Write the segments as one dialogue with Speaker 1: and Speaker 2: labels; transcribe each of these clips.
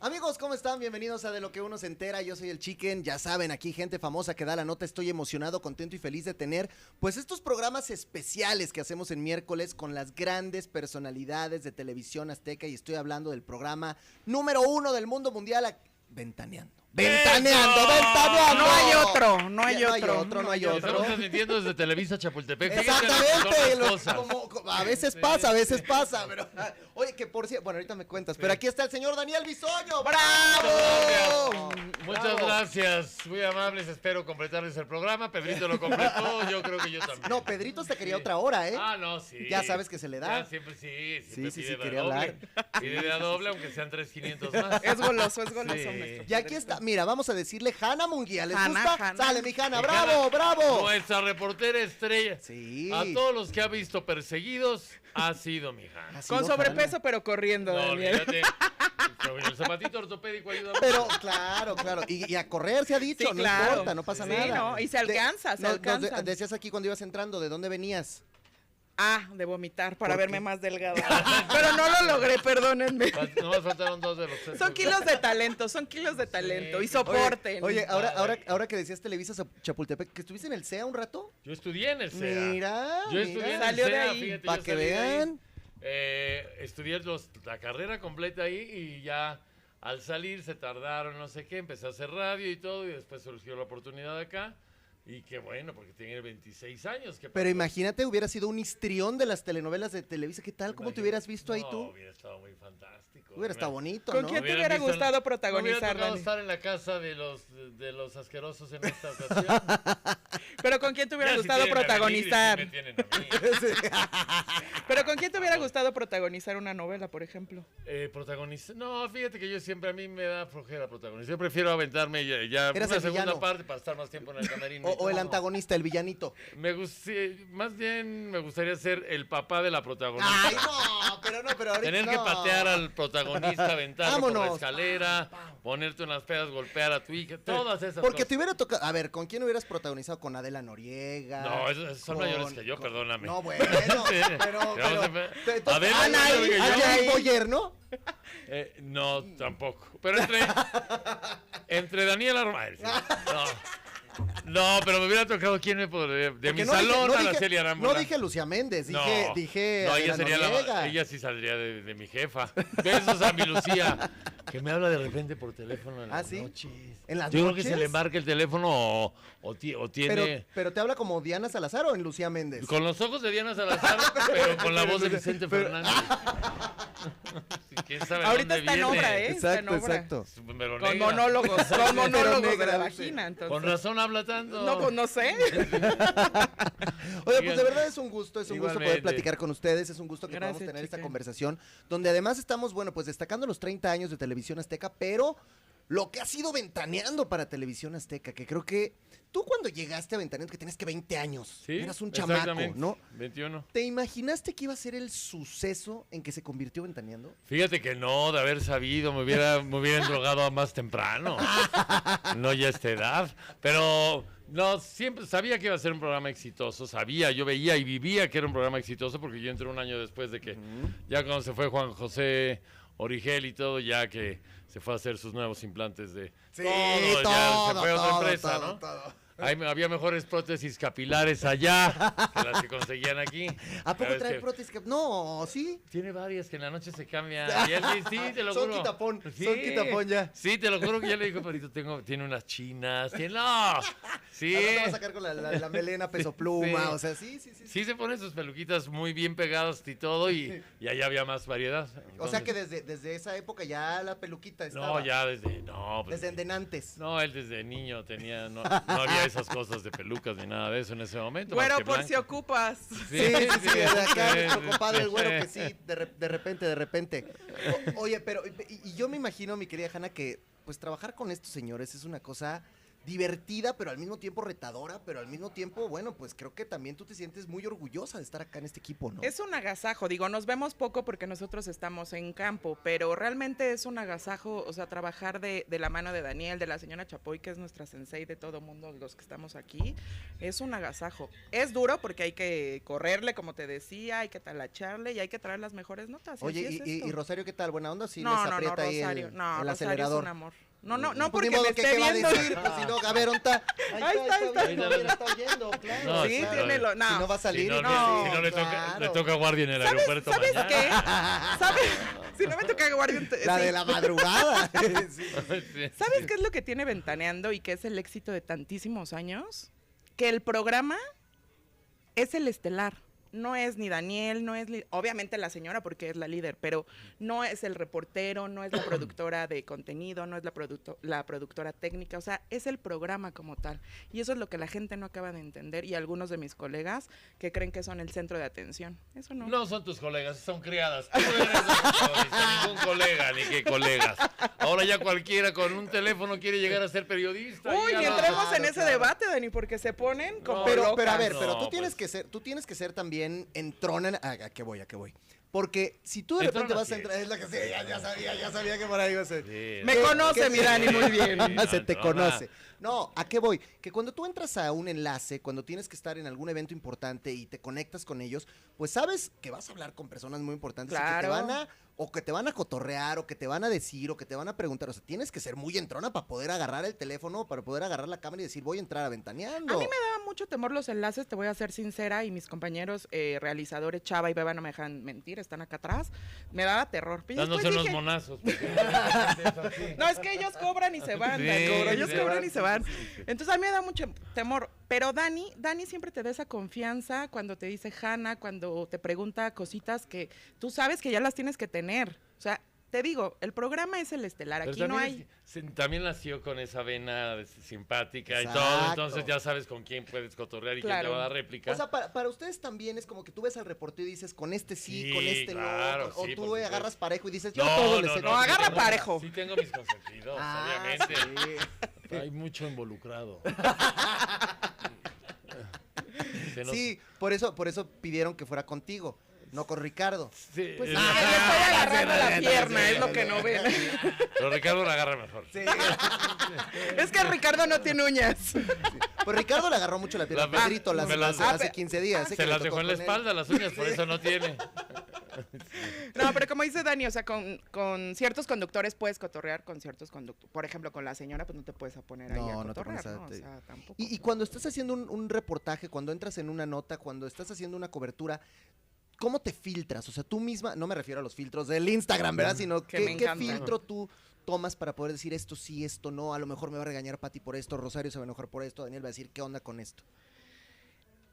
Speaker 1: Amigos, ¿cómo están? Bienvenidos a De lo que uno se entera. Yo soy el Chicken. Ya saben, aquí gente famosa que da la nota. Estoy emocionado, contento y feliz de tener pues estos programas especiales que hacemos en miércoles con las grandes personalidades de televisión azteca y estoy hablando del programa número uno del mundo mundial, a- Ventaneando. Ventaneando,
Speaker 2: ¡Eso!
Speaker 1: ventaneando.
Speaker 3: No hay otro, no hay
Speaker 1: Ya,
Speaker 3: otro.
Speaker 1: no hay otro.
Speaker 2: Estamos transmitiendo desde Televisa Chapultepec.
Speaker 1: Exactamente. lo-
Speaker 2: Son las cosas.
Speaker 1: como- como- a veces pasa, a veces pasa. Pero, ah, oye, que por cierto, bueno, ahorita me cuentas. Pero aquí está el señor Daniel Bisoño. ¡Bravo!
Speaker 2: Muchas
Speaker 1: Bravo.
Speaker 2: gracias, muy amables. Espero completarles el programa. Pedrito lo completó, yo creo que yo también.
Speaker 1: No, Pedrito hasta quería otra hora, ¿eh?
Speaker 2: Ah, no, sí.
Speaker 1: Ya sabes que se le da.
Speaker 2: Ya, siempre sí, siempre
Speaker 1: Sí, sí,
Speaker 2: pide
Speaker 1: sí,
Speaker 2: la
Speaker 1: quería
Speaker 2: doble.
Speaker 1: hablar.
Speaker 2: Pide la doble, aunque sean 3,500 más.
Speaker 3: Es goloso, es goloso.
Speaker 2: Sí.
Speaker 3: nuestro
Speaker 1: Y aquí está, mira, vamos a decirle Hanna Munguía. ¿Les
Speaker 3: Hanna,
Speaker 1: gusta?
Speaker 3: Hanna.
Speaker 1: Sale mi Hanna,
Speaker 2: Mi
Speaker 1: bravo,
Speaker 2: Hanna.
Speaker 1: bravo.
Speaker 2: Nuestra reportera estrella.
Speaker 1: Sí.
Speaker 2: A todos los que ha visto perseguidos, ha sido mi hija.
Speaker 1: Ha sido
Speaker 3: Con sobrepeso,
Speaker 1: Hanna.
Speaker 3: pero corriendo,
Speaker 2: No,
Speaker 3: Daniel.
Speaker 2: olvídate. El zapatito ortopédico ayuda mucho.
Speaker 1: Pero claro, claro. Y, y a correr se ha dicho,
Speaker 3: Sí,
Speaker 1: no
Speaker 3: claro.
Speaker 1: importa, no pasa
Speaker 2: Sí,
Speaker 1: nada.
Speaker 3: no, y se
Speaker 1: De-
Speaker 3: alcanza, se
Speaker 1: nos- nos
Speaker 3: alcanza.
Speaker 1: de- decías aquí cuando ibas entrando, ¿de dónde venías?
Speaker 3: Ah, de vomitar para
Speaker 1: ¿Por
Speaker 3: verme
Speaker 1: qué?
Speaker 3: más delgada. Pero no lo logré, perdónenme.
Speaker 2: Fal- Nomás faltaron dos de los tres.
Speaker 3: Son kilos de talento, son kilos de talento. Y soporten.
Speaker 1: Oye, ahora,
Speaker 2: Ay.
Speaker 1: ahora, ahora que decías Televisa Zap- Chapultepec, que estuviste en el CEA un rato.
Speaker 2: Yo estudié en el CEA.
Speaker 1: Mira,
Speaker 2: Yo
Speaker 1: mira.
Speaker 2: estudié en
Speaker 3: Salió
Speaker 2: el
Speaker 3: de
Speaker 2: CEA,
Speaker 3: ahí.
Speaker 2: fíjate,
Speaker 1: Pa'
Speaker 2: yo
Speaker 1: que
Speaker 2: salí de ahí.
Speaker 1: vean.
Speaker 2: Eh, estudié los- la carrera completa ahí y ya al salir se tardaron, no sé qué, empecé a hacer radio y todo y después surgió la oportunidad acá. Y qué bueno, porque tiene 26 años. ¿qué
Speaker 1: Pero
Speaker 2: pasó?
Speaker 1: imagínate, hubiera sido un histrión de las telenovelas de Televisa. ¿Qué tal? ¿Cómo te
Speaker 2: Imagínate.
Speaker 1: hubieras visto ahí
Speaker 2: No,
Speaker 1: tú?
Speaker 2: Hubiera estado muy fantástico.
Speaker 1: Hubiera estado
Speaker 2: Me-
Speaker 1: bonito,
Speaker 3: ¿Con
Speaker 1: ¿no?
Speaker 3: quién te
Speaker 2: Hubieran
Speaker 3: hubiera
Speaker 2: visto en-
Speaker 3: gustado
Speaker 2: Me hubiera
Speaker 3: protagonizar,
Speaker 2: tocado
Speaker 3: Dani?
Speaker 2: estar en la casa de los, de los asquerosos en esta ocasión.
Speaker 3: Pero ¿con quién te hubiera
Speaker 2: Ya, si
Speaker 3: gustado
Speaker 2: tienen a Benigni, si
Speaker 3: protagonizar?
Speaker 2: me tienen a mí.
Speaker 3: Pero ¿con quién te
Speaker 2: Ah,
Speaker 3: hubiera gustado protagonizar una novela, por ejemplo?
Speaker 2: Eh, protagonista. No, fíjate que yo siempre a mí me da flojera protagonizar. Yo prefiero aventarme ya, ya
Speaker 1: Eras
Speaker 2: una
Speaker 1: el
Speaker 2: segunda
Speaker 1: villano.
Speaker 2: parte para estar más tiempo en el camerino.
Speaker 1: O,
Speaker 2: y
Speaker 1: o el
Speaker 2: todo.
Speaker 1: antagonista, el villanito.
Speaker 2: Me gust- más bien me gustaría ser el papá de la protagonista.
Speaker 1: Ay, no, pero no, pero ahorita.
Speaker 2: Tener que
Speaker 1: no.
Speaker 2: patear al protagonista, aventarlo por la
Speaker 1: Vámonos.
Speaker 2: escalera, ponerte unas pedas, golpear a tu hija, todas esas
Speaker 1: Porque te
Speaker 2: cosas.
Speaker 1: hubiera tocado. A ver, ¿con quién hubieras protagonizado? ¿Con Adela Noriega?
Speaker 2: No, esos son
Speaker 1: Con-
Speaker 2: mayores que yo, perdóname.
Speaker 1: No, bueno, pero. pero,
Speaker 2: Vamos a ver.
Speaker 1: te- entonces,
Speaker 2: Adela
Speaker 1: Anaí-
Speaker 2: Noriega, yo-
Speaker 1: Anaí Boyer, ¿no?
Speaker 2: Eh, no, tampoco. Pero entre, entre Daniel Armael. No. no, pero me hubiera tocado quién me podría. De mi
Speaker 1: Porque no dije-
Speaker 2: salón
Speaker 1: no
Speaker 2: a
Speaker 1: dije-
Speaker 2: Araceli Arámbula.
Speaker 1: No dije Lucía Méndez, dije.
Speaker 2: No,
Speaker 1: dije
Speaker 2: no,
Speaker 1: Adela
Speaker 2: ella, sería
Speaker 1: Noriega.
Speaker 2: la, ella sí saldría de, de mi jefa. Besos a mi Lucía, que me habla de repente por teléfono en
Speaker 1: ¿Ah,
Speaker 2: las
Speaker 1: sí?
Speaker 2: noches.
Speaker 1: ¿En las
Speaker 2: Yo creo que
Speaker 1: noches?
Speaker 2: se le marca el teléfono o, o ti- o
Speaker 1: Pero,
Speaker 2: tiene.
Speaker 1: pero te habla como Diana Salazar o en Lucía Méndez.
Speaker 2: con los ojos de Diana Salazar, pero con la voz de Vicente Fernández. ¿Quién sabe
Speaker 3: Ahorita
Speaker 2: dónde
Speaker 3: está en
Speaker 2: viene?
Speaker 3: obra, ¿eh? Está en obra.
Speaker 2: Pero
Speaker 3: Con
Speaker 2: negra.
Speaker 3: monólogos, con monólogos de
Speaker 1: negra,
Speaker 3: la
Speaker 1: dice.
Speaker 3: vagina,
Speaker 2: Con
Speaker 3: entonces.
Speaker 2: razón habla tanto.
Speaker 3: No, pues no sé.
Speaker 1: Oye, pues
Speaker 2: Oigan.
Speaker 1: de verdad es un gusto, es un gusto poder
Speaker 2: Igualmente.
Speaker 1: platicar con ustedes, es un gusto que
Speaker 3: Gracias,
Speaker 1: podamos tener esta
Speaker 3: chica.
Speaker 1: conversación, donde además estamos, bueno, pues destacando los 30 años de Televisión Azteca, pero lo que ha sido ventaneando para Televisión Azteca, que creo que tú cuando llegaste a ventaneando, que tenías que 20 años,
Speaker 2: Sí,
Speaker 1: eras un chamaco,
Speaker 2: exactamente.
Speaker 1: ¿no?
Speaker 2: 21.
Speaker 1: ¿Te imaginaste que iba a ser el suceso en que se convirtió ventaneando?
Speaker 2: Fíjate que no, de haber sabido, me hubiera, me hubieran drogado a más temprano. No ya a esta edad. Pero no, siempre sabía que iba a ser un programa exitoso. Sabía, yo veía y vivía que era un programa exitoso porque yo entré un año después de que, ya cuando se fue Juan José Origel y todo, ya que se fue a hacer sus nuevos implantes de. todo, ya se fue a otra empresa, ¿no? Ahí me- había mejores prótesis capilares allá que las que conseguían aquí.
Speaker 1: ¿A poco
Speaker 2: Ya ves
Speaker 1: trae
Speaker 2: que
Speaker 1: prótesis? que- No, sí.
Speaker 2: Tiene varias que en la noche se cambian. Y él dice, sí, te lo
Speaker 1: Son
Speaker 2: juro.
Speaker 1: quitapón, son quitapón ya.
Speaker 2: Sí, te lo juro que ya le dijo, Perito, tengo, tiene unas chinas. Tiene, no. Sí.
Speaker 1: Ahora te vas a sacar con la, la- la melena peso pluma,
Speaker 2: Sí.
Speaker 1: o sea, sí, sí, sí. sí.
Speaker 2: Sí se ponen sus peluquitas muy bien pegadas y todo y, y allá había más variedad.
Speaker 1: o sea que
Speaker 2: Entonces,
Speaker 1: desde, desde esa época ya la peluquita estaba.
Speaker 2: No, ya desde... No, pues,
Speaker 1: Desde Endenantes.
Speaker 2: No, él desde niño tenía... No, no había esas cosas de pelucas ni nada de eso en ese momento. más
Speaker 3: Bueno,
Speaker 2: que
Speaker 3: por
Speaker 2: blanco.
Speaker 3: si ocupas.
Speaker 1: Sí, sí, sí,
Speaker 2: sí,
Speaker 1: de acá
Speaker 2: sí,
Speaker 1: nuestro
Speaker 2: sí,
Speaker 1: compadre el güero
Speaker 2: sí.
Speaker 1: que sí, de, re- de repente, de repente. O- oye, pero y, y yo me imagino, mi querida Hanna, que pues trabajar con estos señores es una cosa divertida, pero al mismo tiempo retadora, pero al mismo tiempo, bueno, pues creo que también tú te sientes muy orgullosa de estar acá en este equipo, ¿no?
Speaker 3: Es un agasajo, digo, nos vemos poco porque nosotros estamos en campo, pero realmente es un agasajo, o sea, trabajar de, de la mano de Daniel, de la señora Chapoy, que es nuestra sensei de todo mundo, los que estamos aquí, es un agasajo. Es duro porque hay que correrle, como te decía, hay que talacharle y hay que traer las mejores notas.
Speaker 1: Oye,
Speaker 3: así
Speaker 1: y,
Speaker 3: es
Speaker 1: y-
Speaker 3: esto.
Speaker 1: y Rosario qué tal? ¿Buena onda? Sí,
Speaker 3: no,
Speaker 1: les
Speaker 3: no, no,
Speaker 1: aprieta ahí el-
Speaker 3: Rosario,
Speaker 1: el,
Speaker 3: no, Rosario es
Speaker 1: acelerador.
Speaker 3: un amor. No, no, no
Speaker 1: Pues ni
Speaker 3: porque
Speaker 1: modo
Speaker 3: me
Speaker 1: que,
Speaker 3: esté
Speaker 1: ¿qué va a
Speaker 3: viendo.
Speaker 1: decir? Pues si no, a ver, onta.
Speaker 3: Ahí está, ahí está.
Speaker 1: viendo, mira, está oyendo, claro.
Speaker 2: No,
Speaker 3: sí,
Speaker 2: claro.
Speaker 3: tiene lo. No.
Speaker 1: Si no va a
Speaker 2: Si
Speaker 1: salir.
Speaker 2: no,
Speaker 1: y
Speaker 2: le-
Speaker 3: no,
Speaker 2: si no le, toca,
Speaker 1: claro.
Speaker 2: le toca guardia en el
Speaker 3: ¿Sabes,
Speaker 2: aeropuerto
Speaker 3: ¿sabes
Speaker 2: mañana.
Speaker 3: qué? ¿Sabes? Si no me toca guardia. ent-
Speaker 1: La
Speaker 3: sí.
Speaker 1: de la madrugada. Sí.
Speaker 2: Sí.
Speaker 3: ¿Sabes qué es lo que tiene Ventaneando y que es el éxito de tantísimos años? Que el programa es el estelar. No es ni Daniel, no es li- obviamente la señora porque es la líder, pero no es el reportero, no es la productora de contenido, no es la, producto- la productora técnica, o sea, es el programa como tal. Y eso es lo que la gente no acaba de entender y algunos de mis colegas que creen que son el centro de atención. Eso no.
Speaker 2: No son tus colegas, son criadas. Tú eres un periodista, ningún colega, ni qué colegas. Ahora ya cualquiera con un teléfono quiere llegar a ser periodista.
Speaker 3: Uy,
Speaker 2: ya
Speaker 3: ni
Speaker 2: no.
Speaker 3: entremos en
Speaker 1: claro,
Speaker 3: ese
Speaker 1: claro.
Speaker 3: debate, Dani, porque se ponen como
Speaker 2: No,
Speaker 1: pero,
Speaker 3: locas.
Speaker 1: pero a ver, pero
Speaker 2: No,
Speaker 1: tú tienes
Speaker 2: pues.
Speaker 1: que ser, tú tienes que ser también entrona. en- ah, ¿A qué voy? ¿A qué voy? Porque si tú de
Speaker 2: Entrona
Speaker 1: repente vas a
Speaker 2: sí
Speaker 1: entrar, es la que sí, ya, ya sabía, ya sabía que por ahí iba a ser.
Speaker 2: Sí,
Speaker 3: Me
Speaker 2: no.
Speaker 1: ¿Qué-
Speaker 3: conoce
Speaker 1: qué
Speaker 3: mi
Speaker 1: sí?
Speaker 3: Dani muy bien.
Speaker 2: Sí, no,
Speaker 1: se te
Speaker 2: entrona.
Speaker 1: conoce. No, ¿a qué voy? Que cuando tú entras a un enlace, cuando tienes que estar en algún evento importante y te conectas con ellos, pues sabes que vas a hablar con personas muy importantes y que te
Speaker 3: Claro.
Speaker 1: van a o que te van a cotorrear o que te van a decir o que te van a preguntar, o sea, tienes que ser muy entrona para poder agarrar el teléfono, para poder agarrar la cámara y decir, "Voy a entrar a ventaneando."
Speaker 3: A mí me daba mucho temor los enlaces, te voy a ser sincera, y mis compañeros eh, realizadores, Chava y Beba, no me dejan mentir, están acá atrás. Me daba terror. Y
Speaker 2: Dándose
Speaker 3: después
Speaker 2: unos
Speaker 3: dije,
Speaker 2: monazos. pues. porque-
Speaker 3: no, es que ellos cobran y se van,
Speaker 2: Sí,
Speaker 3: Dan, cobran, ellos
Speaker 2: sí,
Speaker 3: cobran
Speaker 2: sí,
Speaker 3: y se van. Entonces a mí me da mucho temor. Pero Dani, Dani siempre te da esa confianza cuando te dice Hanna, cuando te pregunta cositas que tú sabes que ya las tienes que tener. O sea, te digo, el programa es el estelar,
Speaker 2: Pero
Speaker 3: aquí no
Speaker 2: también
Speaker 3: hay...
Speaker 2: es que se- también nació con esa vena de- simpática
Speaker 1: Exacto.
Speaker 2: y todo, entonces ya sabes con quién puedes cotorrear y quién
Speaker 3: Claro.
Speaker 2: te va a dar réplica.
Speaker 1: O sea, para, para ustedes también es como que tú ves al reportero y dices, con este sí,
Speaker 2: Sí,
Speaker 1: con este
Speaker 2: claro,
Speaker 1: no. con-
Speaker 2: sí,
Speaker 1: o
Speaker 2: por
Speaker 1: tú eh,
Speaker 2: supuesto.
Speaker 1: agarras parejo y
Speaker 3: pues,
Speaker 1: dices, yo todo le sé.
Speaker 3: no,
Speaker 2: sí
Speaker 3: agarra
Speaker 2: tengo-
Speaker 3: parejo.
Speaker 2: Sí tengo mis consentidos,
Speaker 1: Ah,
Speaker 2: obviamente.
Speaker 1: sí.
Speaker 2: Hay mucho involucrado. Se nos-
Speaker 1: Sí, por eso, por eso pidieron que fuera contigo, no con Ricardo.
Speaker 2: Sí,
Speaker 3: Pues
Speaker 2: eh,
Speaker 3: sí, le estoy agarrando la pierna, es lo que no ven.
Speaker 2: Pero Ricardo la agarra mejor.
Speaker 1: Sí.
Speaker 3: Es que Ricardo no tiene uñas.
Speaker 1: Pues Ricardo le agarró mucho la pierna.
Speaker 2: La-
Speaker 1: Pedrito las
Speaker 2: me las-
Speaker 1: hace, hace 15 días. sé que
Speaker 2: Se
Speaker 1: le
Speaker 2: las
Speaker 1: tocó
Speaker 2: dejó en la
Speaker 1: con él.
Speaker 2: espalda las uñas, por eso no tiene.
Speaker 3: No, pero como dice Dani, o sea, con, con ciertos conductores puedes cotorrear con ciertos conductores. Por ejemplo, con la señora, pues no te puedes a poner ahí
Speaker 1: No,
Speaker 3: a
Speaker 1: no te
Speaker 3: cotorrear,
Speaker 1: pones a-
Speaker 3: ¿no?
Speaker 1: te-
Speaker 3: O sea, tampoco.
Speaker 1: Y, y cuando estás haciendo un, un reportaje, cuando entras en una nota, cuando estás haciendo una cobertura, ¿cómo te filtras? O sea, tú misma, no me refiero a los filtros del Instagram, ¿verdad? Sino
Speaker 3: Mm. Que
Speaker 1: qué-
Speaker 3: me
Speaker 1: qué,
Speaker 3: encantan.
Speaker 1: filtro tú tomas para poder decir esto sí, esto no, a lo mejor me va a regañar Pati por esto, Rosario se va a enojar por esto, Daniel va a decir qué onda con esto.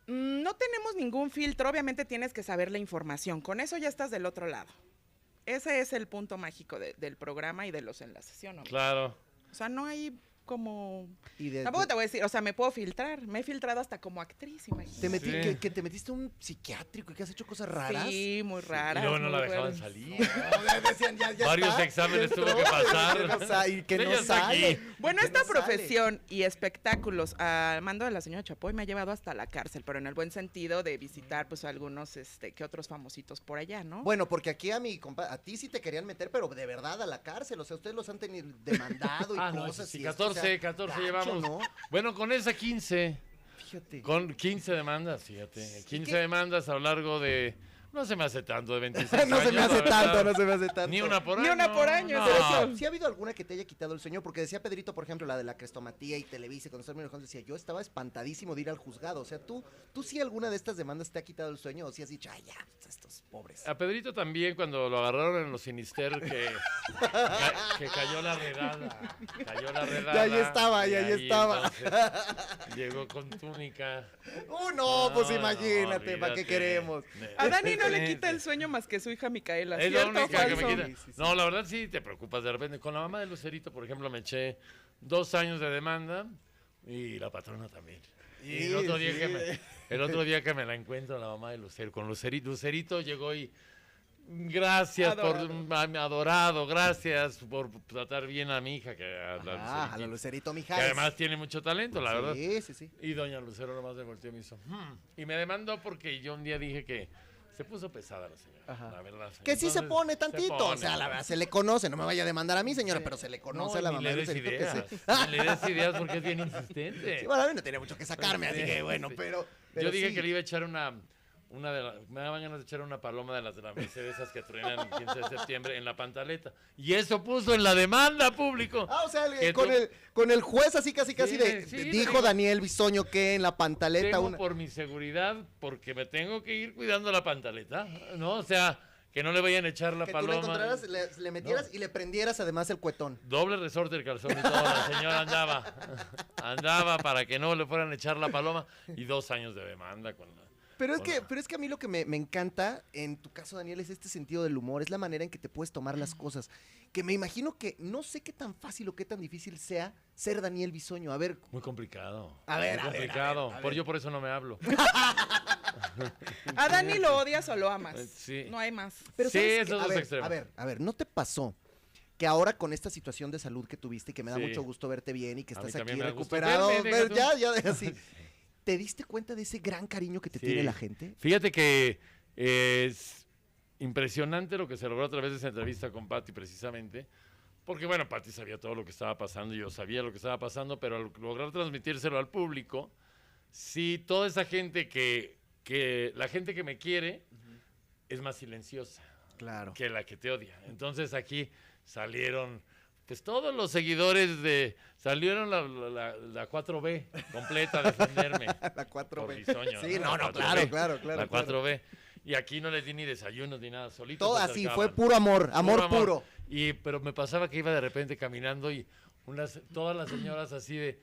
Speaker 3: Mm, No tenemos ningún filtro, obviamente tienes que saber la información. Con eso ya estás del otro lado. Ese es el punto mágico de- del programa y de los enlaces, ¿sí o no?
Speaker 2: Claro.
Speaker 3: O sea, no hay como...
Speaker 1: Y de-
Speaker 3: Tampoco
Speaker 1: Eh, de-
Speaker 3: te voy a decir, o sea, me puedo filtrar. Me he filtrado hasta como actriz, imagínate.
Speaker 1: te metí,
Speaker 2: Sí.
Speaker 1: que, que te metiste a un psiquiátrico y que has hecho cosas raras.
Speaker 3: Sí, muy
Speaker 2: Y
Speaker 3: raras.
Speaker 2: luego no
Speaker 3: muy
Speaker 2: la dejaban
Speaker 3: raras.
Speaker 2: salir.
Speaker 1: O sea, decían, ya- ya
Speaker 2: Varios
Speaker 1: está,
Speaker 2: exámenes
Speaker 1: ya
Speaker 2: tuvo
Speaker 1: entró,
Speaker 2: que pasar. Ah,
Speaker 1: y que no sa- Y que
Speaker 2: Ella
Speaker 1: no
Speaker 2: está
Speaker 1: sale.
Speaker 2: aquí.
Speaker 3: Bueno,
Speaker 1: que
Speaker 3: esta
Speaker 1: no sale.
Speaker 3: profesión y espectáculos al mando de la señora Chapoy me ha llevado hasta la cárcel, pero en el buen sentido de visitar pues algunos este que otros famositos por allá, ¿no?
Speaker 1: Bueno, porque aquí a mi compa a ti sí te querían meter, pero de verdad a la cárcel. O sea, ustedes los han tenido demandado y
Speaker 2: Ah, no, eso
Speaker 1: cosas.
Speaker 2: sí,
Speaker 1: y esto, o sea,
Speaker 2: 14, 14
Speaker 1: gacho,
Speaker 2: llevamos.
Speaker 1: ¿no?
Speaker 2: Bueno, con esa 15.
Speaker 1: Fíjate.
Speaker 2: Con 15 demandas, fíjate. 15 demandas a lo largo de. No se me hace tanto, de 26 años.
Speaker 1: no se me hace
Speaker 2: la verdad.
Speaker 1: tanto, no se me hace tanto.
Speaker 2: Ni una Ah. por año.
Speaker 3: Ni una por año,
Speaker 2: no.
Speaker 3: es
Speaker 1: Pero
Speaker 3: eso.
Speaker 1: sí, sí ha habido alguna que te haya quitado el sueño, porque decía Pedrito, por ejemplo, la de la crestomatía y Televisa, cuando Sergio Alejandro decía, yo estaba espantadísimo de ir al juzgado. O sea, tú, tú sí alguna de estas demandas te ha quitado el sueño o si has dicho, ay, ya, pues, estos pobres.
Speaker 2: A Pedrito también, cuando lo agarraron en los Sinister, que, ca- que cayó la redada. Cayó la redada.
Speaker 1: ahí estaba, y
Speaker 2: y
Speaker 1: ahí estaba.
Speaker 2: entonces, Llegó con túnica.
Speaker 1: ¡Uh, no! Pues
Speaker 2: No, no,
Speaker 1: imagínate, ¿para
Speaker 2: olvídate.
Speaker 1: qué queremos?
Speaker 3: a Dani no le quita el sueño más que su hija Micaela,
Speaker 2: Es la
Speaker 3: ¿cierto o
Speaker 2: única que me
Speaker 3: falso?
Speaker 2: quita.
Speaker 1: Sí, sí, sí.
Speaker 2: No, la verdad sí te preocupas de repente. Con la mamá de Lucerito, por ejemplo, me eché dos años de demanda y la patrona también. Y el
Speaker 1: Sí,
Speaker 2: otro día
Speaker 1: sí.
Speaker 2: que me, el otro día que me la encuentro la mamá de Lucero, con Lucerito, Lucerito llegó y Gracias
Speaker 3: Adorado.
Speaker 2: por mm, adorado, gracias por tratar bien a mi hija, que, a la
Speaker 1: Ah, a la
Speaker 2: Lucerita,
Speaker 1: Lucerito
Speaker 2: que
Speaker 1: Mijares.
Speaker 2: además tiene mucho talento, la verdad.
Speaker 1: Sí, sí, sí.
Speaker 2: Y doña Lucero nomás me volteó y me hizo. "Hmm". Y me demandó porque yo un día dije que se puso pesada la señora.
Speaker 1: Ajá.
Speaker 2: La verdad.
Speaker 1: Que sí se
Speaker 2: Entonces,
Speaker 1: pone tantito. o
Speaker 2: pone,
Speaker 1: sea, la verdad, se le conoce. No me vaya a demandar a mí, señora, pero se le conoce a la
Speaker 2: ni
Speaker 1: mamá de
Speaker 2: le des
Speaker 1: Lucerito. que
Speaker 2: ideas.
Speaker 1: se-
Speaker 2: ni le des ideas porque es bien insistente.
Speaker 1: Sí, bueno, a mí no tenía mucho que sacarme, así que bueno,
Speaker 2: Sí.
Speaker 1: pero. pero
Speaker 2: yo dije
Speaker 1: sí.
Speaker 2: que le iba a echar una. Una de las- me daban ganas de echar una paloma de las de la Merced, esas que truenan el 15 de septiembre en la pantaleta. Y eso puso en la demanda, público.
Speaker 1: Ah, o sea, el-
Speaker 2: Que
Speaker 1: con,
Speaker 2: tú-
Speaker 1: el, con el juez así casi casi
Speaker 2: Sí,
Speaker 1: de,
Speaker 2: sí,
Speaker 1: de-
Speaker 2: le
Speaker 1: dijo
Speaker 2: digo-
Speaker 1: Daniel Bisoño que en la pantaleta
Speaker 2: Temo
Speaker 1: una...
Speaker 2: por mi seguridad, porque me tengo que ir cuidando la pantaleta, ¿no? O sea, que no le vayan a echar la
Speaker 1: que tú le
Speaker 2: paloma.
Speaker 1: encontraras, le, le metieras
Speaker 2: No.
Speaker 1: y le prendieras además el cuetón.
Speaker 2: Doble resorte el calzón y todo, la señora andaba, andaba para que no le fueran a echar la paloma y dos años de demanda con la...
Speaker 1: Pero es,
Speaker 2: Hola.
Speaker 1: que, pero es que a mí lo que me, me encanta en tu caso, Daniel, es este sentido del humor, es la manera en que te puedes tomar las cosas. Que me imagino que no sé qué tan fácil o qué tan difícil sea ser Daniel Bisoño. A ver,
Speaker 2: Muy complicado.
Speaker 1: A ver, a ver,
Speaker 2: muy
Speaker 1: a ver,
Speaker 2: complicado.
Speaker 1: a ver.
Speaker 2: Por yo por eso no me hablo.
Speaker 3: ¿A Dani lo odias o lo amas?
Speaker 2: Eh, Sí.
Speaker 3: No hay más.
Speaker 1: pero
Speaker 2: Sí,
Speaker 1: ¿sabes qué?
Speaker 2: esos
Speaker 1: a,
Speaker 2: dos
Speaker 1: ver,
Speaker 2: extremos.
Speaker 1: a ver, a ver, ¿no te pasó? Que ahora con esta situación de salud que tuviste, y que me da
Speaker 2: Sí.
Speaker 1: mucho gusto verte bien y que
Speaker 2: A
Speaker 1: estás
Speaker 2: mí también
Speaker 1: aquí
Speaker 2: me da gusto
Speaker 1: recuperado,
Speaker 2: verme,
Speaker 1: ver-
Speaker 2: deja
Speaker 1: ya,
Speaker 2: tú.
Speaker 1: ya, de- así. ¿Te diste cuenta de ese gran cariño que te
Speaker 2: Sí.
Speaker 1: tiene la gente?
Speaker 2: Fíjate que es impresionante lo que se logró a través de esa entrevista con Patty, precisamente. Porque, bueno, Patty sabía todo lo que estaba pasando, yo sabía lo que estaba pasando, pero al lograr transmitírselo al público, sí, toda esa gente que, que la gente que me quiere es más silenciosa
Speaker 1: Claro.
Speaker 2: que la que te odia. Entonces aquí salieron, pues todos los seguidores de, salieron la, la- la- la 4B completa a defenderme.
Speaker 1: La 4B.
Speaker 2: Por bisoño,
Speaker 1: sí, no,
Speaker 2: ¿no? La
Speaker 1: no,
Speaker 2: 4B.
Speaker 1: claro, claro, claro.
Speaker 2: la
Speaker 1: claro.
Speaker 2: 4B. Y aquí no les di ni desayunos ni nada, solito.
Speaker 1: Todo
Speaker 2: se
Speaker 1: así, fue
Speaker 2: acercaban.
Speaker 1: puro amor, amor puro.
Speaker 2: Y, pero me pasaba que iba de repente caminando y unas, todas las señoras así de,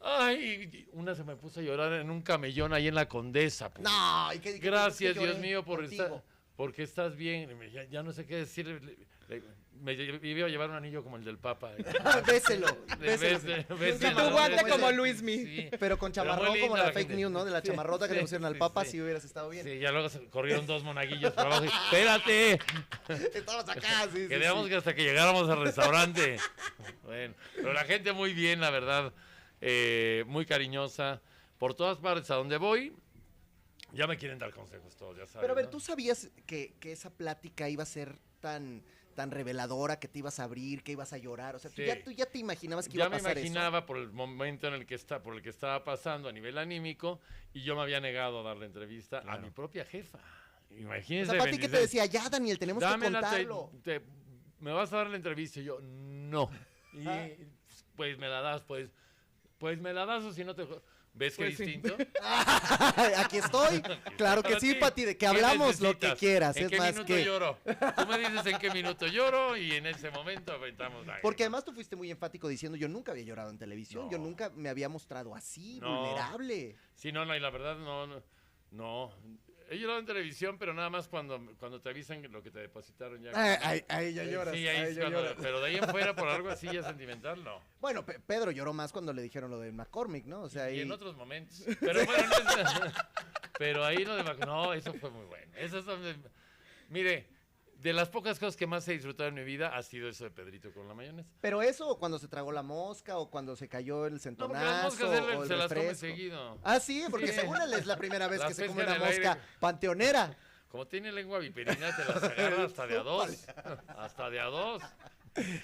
Speaker 2: ay, y una se me puso a llorar en un camellón ahí en la Condesa. pues.
Speaker 1: No, ¿y qué- qué-
Speaker 2: Gracias,
Speaker 1: qué lloré
Speaker 2: Dios mío, por
Speaker 1: contigo?
Speaker 2: estar, porque estás bien. Y me- Ya, ya no sé qué decir. Le- le- Me lle- iba a llevar un anillo como el del Papa. De-
Speaker 1: Ah, Béselo,
Speaker 2: de-
Speaker 1: béselo.
Speaker 2: de-
Speaker 1: Con
Speaker 2: béselo,
Speaker 1: tu guante
Speaker 2: béselo.
Speaker 1: como
Speaker 3: Luismi.
Speaker 2: Sí.
Speaker 1: Pero con
Speaker 2: Pero muy
Speaker 1: chamarrón como
Speaker 2: linda
Speaker 1: la,
Speaker 2: la
Speaker 1: fake
Speaker 2: gente.
Speaker 1: news, ¿no? De la
Speaker 2: Sí,
Speaker 1: chamarrota que
Speaker 2: sí,
Speaker 1: le pusieron al
Speaker 2: sí,
Speaker 1: papa,
Speaker 2: sí.
Speaker 1: si hubieras estado bien.
Speaker 2: Sí, ya luego se- corrieron dos monaguillos para abajo. y, Espérate,
Speaker 1: Estabas acá, sí, sí,
Speaker 2: quedamos
Speaker 1: sí.
Speaker 2: que hasta que llegáramos al restaurante. Bueno, pero la gente muy bien, la verdad. eh, muy cariñosa. Por todas partes, a donde voy, ya me quieren dar consejos todos, ya sabes.
Speaker 1: Pero a ver,
Speaker 2: ¿no?
Speaker 1: ¿tú sabías que, que esa plática iba a ser tan, tan reveladora, que te ibas a abrir, que ibas a llorar? O sea, tú,
Speaker 2: Sí.
Speaker 1: ya, tú ya te imaginabas que iba
Speaker 2: ya
Speaker 1: a
Speaker 2: me
Speaker 1: pasar eso.
Speaker 2: imaginaba por el momento en el que está, por el que estaba pasando a nivel anímico y yo me había negado a dar la entrevista a mi propia jefa.
Speaker 1: O
Speaker 2: Imagínense.
Speaker 1: sea, Pati, ¿qué te
Speaker 2: 26,
Speaker 1: decía? Ya, Daniel, tenemos que
Speaker 2: "Dámela, te-
Speaker 1: contarlo.
Speaker 2: te- me vas a dar la entrevista y yo no. Y pues me la das, pues, pues me la das o si no te ves que
Speaker 3: Pues sí.
Speaker 2: distinto.
Speaker 1: Aquí estoy. Claro que
Speaker 2: Para
Speaker 1: sí,
Speaker 2: ti,
Speaker 1: Pati, de que
Speaker 2: ¿qué
Speaker 1: hablamos lo que
Speaker 2: necesitas?
Speaker 1: quieras.
Speaker 2: ¿En
Speaker 1: Es
Speaker 2: qué
Speaker 1: más
Speaker 2: minuto
Speaker 1: que.
Speaker 2: lloro? Tú me dices en qué minuto lloro y en ese momento aventamos la
Speaker 1: Porque además tú fuiste muy enfático diciendo yo nunca había llorado en televisión, yo
Speaker 2: No.
Speaker 1: nunca me había mostrado así,
Speaker 2: No.
Speaker 1: vulnerable.
Speaker 2: Sí, no, no, y la verdad no, no, no. He llorado en televisión, pero nada más cuando, cuando te avisan lo que te depositaron ya.
Speaker 1: Ah,
Speaker 2: Eh,
Speaker 1: ahí
Speaker 2: Sí, ahí es cuando- pero de ahí en fuera por algo así ya sentimental, no.
Speaker 1: Bueno, Pe- Pedro lloró más cuando le dijeron lo de McCormick, ¿no? O sea,
Speaker 2: Y
Speaker 1: ahí-
Speaker 2: en otros momentos. Pero bueno, no es- pero ahí lo de Mac- no, eso fue muy bueno. Esas son de- mire, de las pocas cosas que más he disfrutado en mi vida ha sido eso de Pedrito con la mayonesa.
Speaker 1: Pero eso, o cuando se tragó la mosca, o cuando se cayó el
Speaker 2: No, porque
Speaker 1: centonazo,
Speaker 2: las moscas él
Speaker 1: o el
Speaker 2: se las come
Speaker 1: refresco.
Speaker 2: seguido.
Speaker 1: Ah, sí, porque
Speaker 2: Sí.
Speaker 1: según él es la primera vez
Speaker 2: Las
Speaker 1: que se come una
Speaker 2: pesca en el aire.
Speaker 1: mosca panteonera.
Speaker 2: Como tiene lengua viperina, te las agarra hasta de a dos. Hasta de a dos.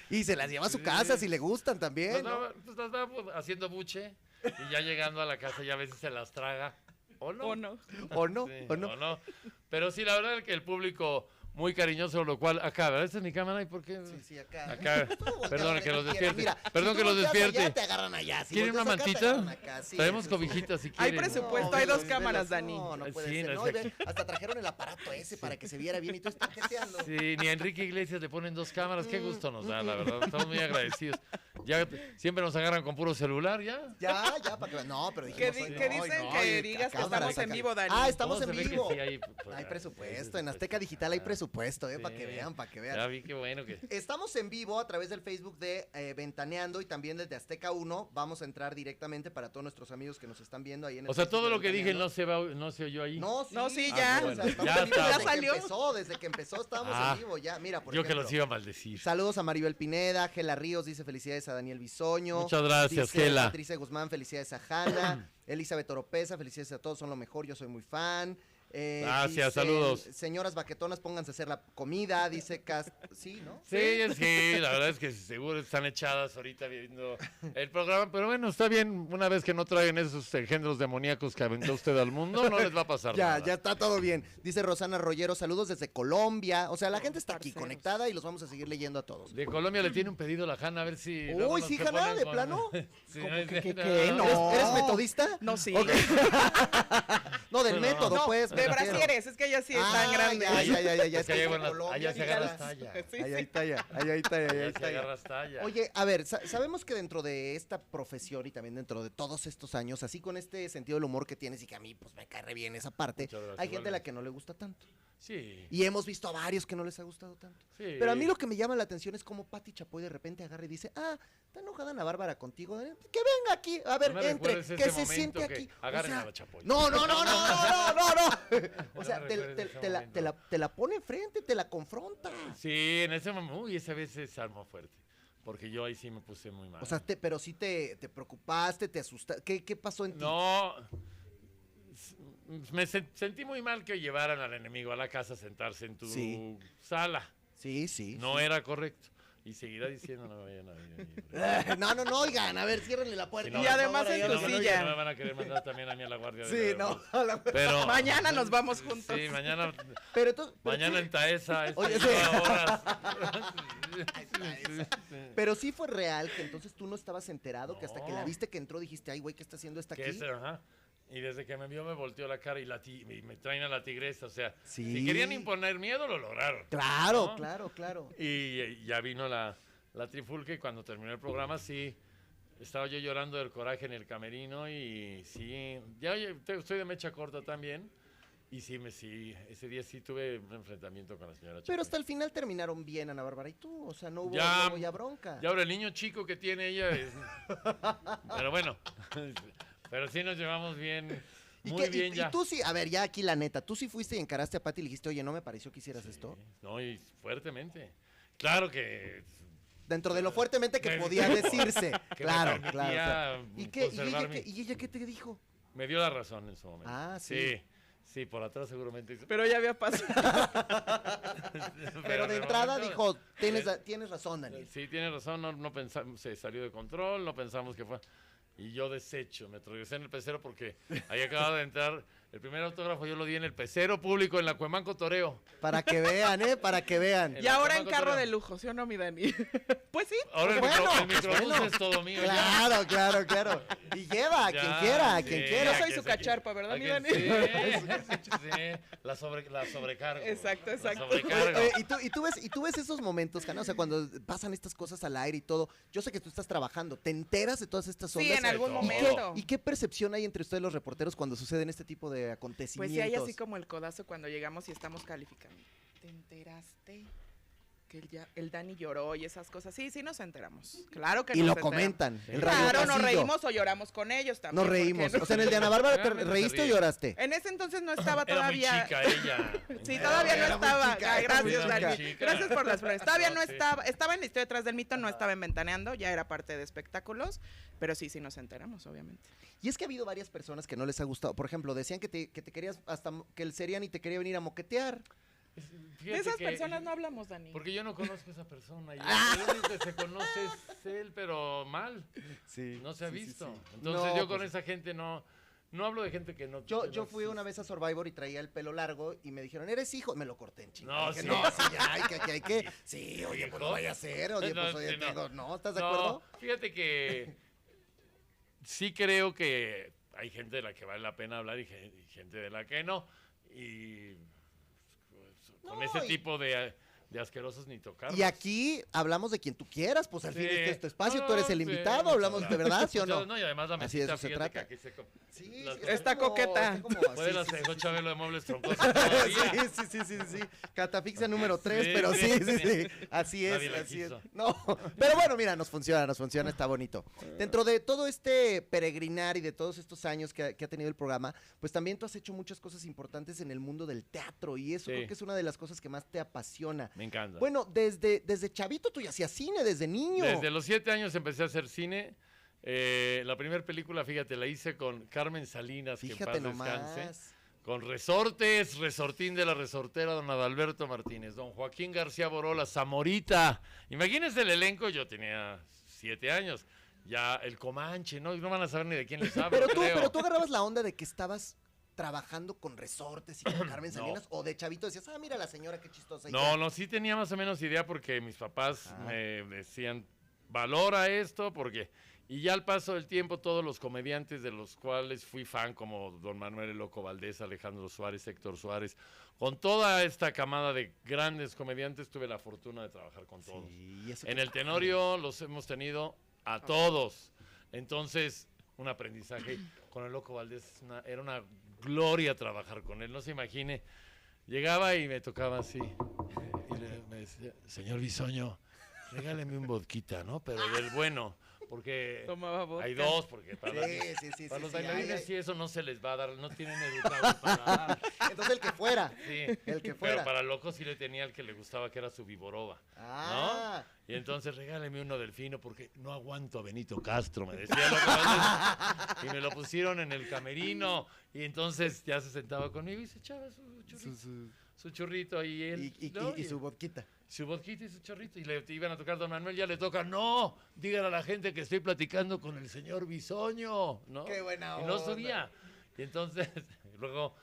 Speaker 1: Y se las lleva a su
Speaker 2: Sí.
Speaker 1: casa si le gustan también.
Speaker 2: Nos
Speaker 1: ¿no?
Speaker 2: daba- pues las daba pues, haciendo buche y ya llegando a la casa ya a veces se las traga. ¿O no?
Speaker 3: ¿O no?
Speaker 1: O no,
Speaker 2: Sí,
Speaker 1: o no.
Speaker 2: Pero sí, la verdad es que el público muy cariñoso, lo cual acá, ¿verdad? Esta es mi cámara y por qué.
Speaker 1: Sí, sí, acá.
Speaker 2: Acá.
Speaker 1: Tú volteas
Speaker 2: Perdón, que
Speaker 1: donde
Speaker 2: los
Speaker 1: quieras.
Speaker 2: despierte.
Speaker 1: Mira,
Speaker 2: Perdón
Speaker 1: si
Speaker 2: que
Speaker 1: tú
Speaker 2: los
Speaker 1: volteas allá,
Speaker 2: despierte.
Speaker 1: te agarran allá. Si
Speaker 2: ¿Quieren una
Speaker 1: volteas acá, te
Speaker 2: mantita?
Speaker 1: agarran acá. Sí,
Speaker 2: Traemos
Speaker 1: sí, sí.
Speaker 2: cobijitas si
Speaker 3: Hay
Speaker 2: quieren.
Speaker 3: presupuesto. hay dos
Speaker 1: velas,
Speaker 3: cámaras, Dani.
Speaker 1: No, no puede
Speaker 2: Sí,
Speaker 1: ser.
Speaker 2: no,
Speaker 1: No,
Speaker 2: es
Speaker 1: ve,
Speaker 2: aquí.
Speaker 1: hasta trajeron el aparato ese para que se viera bien y tú estás jeteando. Mm.
Speaker 2: Sí, ni a Enrique Iglesias le ponen dos cámaras. Qué gusto nos da, la verdad. Estamos muy agradecidos. Ya siempre nos agarran con puro celular, ya.
Speaker 1: Ya, ya, para que No, pero
Speaker 3: Que,
Speaker 1: dijimos
Speaker 3: di-
Speaker 1: hoy no,
Speaker 3: que
Speaker 1: hoy
Speaker 3: dicen
Speaker 1: no,
Speaker 3: que
Speaker 1: y
Speaker 3: digas que
Speaker 1: cámara,
Speaker 3: estamos en
Speaker 1: sácale.
Speaker 3: vivo, Dani.
Speaker 1: Ah, estamos
Speaker 2: No,
Speaker 1: en
Speaker 2: se ve que
Speaker 1: vivo.
Speaker 2: sí hay, pues, ah,
Speaker 1: Hay presupuesto, en Azteca Digital hay presupuesto, eh, para que vean, para que vean.
Speaker 2: Ah, Ya vi qué bueno que.
Speaker 1: Estamos en vivo a través del Facebook de eh, Ventaneando y también desde Azteca 1. Vamos a entrar directamente para todos nuestros amigos que nos están viendo ahí en el
Speaker 2: O sea,
Speaker 1: Facebook
Speaker 2: todo
Speaker 1: de
Speaker 2: lo que dije
Speaker 1: Ventaneando.
Speaker 2: no se, va, no se oyó ahí.
Speaker 1: No, sí,
Speaker 3: No, sí,
Speaker 1: O
Speaker 2: Ah, ya.
Speaker 1: sea,
Speaker 2: bueno,
Speaker 1: estamos
Speaker 2: ya
Speaker 1: en vivo
Speaker 2: está.
Speaker 1: desde
Speaker 3: Ya
Speaker 1: que
Speaker 3: salió.
Speaker 1: empezó, desde que empezó estábamos
Speaker 2: Ah.
Speaker 1: en vivo, ya. Mira, por
Speaker 2: Yo que
Speaker 1: ejemplo,
Speaker 2: los iba a maldecir.
Speaker 1: Saludos a Maribel Pineda, Gela Ríos dice felicidades a Daniel Bisoño.
Speaker 2: Muchas gracias,
Speaker 1: dice
Speaker 2: Gela.
Speaker 1: Patricia Guzmán, felicidades a Hanna. Elizabeth Oropesa, felicidades a todos, son lo mejor, yo soy muy fan. Eh,
Speaker 2: Gracias, saludos.
Speaker 1: Señoras baquetonas, pónganse a hacer la comida, dice Cast. Sí, ¿no?
Speaker 2: Sí, es que la verdad es que seguro están echadas ahorita viendo el programa, pero bueno, está bien, una vez que no traen esos engendros demoníacos que aventó usted al mundo, no les va a pasar
Speaker 1: Ya,
Speaker 2: nada.
Speaker 1: ya está todo bien. Dice Rosana Rollero, saludos desde Colombia. O sea, la gente está aquí
Speaker 3: Parceros.
Speaker 1: conectada y los vamos a seguir leyendo a todos.
Speaker 2: De Colombia le tiene un pedido a la Hanna, a ver si... luego
Speaker 1: Uy,
Speaker 2: nos
Speaker 1: sí,
Speaker 2: se
Speaker 1: Hanna,
Speaker 2: ponen
Speaker 1: ¿de plano?
Speaker 2: Sí, no es-
Speaker 3: que-
Speaker 2: no,
Speaker 3: que
Speaker 2: no,
Speaker 3: no?
Speaker 2: no.
Speaker 1: ¿Eres, eres metodista?
Speaker 3: No, sí.
Speaker 1: No, del
Speaker 2: No,
Speaker 1: método,
Speaker 3: No,
Speaker 1: pues. me
Speaker 3: de
Speaker 1: refiero.
Speaker 3: brasieres, es que ella sí es
Speaker 1: Ah,
Speaker 3: tan grande.
Speaker 1: ya, ya, ya, ya, ya.
Speaker 2: Es que allá,
Speaker 1: en
Speaker 2: van las-
Speaker 1: Colombia,
Speaker 2: allá se
Speaker 1: mira,
Speaker 2: agarras talla.
Speaker 3: Sí,
Speaker 1: Allá
Speaker 3: sí.
Speaker 1: está ya, allá está ya, allá
Speaker 2: Allá se
Speaker 1: está ya.
Speaker 2: agarras talla.
Speaker 1: Oye, a ver, sa- sabemos que dentro de esta profesión y también dentro de todos estos años, así con este sentido del humor que tienes y que a mí pues me cae re bien esa parte,
Speaker 2: Muchas gracias,
Speaker 1: hay gente a la
Speaker 2: igualmente.
Speaker 1: que no le gusta tanto.
Speaker 2: Sí,
Speaker 1: Y hemos visto a varios que no les ha gustado tanto.
Speaker 2: sí.
Speaker 1: Pero a mí lo que me llama la atención es cómo Pati Chapoy de repente agarra y dice, ah, está enojada Ana Bárbara contigo, Daniel? Pues que venga aquí, a ver,
Speaker 2: No me
Speaker 1: entre,
Speaker 2: recuerdes ese
Speaker 1: que se
Speaker 2: momento
Speaker 1: siente
Speaker 2: que
Speaker 1: aquí. O
Speaker 2: agarren
Speaker 1: sea,
Speaker 2: a la Chapoy.
Speaker 1: No, no, no, no, no, no, no, no. O
Speaker 2: No
Speaker 1: sea,
Speaker 2: me
Speaker 1: te,
Speaker 2: recuerdes
Speaker 1: te-
Speaker 2: ese
Speaker 1: te la,
Speaker 2: momento.
Speaker 1: te la- te la pone enfrente, te la confronta.
Speaker 2: Sí, en ese momento, uy, esa vez se armó fuerte, porque yo ahí sí me puse muy mal.
Speaker 1: O sea, te- pero sí te, te preocupaste, te asustaste. ¿Qué, qué pasó en ti?
Speaker 2: No. s- Me sen- sentí muy mal que llevaran al enemigo a la casa a sentarse en tu
Speaker 1: Sí.
Speaker 2: sala.
Speaker 1: Sí, sí.
Speaker 2: No era correcto. Y seguirá diciendo, no vayan a venir.
Speaker 1: Eh, No, no, no, oigan, a ver, ciérrenle la puerta.
Speaker 2: Si no,
Speaker 1: por
Speaker 3: y además
Speaker 1: favor,
Speaker 3: en
Speaker 1: ahí
Speaker 3: tu
Speaker 1: a la-
Speaker 2: no,
Speaker 3: silla.
Speaker 2: me van a querer mandar también a mí a la guardia. de
Speaker 1: Sí,
Speaker 2: la-
Speaker 1: no. a la-
Speaker 2: Pero,
Speaker 3: Mañana nos vamos juntos.
Speaker 2: Sí, mañana,
Speaker 1: Pero entonces... pero
Speaker 2: mañana
Speaker 1: sí-
Speaker 2: en Taesa. es
Speaker 1: Oye,
Speaker 2: cinco horas. Sí.
Speaker 1: Pero sí fue real que entonces tú no estabas enterado, que hasta que la
Speaker 2: No.
Speaker 1: viste que entró dijiste, ay, güey, ¿qué está haciendo esta
Speaker 2: Que
Speaker 1: aquí?
Speaker 2: es, ajá. Y desde que me vio me volteó la cara y, la ti- y me traen a la tigresa. O sea,
Speaker 1: Sí.
Speaker 2: si querían imponer miedo, lo lograron.
Speaker 1: Claro,
Speaker 2: ¿no?
Speaker 1: claro, claro.
Speaker 2: Y eh, ya vino la, la trifulca y cuando terminó el programa sí, estaba yo llorando del coraje en el camerino y sí, ya ya te- estoy de mecha corta también. Y sí, me, sí, ese día sí tuve un enfrentamiento con la señora
Speaker 1: Pero
Speaker 2: Chapoy.
Speaker 1: hasta el final terminaron bien Ana Bárbara y tú, o sea, no hubo
Speaker 2: Ya,
Speaker 1: no hubo ya bronca.
Speaker 2: Y ahora el niño chico que tiene ella es... Pero bueno, pero sí nos llevamos bien,
Speaker 1: ¿Y,
Speaker 2: muy
Speaker 1: qué- y-
Speaker 2: bien
Speaker 1: y
Speaker 2: ya.
Speaker 1: tú sí, a ver, ya aquí la neta, tú sí fuiste y encaraste a Pati y le dijiste, oye, no me pareció que hicieras esto.
Speaker 2: No, y fuertemente. Claro que...
Speaker 1: Dentro de lo fuertemente que
Speaker 2: Me-
Speaker 1: podía decirse.
Speaker 2: que me
Speaker 1: claro,
Speaker 2: permitía
Speaker 1: claro, claro. ¿Y, qué, y,
Speaker 2: conservar
Speaker 1: ella,
Speaker 2: mi-
Speaker 1: qué, y ella qué te dijo?
Speaker 2: Me dio la razón en su momento.
Speaker 1: Ah, sí.
Speaker 2: Sí, sí, por atrás seguramente. hizo-
Speaker 3: Pero ya había pasado.
Speaker 2: Pero,
Speaker 1: Pero de entrada
Speaker 2: momento- eh,
Speaker 1: dijo, tienes, ra- tienes razón, Daniel.
Speaker 2: Sí, tiene razón, no, no pensamos, se salió de control, no pensamos que fue. Y yo deshecho, me atravesé en el pecero porque ahí acababa de entrar el primer autógrafo, yo lo di en el pecero público en la Cuemanco Toreo.
Speaker 1: Para que vean, ¿eh? Para que vean.
Speaker 3: y ahora en
Speaker 2: Chamaco,
Speaker 3: carro
Speaker 2: pero-
Speaker 3: de lujo, ¿sí o no, mi Dani? pues sí.
Speaker 2: Ahora el,
Speaker 1: Bueno,
Speaker 2: micro- el
Speaker 1: pues
Speaker 2: microbús
Speaker 1: bueno.
Speaker 2: es todo mío. ya.
Speaker 1: Claro, claro, claro. Y lleva a
Speaker 2: Ya,
Speaker 1: quien quiera, a
Speaker 2: sí,
Speaker 1: quien
Speaker 3: Yo
Speaker 1: quiera.
Speaker 3: soy
Speaker 2: aquí
Speaker 3: su
Speaker 2: es aquí.
Speaker 3: cacharpa, ¿verdad,
Speaker 2: Aquí
Speaker 3: mi Dani?
Speaker 2: Sí, sí, la, sobre, la sobrecargo.
Speaker 3: Exacto, exacto. Eh,
Speaker 2: La
Speaker 1: Oye,
Speaker 2: sobrecargo.
Speaker 1: oye, y tú, y tú ves, y tú ves esos momentos, Hanna, o sea, cuando pasan estas cosas al aire y todo, yo sé que tú estás trabajando, te enteras de todas estas
Speaker 3: Sí,
Speaker 1: ondas.
Speaker 3: en algún
Speaker 1: ¿Y
Speaker 3: momento.
Speaker 1: Qué, ¿Y qué percepción hay entre ustedes los reporteros cuando suceden este tipo de
Speaker 3: Pues
Speaker 1: acontecimientos?
Speaker 3: sí, hay así como el codazo cuando llegamos y estamos calificando. ¿Te enteraste? Que el, ya- el Dani lloró y esas cosas. Sí, sí nos enteramos. Claro que
Speaker 1: y
Speaker 3: nos
Speaker 1: lo
Speaker 3: enteramos.
Speaker 1: comentan. El radio
Speaker 3: Claro, nos
Speaker 1: pasillo.
Speaker 3: reímos o lloramos con ellos también.
Speaker 1: Nos
Speaker 3: ¿por qué
Speaker 1: reímos.
Speaker 3: no?
Speaker 1: O sea, en el de Ana Bárbara, ¿te
Speaker 2: Realmente se
Speaker 1: ¿reíste o
Speaker 2: ríe.
Speaker 1: lloraste?
Speaker 3: En ese entonces no estaba
Speaker 2: Era muy
Speaker 3: todavía.
Speaker 2: chica ella.
Speaker 3: Sí, todavía no
Speaker 1: Era muy
Speaker 3: estaba.
Speaker 1: chica,
Speaker 3: Ah,
Speaker 1: era muy
Speaker 3: Gracias,
Speaker 2: chica.
Speaker 3: Dani.
Speaker 2: chica.
Speaker 3: Gracias por las flores. Todavía no
Speaker 2: No, sí.
Speaker 3: estaba. Estaba en la historia detrás del mito, no estaba en Ventaneando, ya era parte de espectáculos, pero sí, sí nos enteramos, obviamente.
Speaker 1: Y es que ha habido varias personas que no les ha gustado. Por ejemplo, decían que te, que te querías, hasta mo- que el Seriani te quería venir a moquetear.
Speaker 3: De
Speaker 2: Fíjate
Speaker 3: esas
Speaker 2: que-
Speaker 3: personas no hablamos, Dani.
Speaker 2: Porque yo no conozco a esa persona. Y
Speaker 1: Ah.
Speaker 2: el único que se conoce es él, pero mal.
Speaker 1: Sí.
Speaker 2: No se ha visto. Entonces
Speaker 1: No,
Speaker 2: yo con
Speaker 1: pues-
Speaker 2: esa gente no. No hablo de gente que no.
Speaker 1: Yo,
Speaker 2: que
Speaker 1: yo
Speaker 2: no
Speaker 1: fui una vez a Survivor y traía el pelo largo y me dijeron, eres hijo. Me lo corté en chinga.
Speaker 2: No,
Speaker 1: Dije,
Speaker 2: sí.
Speaker 1: no, sí, ya, hay que, aquí hay que. Sí, oye, pues no
Speaker 2: Hijo.
Speaker 1: vaya a ser. Oye,
Speaker 2: No,
Speaker 1: pues oye,
Speaker 2: sí, no.
Speaker 1: tengo- no, ¿estás de
Speaker 2: No,
Speaker 1: acuerdo?
Speaker 2: Fíjate que sí creo que hay gente de la que vale la pena hablar y gen- y gente de la que no. Y pues, con
Speaker 1: No,
Speaker 2: ese
Speaker 1: y-
Speaker 2: tipo de, de de asquerosos ni tocarlos.
Speaker 1: Y aquí hablamos de quien tú quieras, pues al
Speaker 2: Sí.
Speaker 1: fin este es tu espacio,
Speaker 2: No,
Speaker 1: tú eres
Speaker 2: no,
Speaker 1: el
Speaker 2: sí,
Speaker 1: invitado,
Speaker 2: muchas
Speaker 1: hablamos de
Speaker 2: gracias.
Speaker 1: verdad, ¿sí o
Speaker 2: Muchas-
Speaker 1: no?
Speaker 2: y además la
Speaker 1: Así de
Speaker 2: mesita,
Speaker 1: eso se
Speaker 2: fíjate que
Speaker 1: trata.
Speaker 2: aquí se co-
Speaker 1: Sí,
Speaker 2: las-
Speaker 1: está
Speaker 3: Está
Speaker 1: como-
Speaker 3: coqueta.
Speaker 1: está como así,
Speaker 2: Puede las
Speaker 1: sí, sí,
Speaker 2: dejó
Speaker 1: sí.
Speaker 2: Chabelo de muebles troncosos todavía.
Speaker 1: Sí, sí, sí, sí, sí, sí. Catafixia número 3,
Speaker 2: Sí,
Speaker 1: pero sí,
Speaker 2: sí.
Speaker 1: sí, sí. Así es,
Speaker 2: Nadie la
Speaker 1: así es.
Speaker 2: quiso.
Speaker 1: No, pero bueno, mira, nos funciona, nos funciona, está bonito. Dentro de todo este peregrinar y de todos estos años que ha, que ha tenido el programa, pues también tú has hecho muchas cosas importantes en el mundo del teatro y eso
Speaker 2: Sí.
Speaker 1: creo que es una de las cosas que más te apasiona.
Speaker 2: Me encanta.
Speaker 1: Bueno, desde, desde chavito tú ya hacías cine, desde niño.
Speaker 2: Desde los siete años empecé a hacer cine. Eh, la primera película, fíjate, la hice con Carmen Salinas, que en
Speaker 1: Fíjate
Speaker 2: paz
Speaker 1: nomás.
Speaker 2: descanse. Con Resortes, Resortín de la Resortera, don Adalberto Martínez, don Joaquín García Borola, Zamorita. Imagínense el elenco, yo tenía siete años. Ya el Comanche, no, no van a saber ni de quién les hablo,
Speaker 1: Pero tú,
Speaker 2: creo.
Speaker 1: pero tú agarrabas la onda de que estabas trabajando con resortes y con Carmen
Speaker 2: No.
Speaker 1: Salinas o de chavito decías, ah, mira la señora, qué chistosa. y
Speaker 2: No,
Speaker 1: tal.
Speaker 2: no, sí tenía más o menos idea porque mis papás
Speaker 1: Ah.
Speaker 2: me decían, valora esto, porque... Y ya al paso del tiempo, todos los comediantes de los cuales fui fan, como Don Manuel El Loco Valdés, Alejandro Suárez, Héctor Suárez, con toda esta camada de grandes comediantes, tuve la fortuna de trabajar con todos.
Speaker 1: Sí, eso
Speaker 2: En
Speaker 1: qué
Speaker 2: el
Speaker 1: padre.
Speaker 2: Tenorio los hemos tenido a todos. Entonces, un aprendizaje con el Loco Valdés. es una- era una gloria trabajar con él. No se imagine. Llegaba y me tocaba así. Y le- me decía, señor Bisoño, regáleme un vodquita, ¿no? Pero del bueno. Porque
Speaker 3: Tomaba vodka.
Speaker 2: hay dos, porque para,
Speaker 1: Sí,
Speaker 2: las-
Speaker 1: sí, sí,
Speaker 2: para
Speaker 1: sí,
Speaker 2: los
Speaker 1: sí, ay,
Speaker 2: bailarines
Speaker 1: ay.
Speaker 2: sí eso no se les va a dar. No tienen educados para dar.
Speaker 1: Entonces el que fuera.
Speaker 2: Sí.
Speaker 1: El que fuera.
Speaker 2: Pero para loco sí le tenía el que le gustaba, que era su viboroba.
Speaker 1: Ah.
Speaker 2: Y entonces regáleme uno delfino porque no aguanto a Benito Castro, me decía Loco Valdés. Y me lo pusieron en el camerino. Y entonces ya se sentaba conmigo y se echaba su
Speaker 1: Su-
Speaker 2: churrito.
Speaker 1: su-
Speaker 2: Su churrito ahí él.
Speaker 1: y, y-
Speaker 2: ¿no?
Speaker 1: y- y su vodquita.
Speaker 2: su vodquita y su chorrito. Y le iban a tocar Don Manuel, ya le toca. ¡No! Díganle a la gente que estoy platicando con el señor Bisoño. ¿no?
Speaker 1: ¡Qué buena
Speaker 2: Y no
Speaker 1: onda!
Speaker 2: subía. Y entonces, luego,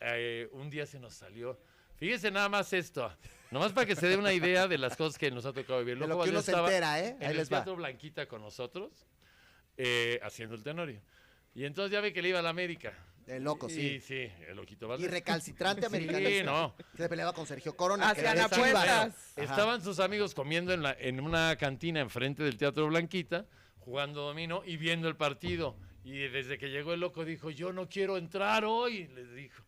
Speaker 2: eh, un día se nos salió. Fíjese nada más esto. Nomás para que se dé una idea de las cosas que nos ha tocado vivir.
Speaker 1: De lo
Speaker 2: Loco
Speaker 1: que uno
Speaker 2: Valdés
Speaker 1: se
Speaker 2: estaba
Speaker 1: entera, ¿eh?
Speaker 2: en
Speaker 1: Ahí
Speaker 2: el
Speaker 1: les va.
Speaker 2: Teatro Blanquita con nosotros, eh, haciendo el tenorio. Y entonces ya ve que le iba a la médica.
Speaker 1: El loco,
Speaker 2: Y
Speaker 1: sí.
Speaker 2: sí, el ojito
Speaker 1: Y,
Speaker 2: Valdés.
Speaker 1: recalcitrante americano.
Speaker 2: Sí, no.
Speaker 1: Se peleaba con Sergio Corona. que
Speaker 3: Hacían
Speaker 1: era de
Speaker 2: Estaban-
Speaker 1: Chivas.
Speaker 3: apuestas.
Speaker 1: Ajá.
Speaker 2: Estaban sus amigos comiendo en, la- en una cantina enfrente del Teatro Blanquita, jugando dominó y viendo el partido. Y desde que llegó el loco dijo, yo no quiero entrar hoy, les dijo.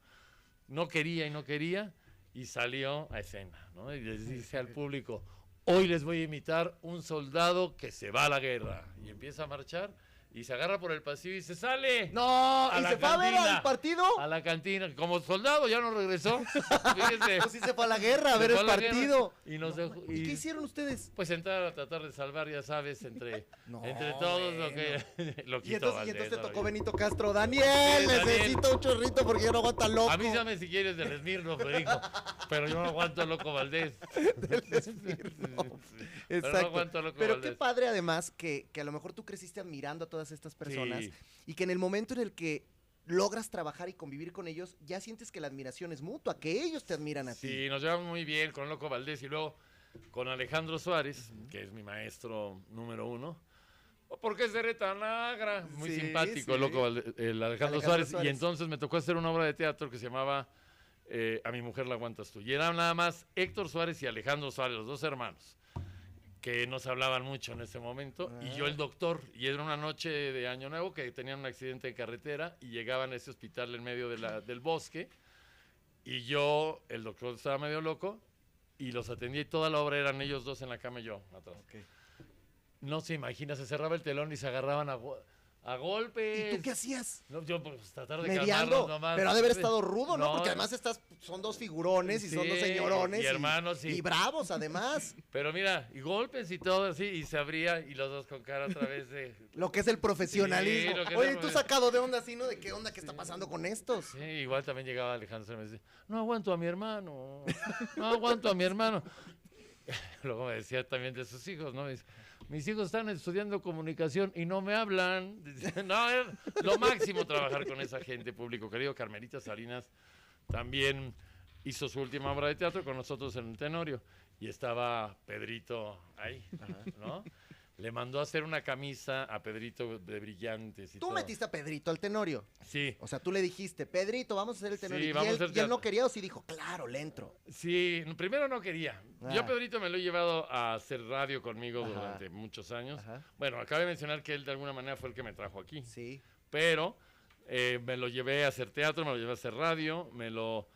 Speaker 2: No quería y no quería y salió a escena, ¿no? Y les dice al público, hoy les voy a imitar un soldado que se va a la guerra. Y empieza a marchar y se agarra por el pasillo y se sale.
Speaker 1: No,
Speaker 2: A
Speaker 1: y
Speaker 2: la
Speaker 1: se fue a ver
Speaker 2: cantina.
Speaker 1: al partido.
Speaker 2: A la cantina, como soldado ya no regresó. Fíjese.
Speaker 1: Pues sí se fue a la guerra a ver
Speaker 2: Se
Speaker 1: el
Speaker 2: fue a la guerra
Speaker 1: partido.
Speaker 2: Y nos dejó.
Speaker 1: ¿Y
Speaker 2: y-
Speaker 1: qué hicieron ustedes?
Speaker 2: Pues entrar a tratar de salvar, ya sabes, entre,
Speaker 1: No,
Speaker 2: entre todos lo que. lo
Speaker 1: Y entonces,
Speaker 2: quitó
Speaker 1: y
Speaker 2: Valdés,
Speaker 1: entonces te
Speaker 2: ¿no?
Speaker 1: tocó Benito Castro. Daniel,
Speaker 2: Sí, Daniel.
Speaker 1: necesito un chorrito porque yo no aguanta loco.
Speaker 2: A mí llame si quieres del Esmirno, me dijo. Pero yo no aguanto loco Valdés.
Speaker 1: Esmirno.
Speaker 2: Pero no
Speaker 1: Exacto.
Speaker 2: aguanto loco
Speaker 1: Pero qué
Speaker 2: Valdés.
Speaker 1: padre además que, que a lo mejor tú creciste admirando a todas estas personas
Speaker 2: Sí.
Speaker 1: y que en el momento en el que logras trabajar y convivir con ellos, ya sientes que la admiración es mutua, que ellos te admiran a
Speaker 2: Sí, nos llevamos muy bien con Loco Valdés y luego con Alejandro Suárez, que es mi maestro número uno. O Porque es de Retanagra, muy
Speaker 1: Sí,
Speaker 2: simpático
Speaker 1: sí.
Speaker 2: Loco Valdés, el Alejandro,
Speaker 1: Alejandro
Speaker 2: Suárez.
Speaker 1: Suárez.
Speaker 2: Y entonces me tocó hacer una obra de teatro que se llamaba eh, A mi mujer la aguantas tú. Y eran nada más Héctor Suárez y Alejandro Suárez, los dos hermanos, que nos hablaban mucho en ese momento. Y
Speaker 1: Ah.
Speaker 2: yo el doctor. Y era una noche de Año Nuevo que tenían un accidente de carretera y llegaban a ese hospital en medio de la- del bosque. Y yo, el doctor estaba medio loco, y los atendí y toda la obra eran ellos dos en la cama y yo atrás.
Speaker 1: ti.
Speaker 2: No se imagina, se cerraba el telón y se agarraban a, go- a golpes.
Speaker 1: ¿Y tú qué hacías?
Speaker 2: No, yo pues tratar de calmarlos
Speaker 1: Mediando.
Speaker 2: nomás.
Speaker 1: Pero ha de haber estado rudo, ¿no?
Speaker 2: No,
Speaker 1: Porque además estás, son dos figurones y son dos
Speaker 2: Sí,
Speaker 1: señorones.
Speaker 2: y hermanos, y-
Speaker 1: y bravos además.
Speaker 2: Pero mira, y golpes y todo así, y se abría y los dos con cara otra vez de...
Speaker 1: Lo que es el profesionalismo.
Speaker 2: Sí, lo que es
Speaker 1: Oye,
Speaker 2: el
Speaker 1: tú
Speaker 2: profes-
Speaker 1: sacado de onda así, ¿no? ¿De qué onda? ¿Qué está pasando con estos?
Speaker 2: Sí, igual también llegaba Alejandro y me decía, no aguanto a mi hermano, no aguanto a mi hermano. Luego me decía también de sus hijos, ¿no? Me dice, Mis hijos están estudiando comunicación y no me hablan. Dice, No, es lo máximo trabajar con esa gente, público querido. Carmelita Salinas también hizo su última obra de teatro con nosotros en el Tenorio. Y estaba Pedrito ahí, ¿no? Le mandó a hacer una camisa a Pedrito de brillantes. Y
Speaker 1: Tú
Speaker 2: todo.
Speaker 1: metiste a Pedrito al Tenorio.
Speaker 2: Sí,
Speaker 1: O sea, tú le dijiste, Pedrito, vamos a hacer el Tenorio.
Speaker 2: Sí,
Speaker 1: y,
Speaker 2: vamos a
Speaker 1: él,
Speaker 2: hacer
Speaker 1: y él no
Speaker 2: teatro.
Speaker 1: quería o sí dijo, claro, le entro.
Speaker 2: sí. Primero no quería. Yo
Speaker 1: Ah.
Speaker 2: a Pedrito me lo he llevado a hacer radio conmigo
Speaker 1: Ajá.
Speaker 2: durante muchos años.
Speaker 1: Ajá.
Speaker 2: Bueno, acabo de mencionar que él de alguna manera fue el que me trajo aquí.
Speaker 1: Sí.
Speaker 2: pero eh, me lo llevé a hacer teatro, me lo llevé a hacer radio, me lo...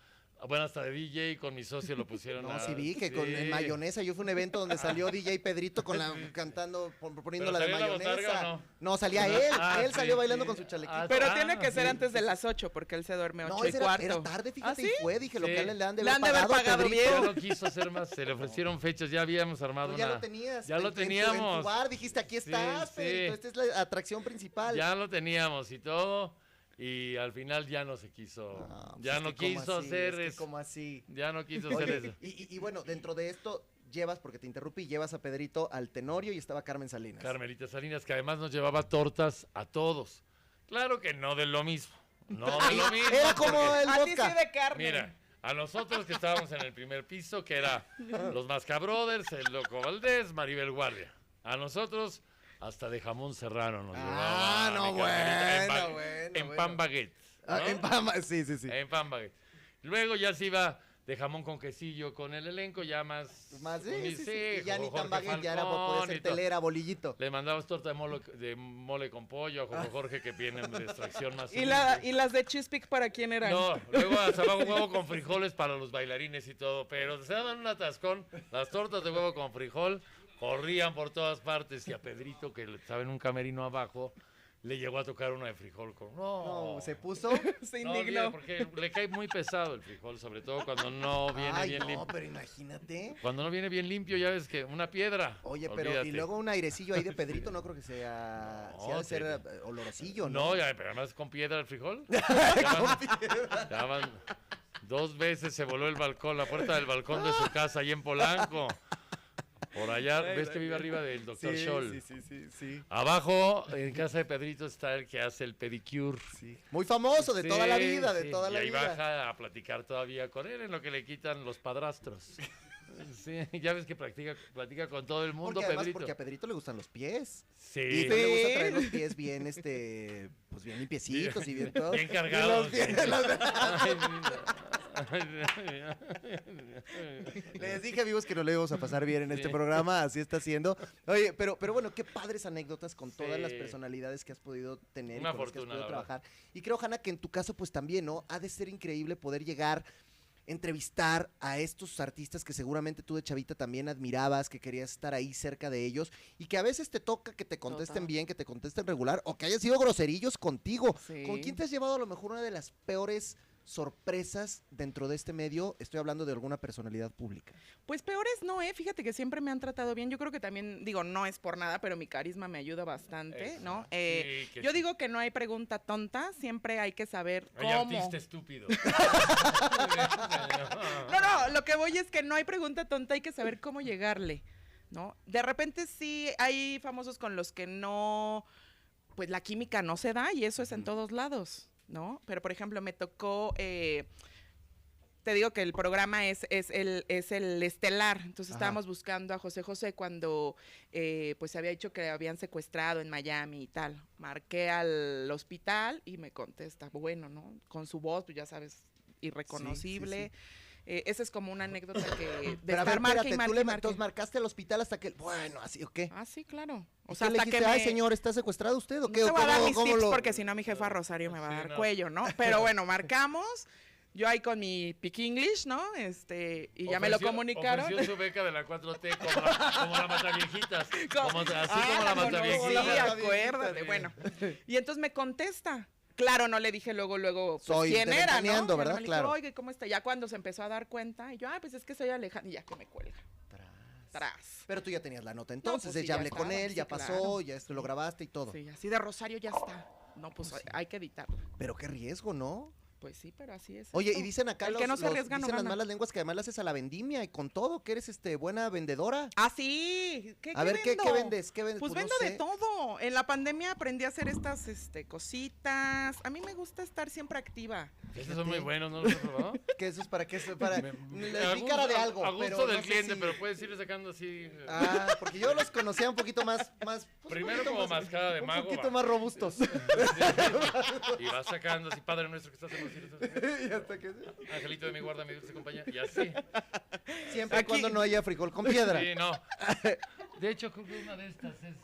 Speaker 2: Bueno, hasta de DJ con mi socio lo pusieron
Speaker 1: No,
Speaker 2: a-
Speaker 1: sí vi que con en
Speaker 2: Sí.
Speaker 1: mayonesa. Yo fui a un evento donde salió DJ Pedrito con la cantando, pon- poniendo la de
Speaker 2: ¿Pero salió la
Speaker 1: mayonesa.
Speaker 2: botarga o no?
Speaker 1: salía él.
Speaker 2: Ah,
Speaker 1: él
Speaker 2: sí,
Speaker 1: salió bailando
Speaker 2: sí.
Speaker 1: con su chalequito.
Speaker 2: Ah,
Speaker 3: Pero
Speaker 2: Ah,
Speaker 3: tiene que ser
Speaker 2: sí.
Speaker 3: antes de las 8 porque él se duerme 8
Speaker 1: no,
Speaker 3: y
Speaker 1: ese era,
Speaker 3: cuarto.
Speaker 1: era tarde, fíjate,
Speaker 3: ¿Ah, sí?
Speaker 1: y fue. Dije, lo
Speaker 2: Sí.
Speaker 1: que a él le han de
Speaker 3: Le
Speaker 1: haber
Speaker 3: han de haber
Speaker 1: pagado, a
Speaker 3: pagado
Speaker 1: Pedrito.
Speaker 2: Ya
Speaker 3: bien.
Speaker 2: no quiso hacer más, se le ofrecieron fechas, ya habíamos armado
Speaker 1: Tú Pues ya
Speaker 2: una-
Speaker 1: lo tenías.
Speaker 2: Ya
Speaker 1: en-
Speaker 2: lo
Speaker 1: en tu- en tu
Speaker 2: teníamos.
Speaker 1: bar, dijiste, aquí
Speaker 2: Sí,
Speaker 1: estás,
Speaker 2: sí.
Speaker 1: Pedrito. Esta es la atracción principal.
Speaker 2: Ya lo teníamos y todo, y al final ya no se quiso,
Speaker 1: Ah, pues
Speaker 2: ya
Speaker 1: es
Speaker 2: no
Speaker 1: que cómo
Speaker 2: quiso
Speaker 1: así,
Speaker 2: hacer
Speaker 1: es que
Speaker 2: eso,
Speaker 1: cómo así.
Speaker 2: ya no quiso hacer
Speaker 1: Oye,
Speaker 2: eso.
Speaker 1: y, y- y bueno, dentro de esto llevas, porque te interrumpí, llevas a Pedrito al Tenorio y estaba Carmen Salinas.
Speaker 2: Carmelita Salinas, que además nos llevaba tortas a todos. Claro que no de lo mismo, no de lo mismo.
Speaker 1: Era como
Speaker 2: porque-
Speaker 1: el
Speaker 3: A ti sí
Speaker 1: vodka.
Speaker 3: de carne.
Speaker 2: Mira, a nosotros que estábamos en el primer piso, que era los Mascabrothers, el Loco Valdés, Maribel Guardia. A nosotros hasta de jamón serrano nos
Speaker 1: Ah,
Speaker 2: llevaban,
Speaker 1: no,
Speaker 2: mi carnalita, en
Speaker 1: bueno,
Speaker 2: ba-
Speaker 1: bueno,
Speaker 2: En
Speaker 1: bueno.
Speaker 2: pan baguette.
Speaker 1: Ah,
Speaker 2: ¿no?
Speaker 1: en Pama- sí, sí, sí.
Speaker 2: En pan baguette. Luego ya se iba de jamón con quesillo con el elenco, ya más...
Speaker 1: Más, sí,
Speaker 2: unido,
Speaker 1: sí, sí. Y ya ni
Speaker 2: Jorge
Speaker 1: tan baguette, ya era podía
Speaker 2: Falcón y
Speaker 1: ser
Speaker 2: todo.
Speaker 1: telera, bolillito.
Speaker 2: Le mandabas torta de mole, de mole con pollo a Jorge Jorge, que viene de extracción más...
Speaker 3: ¿Y, la,
Speaker 2: humilde.
Speaker 3: ¿Y las de Chispic para quién eran?
Speaker 2: No, luego asaba un huevo con frijoles para los bailarines y todo, pero se daban un atascón, las tortas de huevo con frijol corrían por todas partes y a Pedrito, que estaba en un camerino abajo, le llegó a tocar una de frijol con... No,
Speaker 1: No, se puso.
Speaker 3: Se
Speaker 2: No, olvida,
Speaker 3: indignó.
Speaker 2: porque le cae muy pesado el frijol, sobre todo cuando no viene
Speaker 1: Ay,
Speaker 2: bien
Speaker 1: no,
Speaker 2: limpio.
Speaker 1: pero imagínate.
Speaker 2: Cuando no viene bien limpio, ya ves que una piedra.
Speaker 1: Oye, pero y
Speaker 2: olvídate.
Speaker 1: luego un airecillo ahí de Pedrito, no creo que sea.
Speaker 2: No,
Speaker 1: sí ha de ser
Speaker 2: sería-
Speaker 1: eh, olorosillo, ¿no?
Speaker 2: No, ya, pero además con piedra el frijol. Ya van- ya van- dos veces se voló el balcón, la puerta del balcón de su casa ahí en Polanco. Por allá, ves que vive arriba del doctor Scholl.
Speaker 1: sí, sí, sí.
Speaker 2: Abajo, en casa de Pedrito, está el que hace el pedicure.
Speaker 1: Muy famoso de toda la
Speaker 2: Sí,
Speaker 1: vida, de
Speaker 2: sí.
Speaker 1: toda la
Speaker 2: y ahí
Speaker 1: vida.
Speaker 2: baja a platicar todavía con él en lo que le quitan los padrastros. Sí, ya ves que practica, platica con todo el mundo,
Speaker 1: porque además,
Speaker 2: Pedrito.
Speaker 1: porque a Pedrito le gustan los pies. Y
Speaker 2: Sí.
Speaker 1: no le gusta
Speaker 3: Sí.
Speaker 1: traer los pies bien, este, pues bien limpiecitos y bien todo.
Speaker 2: Bien
Speaker 1: Y
Speaker 2: cargados,
Speaker 1: los pies-
Speaker 2: sí.
Speaker 1: les dije, amigos, que no lo íbamos a pasar bien en este
Speaker 2: Sí.
Speaker 1: programa, así está siendo. Oye, pero, pero bueno, qué padres anécdotas con todas las
Speaker 2: Sí.
Speaker 1: personalidades que has podido tener
Speaker 2: Una
Speaker 1: y con las que has
Speaker 2: fortuna,
Speaker 1: podido
Speaker 2: la verdad.
Speaker 1: trabajar. Y creo, Hanna, que en tu caso, pues también, ¿no? Ha de ser increíble poder llegar entrevistar a estos artistas que seguramente tú de chavita también admirabas, que querías estar ahí cerca de ellos y que a veces te toca que te contesten
Speaker 3: Total.
Speaker 1: bien, que te contesten regular o que hayan sido groserillos contigo.
Speaker 3: Sí.
Speaker 1: ¿Con quién te has llevado a lo mejor una de las peores sorpresas dentro de este medio? Estoy hablando de alguna personalidad pública.
Speaker 3: Pues peores no, ¿eh? Fíjate que siempre me han tratado bien. Yo creo que también, digo, no es por nada, pero mi carisma me ayuda bastante, ¿no?
Speaker 2: Exacto.
Speaker 3: Eh,
Speaker 2: Sí, que
Speaker 3: yo
Speaker 2: sí.
Speaker 3: digo que no hay pregunta tonta, siempre hay que saber
Speaker 2: Hay
Speaker 3: cómo.
Speaker 2: artista estúpido.
Speaker 3: No, no, lo que voy es que no hay pregunta tonta, hay que saber cómo llegarle, ¿no? De repente sí hay famosos con los que no, pues la química no se da y eso es en todos lados, ¿no? Pero por ejemplo me tocó, eh, te digo que el programa es, es, el, es el estelar, entonces
Speaker 1: Ajá.
Speaker 3: estábamos buscando a José José cuando eh, pues se había dicho que le habían secuestrado en Miami y tal. Marqué al hospital y me contesta, bueno, ¿no? Con su voz, pues ya sabes, irreconocible. Eh, esa es como una anécdota que de
Speaker 1: Pero a
Speaker 3: estar
Speaker 1: ver,
Speaker 3: marque
Speaker 1: espérate,
Speaker 3: y marque
Speaker 1: tú
Speaker 3: y
Speaker 1: le
Speaker 3: marque.
Speaker 1: entonces marcaste al hospital hasta que... Bueno, así, ¿o qué?
Speaker 3: Ah, sí, claro. O
Speaker 1: ¿Y
Speaker 3: sea,
Speaker 1: qué le
Speaker 3: hasta que
Speaker 1: dijiste, ay,
Speaker 3: me-
Speaker 1: señor, ¿está secuestrado usted o
Speaker 3: No
Speaker 1: qué?
Speaker 3: te
Speaker 1: ¿O
Speaker 3: voy a dar
Speaker 1: cómo-
Speaker 3: mis
Speaker 1: cómo
Speaker 3: tips
Speaker 1: lo- pues
Speaker 3: porque si no mi jefa Rosario me va a
Speaker 2: Sí,
Speaker 3: dar
Speaker 2: no.
Speaker 3: cuello, ¿no? Pero bueno, marcamos. Yo ahí con mi pick English, ¿no? Este, y ya me lo
Speaker 2: Ofreció-
Speaker 3: comunicaron.
Speaker 2: Ofreció su beca de la 4T como la, como la mataviejitas. Como, así como la
Speaker 3: Ah, con- sí,
Speaker 2: mataviejitas.
Speaker 3: acuérdate. Bueno, y entonces me contesta. Claro, no le dije luego, luego, pues,
Speaker 1: Soy
Speaker 3: quién
Speaker 1: de
Speaker 3: era, ¿no?
Speaker 1: Ventaneando,
Speaker 3: Ya
Speaker 1: ¿verdad?
Speaker 3: me dijo,
Speaker 1: Claro.
Speaker 3: Oiga, ¿y ¿cómo está? Ya cuando se empezó a dar cuenta, y yo, ah, pues es que soy Alejandra, y ya que me cuelga. Tras.
Speaker 1: Pero tú ya tenías la nota entonces,
Speaker 3: pues sí,
Speaker 1: ya
Speaker 3: ya
Speaker 1: hablé con
Speaker 3: estaba,
Speaker 1: él,
Speaker 3: sí,
Speaker 1: ya
Speaker 3: claro.
Speaker 1: pasó, ya esto lo grabaste y todo. Pues
Speaker 3: Sí, así de Rosario ya está. No, pues hay que editarlo.
Speaker 1: Pero qué riesgo, ¿no?
Speaker 3: Pues sí, pero así es.
Speaker 1: Oye,
Speaker 3: esto.
Speaker 1: y dicen acá
Speaker 3: El
Speaker 1: los,
Speaker 3: que no se
Speaker 1: los-
Speaker 3: arriesga no
Speaker 1: dicen las
Speaker 3: gana.
Speaker 1: malas lenguas que además la haces a la vendimia y con todo, que eres este buena vendedora.
Speaker 3: Ah, sí. ¿Qué,
Speaker 1: a ver, ¿qué,
Speaker 3: vendo?
Speaker 1: ¿qué vendes? ¿Qué vendes?
Speaker 3: Pues,
Speaker 1: no
Speaker 3: vendo
Speaker 1: sé.
Speaker 3: de todo. En la pandemia aprendí a hacer estas este, cositas. A mí me gusta estar siempre activa.
Speaker 2: Estos son muy buenos, ¿no los has probado?
Speaker 1: Que eso es para qué? Eso Para,
Speaker 2: Me- me-
Speaker 1: les di
Speaker 2: gusto-
Speaker 1: cara de algo.
Speaker 2: A gusto
Speaker 1: pero
Speaker 2: del
Speaker 1: no sé
Speaker 2: cliente,
Speaker 1: si-
Speaker 2: pero puedes ir sacando así. eh,
Speaker 1: Ah, porque yo los conocía un poquito más. más pues, un
Speaker 2: Primero
Speaker 1: poquito
Speaker 2: como mascada de mago,
Speaker 1: Un poquito
Speaker 2: va.
Speaker 1: más robustos.
Speaker 2: y vas sacando así, Padre nuestro que estás en los cielos.
Speaker 1: Y hasta que-
Speaker 2: Angelito de mi guarda, mi dulce compañía. Y así.
Speaker 1: Siempre y
Speaker 3: Aquí-
Speaker 1: cuando no haya frijol con piedra.
Speaker 2: Sí, no. De hecho, creo que una de estas es.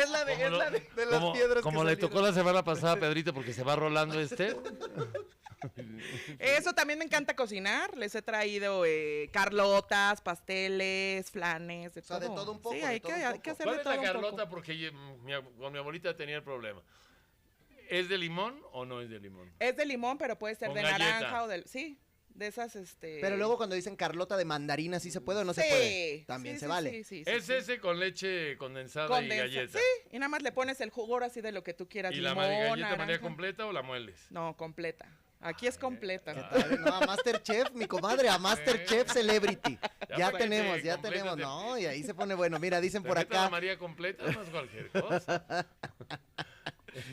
Speaker 1: Es la Ah, de,
Speaker 2: como
Speaker 1: es
Speaker 2: lo-
Speaker 1: la de, de las
Speaker 2: como-
Speaker 1: piedras. que
Speaker 2: Como le
Speaker 1: salieron.
Speaker 2: tocó la semana pasada a Pedrito porque se va rolando este.
Speaker 3: Eso también me encanta cocinar. Les he traído eh, carlotas, pasteles, flanes, de
Speaker 1: sea,
Speaker 3: todo.
Speaker 1: de todo un poco,
Speaker 3: Sí,
Speaker 1: de
Speaker 3: hay,
Speaker 1: todo
Speaker 3: que,
Speaker 1: un
Speaker 3: hay
Speaker 1: poco.
Speaker 3: que hacer
Speaker 2: ¿Cuál
Speaker 3: de
Speaker 2: es
Speaker 3: todo
Speaker 2: la
Speaker 3: un poco.
Speaker 2: Carlota? Porque yo- mi ab- con mi abuelita tenía el problema. ¿Es de limón o no es de limón?
Speaker 3: Es de limón, pero puede ser
Speaker 2: Con
Speaker 3: de
Speaker 2: galleta.
Speaker 3: naranja o de... Sí, de esas, este...
Speaker 1: Pero luego cuando dicen Carlota de mandarina, ¿sí se puede o no se
Speaker 3: Sí,
Speaker 1: puede? También
Speaker 3: sí,
Speaker 1: se
Speaker 3: sí,
Speaker 1: vale.
Speaker 3: sí, sí, sí,
Speaker 2: es
Speaker 3: sí.
Speaker 2: ese con leche condensada y
Speaker 3: Condensa-
Speaker 2: galleta.
Speaker 3: Sí, y nada más le pones el jugo ahora sí de lo que tú quieras.
Speaker 2: ¿Y la
Speaker 3: limón,
Speaker 2: ma- galleta
Speaker 3: naranja.
Speaker 2: María completa o la mueles?
Speaker 3: No, completa. Aquí es completa.
Speaker 1: ¿Qué tal? No, a Masterchef, mi comadre, a Masterchef Celebrity.
Speaker 2: Ya
Speaker 1: Ya,
Speaker 2: para que
Speaker 1: tenemos,
Speaker 2: te
Speaker 1: ya tenemos,
Speaker 2: completes
Speaker 1: ¿no? Y ahí se pone bueno. Mira, dicen
Speaker 2: Te
Speaker 1: por
Speaker 2: metes la
Speaker 1: acá.
Speaker 2: María completa no es cualquier cosa.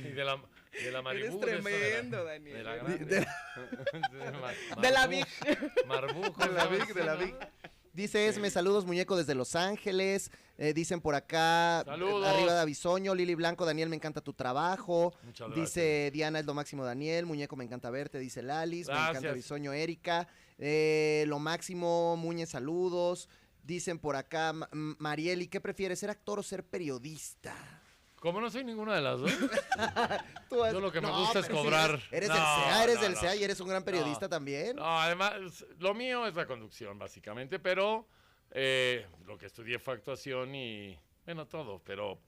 Speaker 2: y de la, de la Ah, Maribú, de esa de la-
Speaker 3: tremendo,
Speaker 2: De
Speaker 3: Daniel,
Speaker 2: la
Speaker 3: eres
Speaker 2: grande.
Speaker 1: de
Speaker 2: Mar-
Speaker 3: De la
Speaker 2: Marbujo.
Speaker 3: Vic.
Speaker 2: Marbujo.
Speaker 1: De la
Speaker 2: ¿sabes?
Speaker 1: Vic, de la
Speaker 2: Sí, ¿no?
Speaker 1: Vic. Dice Esme, saludos muñeco desde Los Ángeles. Eh, dicen por acá,
Speaker 2: Saludos.
Speaker 1: eh, arriba de Abisoño, Lili Blanco, Daniel, me encanta tu trabajo.
Speaker 2: Muchas
Speaker 1: Dice Diana, es lo máximo Daniel, muñeco, me encanta verte, dice Lalis, me encanta
Speaker 2: Gracias.
Speaker 1: Abisoño, Erika. Eh, lo máximo, Muñez, saludos. Dicen por acá, Ma- M- Marieli, ¿qué prefieres, ser actor o ser periodista?
Speaker 2: Como no soy ninguna de las dos,
Speaker 1: Tú has-
Speaker 2: Yo lo que me
Speaker 1: No,
Speaker 2: gusta es
Speaker 1: pero sí,
Speaker 2: cobrar.
Speaker 1: Eres
Speaker 2: No,
Speaker 1: del CEA, eres
Speaker 2: no,
Speaker 1: del
Speaker 2: no.
Speaker 1: CEA y eres un gran periodista también.
Speaker 2: No, además, lo mío es la conducción, básicamente, pero eh, lo que estudié fue actuación y, bueno, todo, pero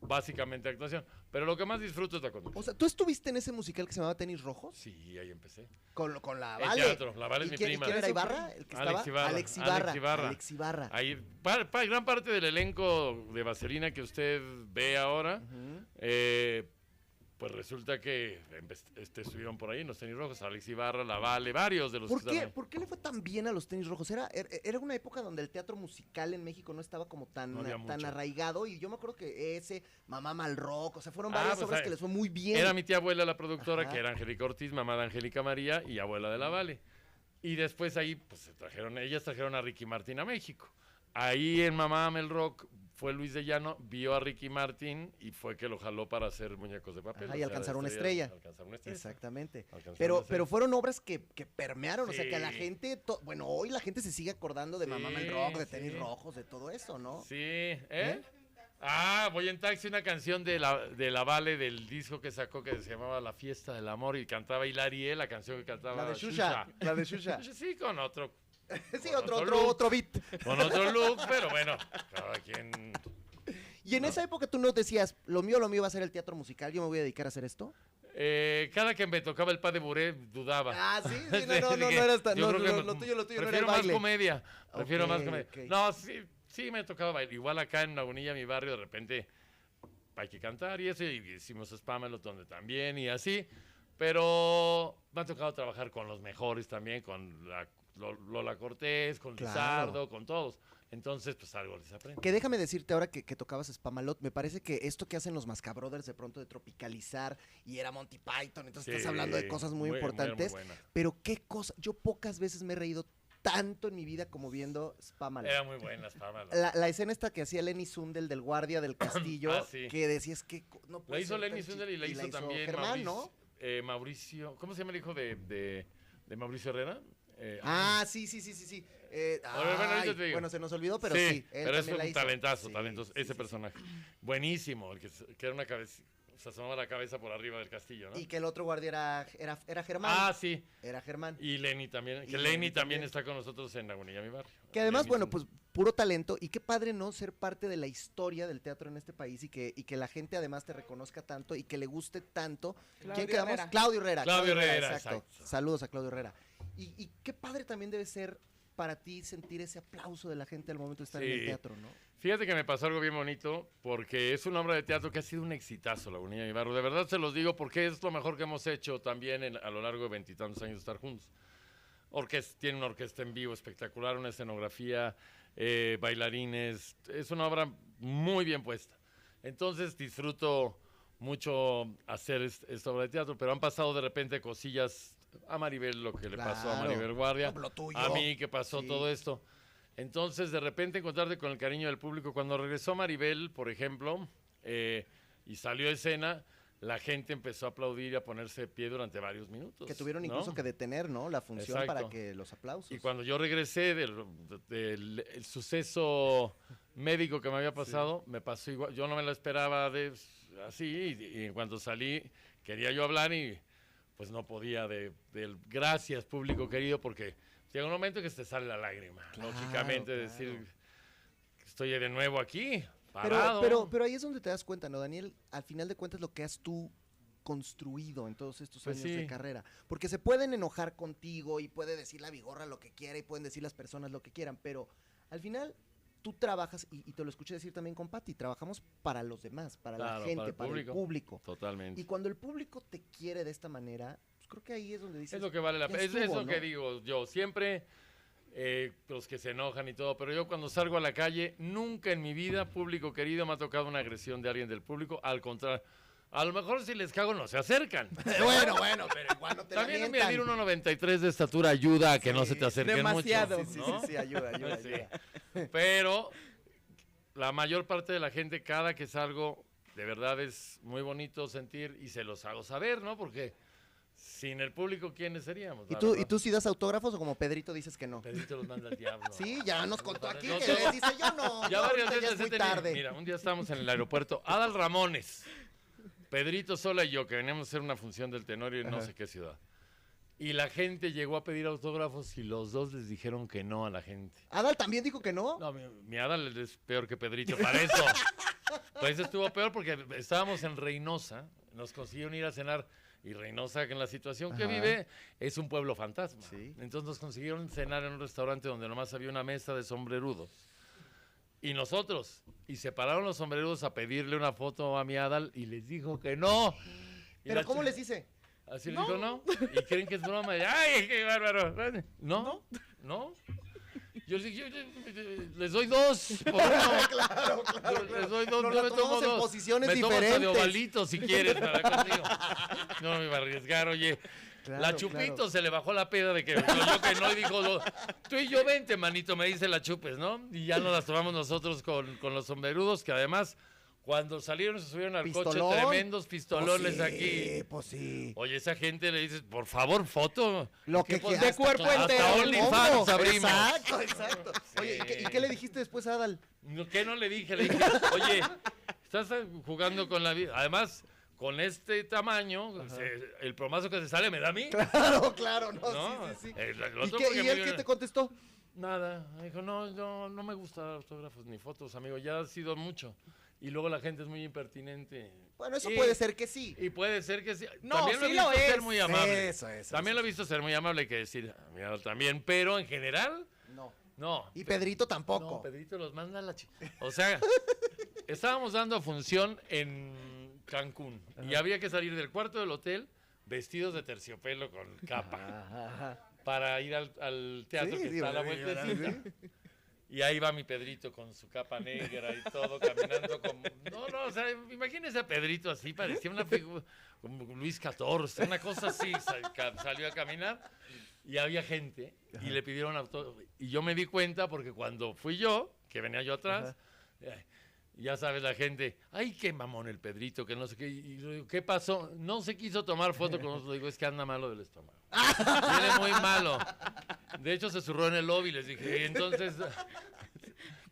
Speaker 2: básicamente actuación. Pero lo que más disfruto es la
Speaker 1: O
Speaker 2: conducción.
Speaker 1: sea, ¿tú estuviste en ese musical que se llamaba Tenis Rojos?
Speaker 2: Sí, ahí empecé.
Speaker 1: Con, con la
Speaker 2: El
Speaker 1: ¿Oh, Ah, Vale.
Speaker 2: teatro, la
Speaker 1: ¿Y
Speaker 2: Vale es mi
Speaker 1: quién,
Speaker 2: prima.
Speaker 1: quién era
Speaker 2: Eso
Speaker 1: Ibarra? El que estaba?
Speaker 2: Alex
Speaker 1: Alex
Speaker 2: Ibarra, Alex
Speaker 1: Ibarra. Alex Ibarra.
Speaker 2: Ibarra. Ahí, par- par- gran parte del elenco de Vaselina que usted ve ahora,
Speaker 1: Ujú.
Speaker 2: eh, pues resulta que empe- este, estuvieron por ahí en los tenis rojos, Alex Ibarra, la Vale, varios de los
Speaker 1: ¿Por
Speaker 2: que
Speaker 1: qué,
Speaker 2: estaban ahí.
Speaker 1: ¿Por qué le fue tan bien a los tenis rojos? Era, era- era una época donde el teatro musical en México no estaba como tan,
Speaker 2: No había
Speaker 1: tan
Speaker 2: mucho.
Speaker 1: arraigado. Y yo me acuerdo que ese, Mamá Mal Rock, o sea, fueron
Speaker 2: Ah,
Speaker 1: varias
Speaker 2: pues,
Speaker 1: obras
Speaker 2: ah,
Speaker 1: que les fue muy bien.
Speaker 2: Era mi tía abuela la productora,
Speaker 1: Ajá.
Speaker 2: que era Angélica Ortiz, mamá de Angélica María y abuela de la Vale. Y después ahí, pues se trajeron, ellas trajeron a Ricky Martín a México. Ahí en Mamá Amel Rock fue Luis de Llano, vio a Ricky Martín y fue que lo jaló para hacer muñecos de papel.
Speaker 1: Ajá, y
Speaker 2: o sea,
Speaker 1: alcanzar una estrella.
Speaker 2: Alcanzar una estrella.
Speaker 1: Exactamente.
Speaker 2: Alcanzar una
Speaker 1: Pero,
Speaker 2: estrella.
Speaker 1: pero fueron obras que, que permearon, o sea, que a la
Speaker 2: Sí.
Speaker 1: gente, to- bueno, hoy la gente se sigue acordando de Mamá Mal
Speaker 2: Sí,
Speaker 1: Rock, de
Speaker 2: sí.
Speaker 1: tenis rojos, de todo eso, ¿no?
Speaker 2: Sí, ¿eh? Ah, voy en taxi, una canción de la, de la Vale del disco que sacó que se llamaba La Fiesta del Amor y cantaba Hilarie, la canción que cantaba
Speaker 1: La de Shusha, la de Shusha.
Speaker 2: Shusha. Sí, con otro
Speaker 1: sí,
Speaker 2: Con
Speaker 1: otro,
Speaker 2: otro
Speaker 1: otro,
Speaker 2: look.
Speaker 1: otro beat.
Speaker 2: con otro look, pero bueno, cada quien.
Speaker 1: Y en esa época tú no decías, lo mío, lo mío va a ser el teatro musical, yo me voy a dedicar a hacer esto.
Speaker 2: Eh, cada que me tocaba el pa de buré, dudaba.
Speaker 1: Ah, sí, sí, no,
Speaker 2: Sí,
Speaker 1: no, no, no
Speaker 2: dije,
Speaker 1: era hasta,
Speaker 2: yo
Speaker 1: no,
Speaker 2: creo que
Speaker 1: lo,
Speaker 2: me-
Speaker 1: lo tuyo, lo tuyo no era el
Speaker 2: Prefiero más
Speaker 1: baile.
Speaker 2: comedia, prefiero más
Speaker 1: Ok,
Speaker 2: comedia.
Speaker 1: ok.
Speaker 2: No, sí, sí me tocaba bailar. Igual acá en Lagunilla, mi barrio, de repente hay que cantar y eso, y hicimos Spamelos donde también y así. Pero me ha tocado trabajar con los mejores también, con la- Lo- Lola Cortés, con
Speaker 1: Claro.
Speaker 2: Lizardo, con todos. Entonces, pues algo les aprende.
Speaker 1: Que déjame decirte ahora que, que tocabas Spamalot, me parece que esto que hacen los Mascabrothers de pronto de tropicalizar y era Monty Python, entonces estás hablando de cosas muy, importantes.
Speaker 2: buena.
Speaker 1: pero qué cosa, yo pocas veces me he reído tanto en mi vida como viendo Spamalot.
Speaker 2: Era muy buena Spamelos.
Speaker 1: La, la escena esta que hacía Lenny Sundel del guardia del castillo,
Speaker 2: Ah, sí.
Speaker 1: que decías que co- no
Speaker 2: La
Speaker 1: puede
Speaker 2: hizo
Speaker 1: ser pues, tan
Speaker 2: Lenny
Speaker 1: chi-
Speaker 2: Sundel y la hizo, también
Speaker 1: Germán,
Speaker 2: Mauricio,
Speaker 1: ¿no?
Speaker 2: eh, Mauricio. ¿Cómo se llama el hijo de, de- de Mauricio Herrera? Eh,
Speaker 1: Ah, sí, sí, sí, sí, sí. Eh,
Speaker 2: A ver, bueno, ahorita
Speaker 1: ay,
Speaker 2: te digo.
Speaker 1: bueno, se nos olvidó, pero sí.
Speaker 2: sí,
Speaker 1: él
Speaker 2: pero es
Speaker 1: también la
Speaker 2: un
Speaker 1: hizo.
Speaker 2: talentazo,
Speaker 1: Sí, sí,
Speaker 2: talentoso, ese
Speaker 1: sí, sí.
Speaker 2: personaje. Buenísimo, el que, s- que era una cabeza, se asomaba la cabeza por arriba del castillo, ¿no?
Speaker 1: Y que el otro guardia era, era, era Germán.
Speaker 2: ah, sí,
Speaker 1: Era Germán.
Speaker 2: y Lenny también, que
Speaker 1: Y
Speaker 2: Lenny,
Speaker 1: Lenny
Speaker 2: también
Speaker 1: también.
Speaker 2: está con nosotros en Lagunilla, mi barrio.
Speaker 1: Que además,
Speaker 2: Lenny
Speaker 1: bueno,
Speaker 2: Sundel.
Speaker 1: pues puro talento y qué padre no ser parte de la historia del teatro en este país y que, y que la gente además te reconozca tanto y que le guste tanto.
Speaker 3: Claudio
Speaker 1: ¿Quién quedamos?
Speaker 3: Herrera.
Speaker 1: Claudio Herrera.
Speaker 2: Claudio Herrera, exacto.
Speaker 1: Saludos a Claudio Herrera. Y, y qué padre también debe ser para ti sentir ese aplauso de la gente al momento de estar en
Speaker 2: Sí.
Speaker 1: el teatro, ¿no?
Speaker 2: Fíjate que me pasó algo bien bonito, porque es una obra de teatro que ha sido un exitazo, La Unidad de Barro. De verdad se los digo porque es lo mejor que hemos hecho también en- a lo largo de veintitantos años de estar juntos. Orques- tiene una orquesta en vivo espectacular, una escenografía, eh, bailarines. Es una obra muy bien puesta. Entonces disfruto mucho hacer es- esta obra de teatro, pero han pasado de repente cosillas a Maribel, lo que le pasó a
Speaker 1: Claro.
Speaker 2: Maribel Guardia,
Speaker 1: Lo tuyo.
Speaker 2: a mí que pasó
Speaker 1: Sí.
Speaker 2: todo esto. Entonces, de repente encontrarte con el cariño del público. Cuando regresó Maribel, por ejemplo, eh, y salió a escena, la gente empezó a aplaudir y a ponerse de pie durante varios minutos.
Speaker 1: Que tuvieron
Speaker 2: ¿no?
Speaker 1: incluso que detener, ¿no? La función para
Speaker 2: Exacto.
Speaker 1: que los aplausos.
Speaker 2: Y cuando yo regresé del, del- el suceso médico que me había pasado, me pasó igual. Yo no me lo esperaba de así. Y, y cuando salí, quería yo hablar y pues no podía de, del gracias público querido porque llega un momento que se te sale la lágrima.
Speaker 1: Claro,
Speaker 2: lógicamente
Speaker 1: claro.
Speaker 2: decir estoy de nuevo aquí,
Speaker 1: Pero,
Speaker 2: parado.
Speaker 1: pero, pero ahí es donde te das cuenta, ¿no, Daniel? Al final de cuentas, lo que has tú construido en todos estos
Speaker 2: Pues
Speaker 1: años
Speaker 2: sí.
Speaker 1: de carrera. Porque se pueden enojar contigo y puede decir la vigorra lo que quiera y pueden decir las personas lo que quieran, pero al final tú trabajas, y, y te lo escuché decir también con Patti, trabajamos para los demás, para
Speaker 2: Claro,
Speaker 1: la
Speaker 2: para
Speaker 1: gente, para
Speaker 2: el
Speaker 1: el, público.
Speaker 2: Totalmente.
Speaker 1: Y cuando el público te quiere de esta manera, pues creo que ahí es donde dices...
Speaker 2: Es lo que vale la
Speaker 1: ya
Speaker 2: pena. Es, es
Speaker 1: estuvo,
Speaker 2: lo que
Speaker 1: ¿no?
Speaker 2: digo yo. Siempre eh, los que se enojan y todo, pero yo cuando salgo a la calle, nunca en mi vida, público querido, me ha tocado una agresión de alguien del público. Al contrario, a lo mejor si les cago no se acercan.
Speaker 1: bueno, bueno, pero igual no te la
Speaker 2: También
Speaker 1: mientan.
Speaker 2: medir 1.93 de estatura ayuda a que no se te acerquen
Speaker 3: demasiado.
Speaker 2: mucho.
Speaker 1: Sí, sí,
Speaker 2: ¿no? Pues Ah,
Speaker 1: sí, sí, ayuda, ayuda,
Speaker 2: Sí.
Speaker 1: ayuda.
Speaker 2: Pero la mayor parte de la gente, cada que salgo, de verdad es muy bonito sentir y se los hago saber, ¿no? Porque sin el público, ¿quiénes seríamos?
Speaker 1: ¿Y
Speaker 2: la
Speaker 1: tú,
Speaker 2: verdad?
Speaker 1: ¿Y tú sí das autógrafos o como Pedrito dices que no?
Speaker 2: Pedrito los manda al diablo.
Speaker 1: Sí, ya nos contó aquí
Speaker 2: No,
Speaker 1: que
Speaker 2: no.
Speaker 1: él dice yo no.
Speaker 2: Ya
Speaker 1: yo
Speaker 2: varias
Speaker 1: ahorita
Speaker 2: veces
Speaker 1: ya es
Speaker 2: he
Speaker 1: muy
Speaker 2: tenido-
Speaker 1: tarde.
Speaker 2: Mira, un día estábamos en el aeropuerto, Adal Ramones, Pedrito Sola y yo, que veníamos a hacer una función del Tenorio en no sé qué ciudad. Y la gente llegó a pedir autógrafos y los dos les dijeron que no a la gente.
Speaker 1: Adal también dijo que no.
Speaker 2: No, mi, mi Adal es peor que Pedrito, para eso. Pues estuvo peor porque estábamos en Reynosa, nos consiguieron ir a cenar y Reynosa, que en la situación que
Speaker 1: Ajá.
Speaker 2: vive, es un pueblo fantasma.
Speaker 1: Sí.
Speaker 2: Entonces nos consiguieron cenar en un restaurante donde nomás había una mesa de sombrerudos. Y nosotros, y se pararon los sombrerudos a pedirle una foto a mi Adal y les dijo que no. Y
Speaker 1: Pero
Speaker 2: la
Speaker 1: ¿cómo
Speaker 2: chi-
Speaker 1: les dice?
Speaker 2: Así le digo, no. Y creen que es broma. Y, Ay, qué bárbaro. No, no. Yo les dije, yo- yo- yo- les doy dos. por uno.
Speaker 1: Claro,
Speaker 2: Yo Les doy dos.
Speaker 1: Nos
Speaker 2: yo
Speaker 1: la
Speaker 2: me tomo
Speaker 1: tomamos en
Speaker 2: dos.
Speaker 1: posiciones
Speaker 2: me tomo hasta de
Speaker 1: diferentes.
Speaker 2: ovalito si quieres para contigo. No me iba a arriesgar, oye.
Speaker 1: Claro,
Speaker 2: la Chupito
Speaker 1: claro.
Speaker 2: se le bajó la peda de que yo, yo que no y dijo, "No, tú y yo vente, manito, me dice la Chupes, ¿no? Y ya nos las tomamos nosotros con, con los sombrerudos, que además cuando salieron se subieron al
Speaker 1: Pistolón. Oh,
Speaker 2: coche tremendos pistolones
Speaker 1: Pues Sí,
Speaker 2: aquí.
Speaker 1: pues sí.
Speaker 2: Oye, esa gente le dices, por favor, foto. pues,
Speaker 1: Lo que
Speaker 2: ¿Qué pon-
Speaker 1: quieras.
Speaker 3: De cuerpo
Speaker 2: hasta
Speaker 3: entero,
Speaker 2: OnlyFans
Speaker 1: Ojo,
Speaker 2: abrimos.
Speaker 1: Exacto, exacto. Oye, ¿y qué, y qué le dijiste después a Adal?
Speaker 2: No, ¿Qué no le dije? Le dije, oye, estás eh, jugando con la vida. Además, con este tamaño, se- el promazo que se sale me da a mí.
Speaker 1: Claro, claro, no,
Speaker 2: No,
Speaker 1: sí, sí, sí.
Speaker 2: el- el
Speaker 1: ¿Y,
Speaker 2: otro
Speaker 1: qué-
Speaker 2: porque
Speaker 1: y
Speaker 2: me
Speaker 1: él
Speaker 2: dio
Speaker 1: qué
Speaker 2: una-
Speaker 1: te contestó?
Speaker 2: Nada. Me dijo, no, no, no me gusta dar autógrafos ni fotos, amigo. Ya ha sido mucho. Y luego la gente es muy impertinente.
Speaker 1: Bueno, eso
Speaker 2: Y-
Speaker 1: puede ser que sí.
Speaker 2: Y puede ser que sí.
Speaker 3: No,
Speaker 2: también lo he
Speaker 3: sí
Speaker 2: visto
Speaker 3: lo
Speaker 2: ser
Speaker 3: es.
Speaker 2: muy amable.
Speaker 1: Eso, eso,
Speaker 2: También lo he visto ser muy amable que decir, "Ah, mira, también, pero en general,
Speaker 1: No.
Speaker 2: no.
Speaker 1: Y Pedrito
Speaker 2: No,
Speaker 1: tampoco.
Speaker 2: Pedrito los manda a la chi- O sea, estábamos dando función en Cancún y había que salir del cuarto del hotel vestidos de terciopelo con capa
Speaker 1: Ajá.
Speaker 2: para ir al, al teatro
Speaker 1: Sí,
Speaker 2: que
Speaker 1: sí,
Speaker 2: está a la
Speaker 1: sí,
Speaker 2: vueltecita. Y ahí va mi Pedrito con su capa negra y todo, caminando como... No, no, o sea, imagínense a Pedrito así, parecía una figura como Luis XIV, una cosa así, sal- ca- salió a caminar y había gente y le pidieron autógrafo. Y yo me di cuenta porque cuando fui yo, que venía yo atrás, eh, ya sabes, la gente, ay, qué mamón el Pedrito, que no sé qué. Y yo digo, ¿qué pasó? No se quiso tomar foto con nosotros. Digo, es que anda malo del estómago. Viene muy malo. De hecho, se zurró en el lobby, les dije, "Y entonces.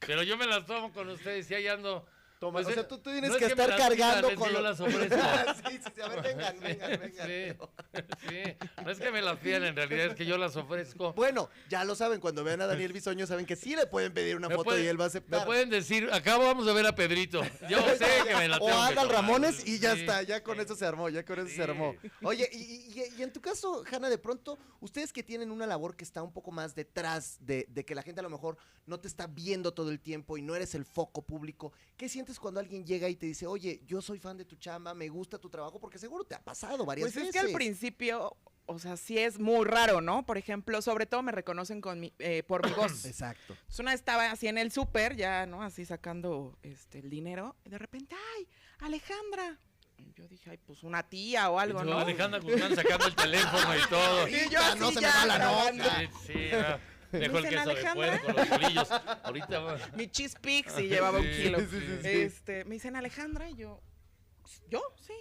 Speaker 2: Pero yo me las tomo con ustedes y ahí ando.
Speaker 1: Toma,
Speaker 2: Pues,
Speaker 1: o
Speaker 2: eh,
Speaker 1: sea, tú, tú tienes
Speaker 2: no es
Speaker 1: que
Speaker 2: me
Speaker 1: estar
Speaker 2: las pidan,
Speaker 1: cargando
Speaker 2: es que
Speaker 1: con.
Speaker 2: yo
Speaker 1: lo-
Speaker 2: las ofrezco.
Speaker 1: sí, sí, sí, a ver, vengan, vengan, vengan.
Speaker 2: Sí, sí. No es que me las pidan, en realidad es que yo las ofrezco.
Speaker 1: Bueno, ya lo saben, cuando vean a Daniel Bisoño saben que sí le pueden pedir una
Speaker 2: Me
Speaker 1: foto
Speaker 2: pueden-
Speaker 1: y él va a
Speaker 2: Me
Speaker 1: aceptar.
Speaker 2: pueden decir, acá vamos a ver a Pedrito. Yo sé que me la
Speaker 1: o
Speaker 2: tengo que
Speaker 1: Adal
Speaker 2: tomar.
Speaker 1: Ramones y ya
Speaker 2: Sí.
Speaker 1: está, ya con eso se armó, ya con eso
Speaker 2: Sí.
Speaker 1: se armó. Oye, y, y- y- y en tu caso, Hanna, de pronto, ustedes que tienen una labor que está un poco más detrás de, de que la gente a lo mejor no te está viendo todo el tiempo y no eres el foco público, ¿qué sientes cuando alguien llega y te dice, oye, yo soy fan de tu chamba, me gusta tu trabajo? Porque seguro te ha pasado varias
Speaker 3: Pues
Speaker 1: veces.
Speaker 3: es que al principio, o sea, sí es muy raro, ¿no? Por ejemplo, sobre todo me reconocen con mi- eh, por mi voz.
Speaker 1: Exacto.
Speaker 3: Entonces, una estaba así en el súper, ya, ¿no? Así sacando este, el dinero. Y de repente, ¡ay, Alejandra! Y Yo dije, ay, pues una tía o algo,
Speaker 2: Yo,
Speaker 3: ¿no?
Speaker 2: Alejandra Guzmán sacando el teléfono y todo.
Speaker 3: Sí, yo así
Speaker 1: no se me
Speaker 3: ya
Speaker 1: va la
Speaker 3: grabando.
Speaker 2: Sí, sí, no. Dejó el
Speaker 3: ¿Dicen
Speaker 2: queso de
Speaker 3: Alejandra?
Speaker 2: fuera con los bolillos. Ahorita va.
Speaker 3: Mi cheese picks y llevaba un
Speaker 2: Sí,
Speaker 3: kilo.
Speaker 2: sí, sí, sí.
Speaker 3: Este, me dicen, Alejandra, y yo, ¿yo? Sí.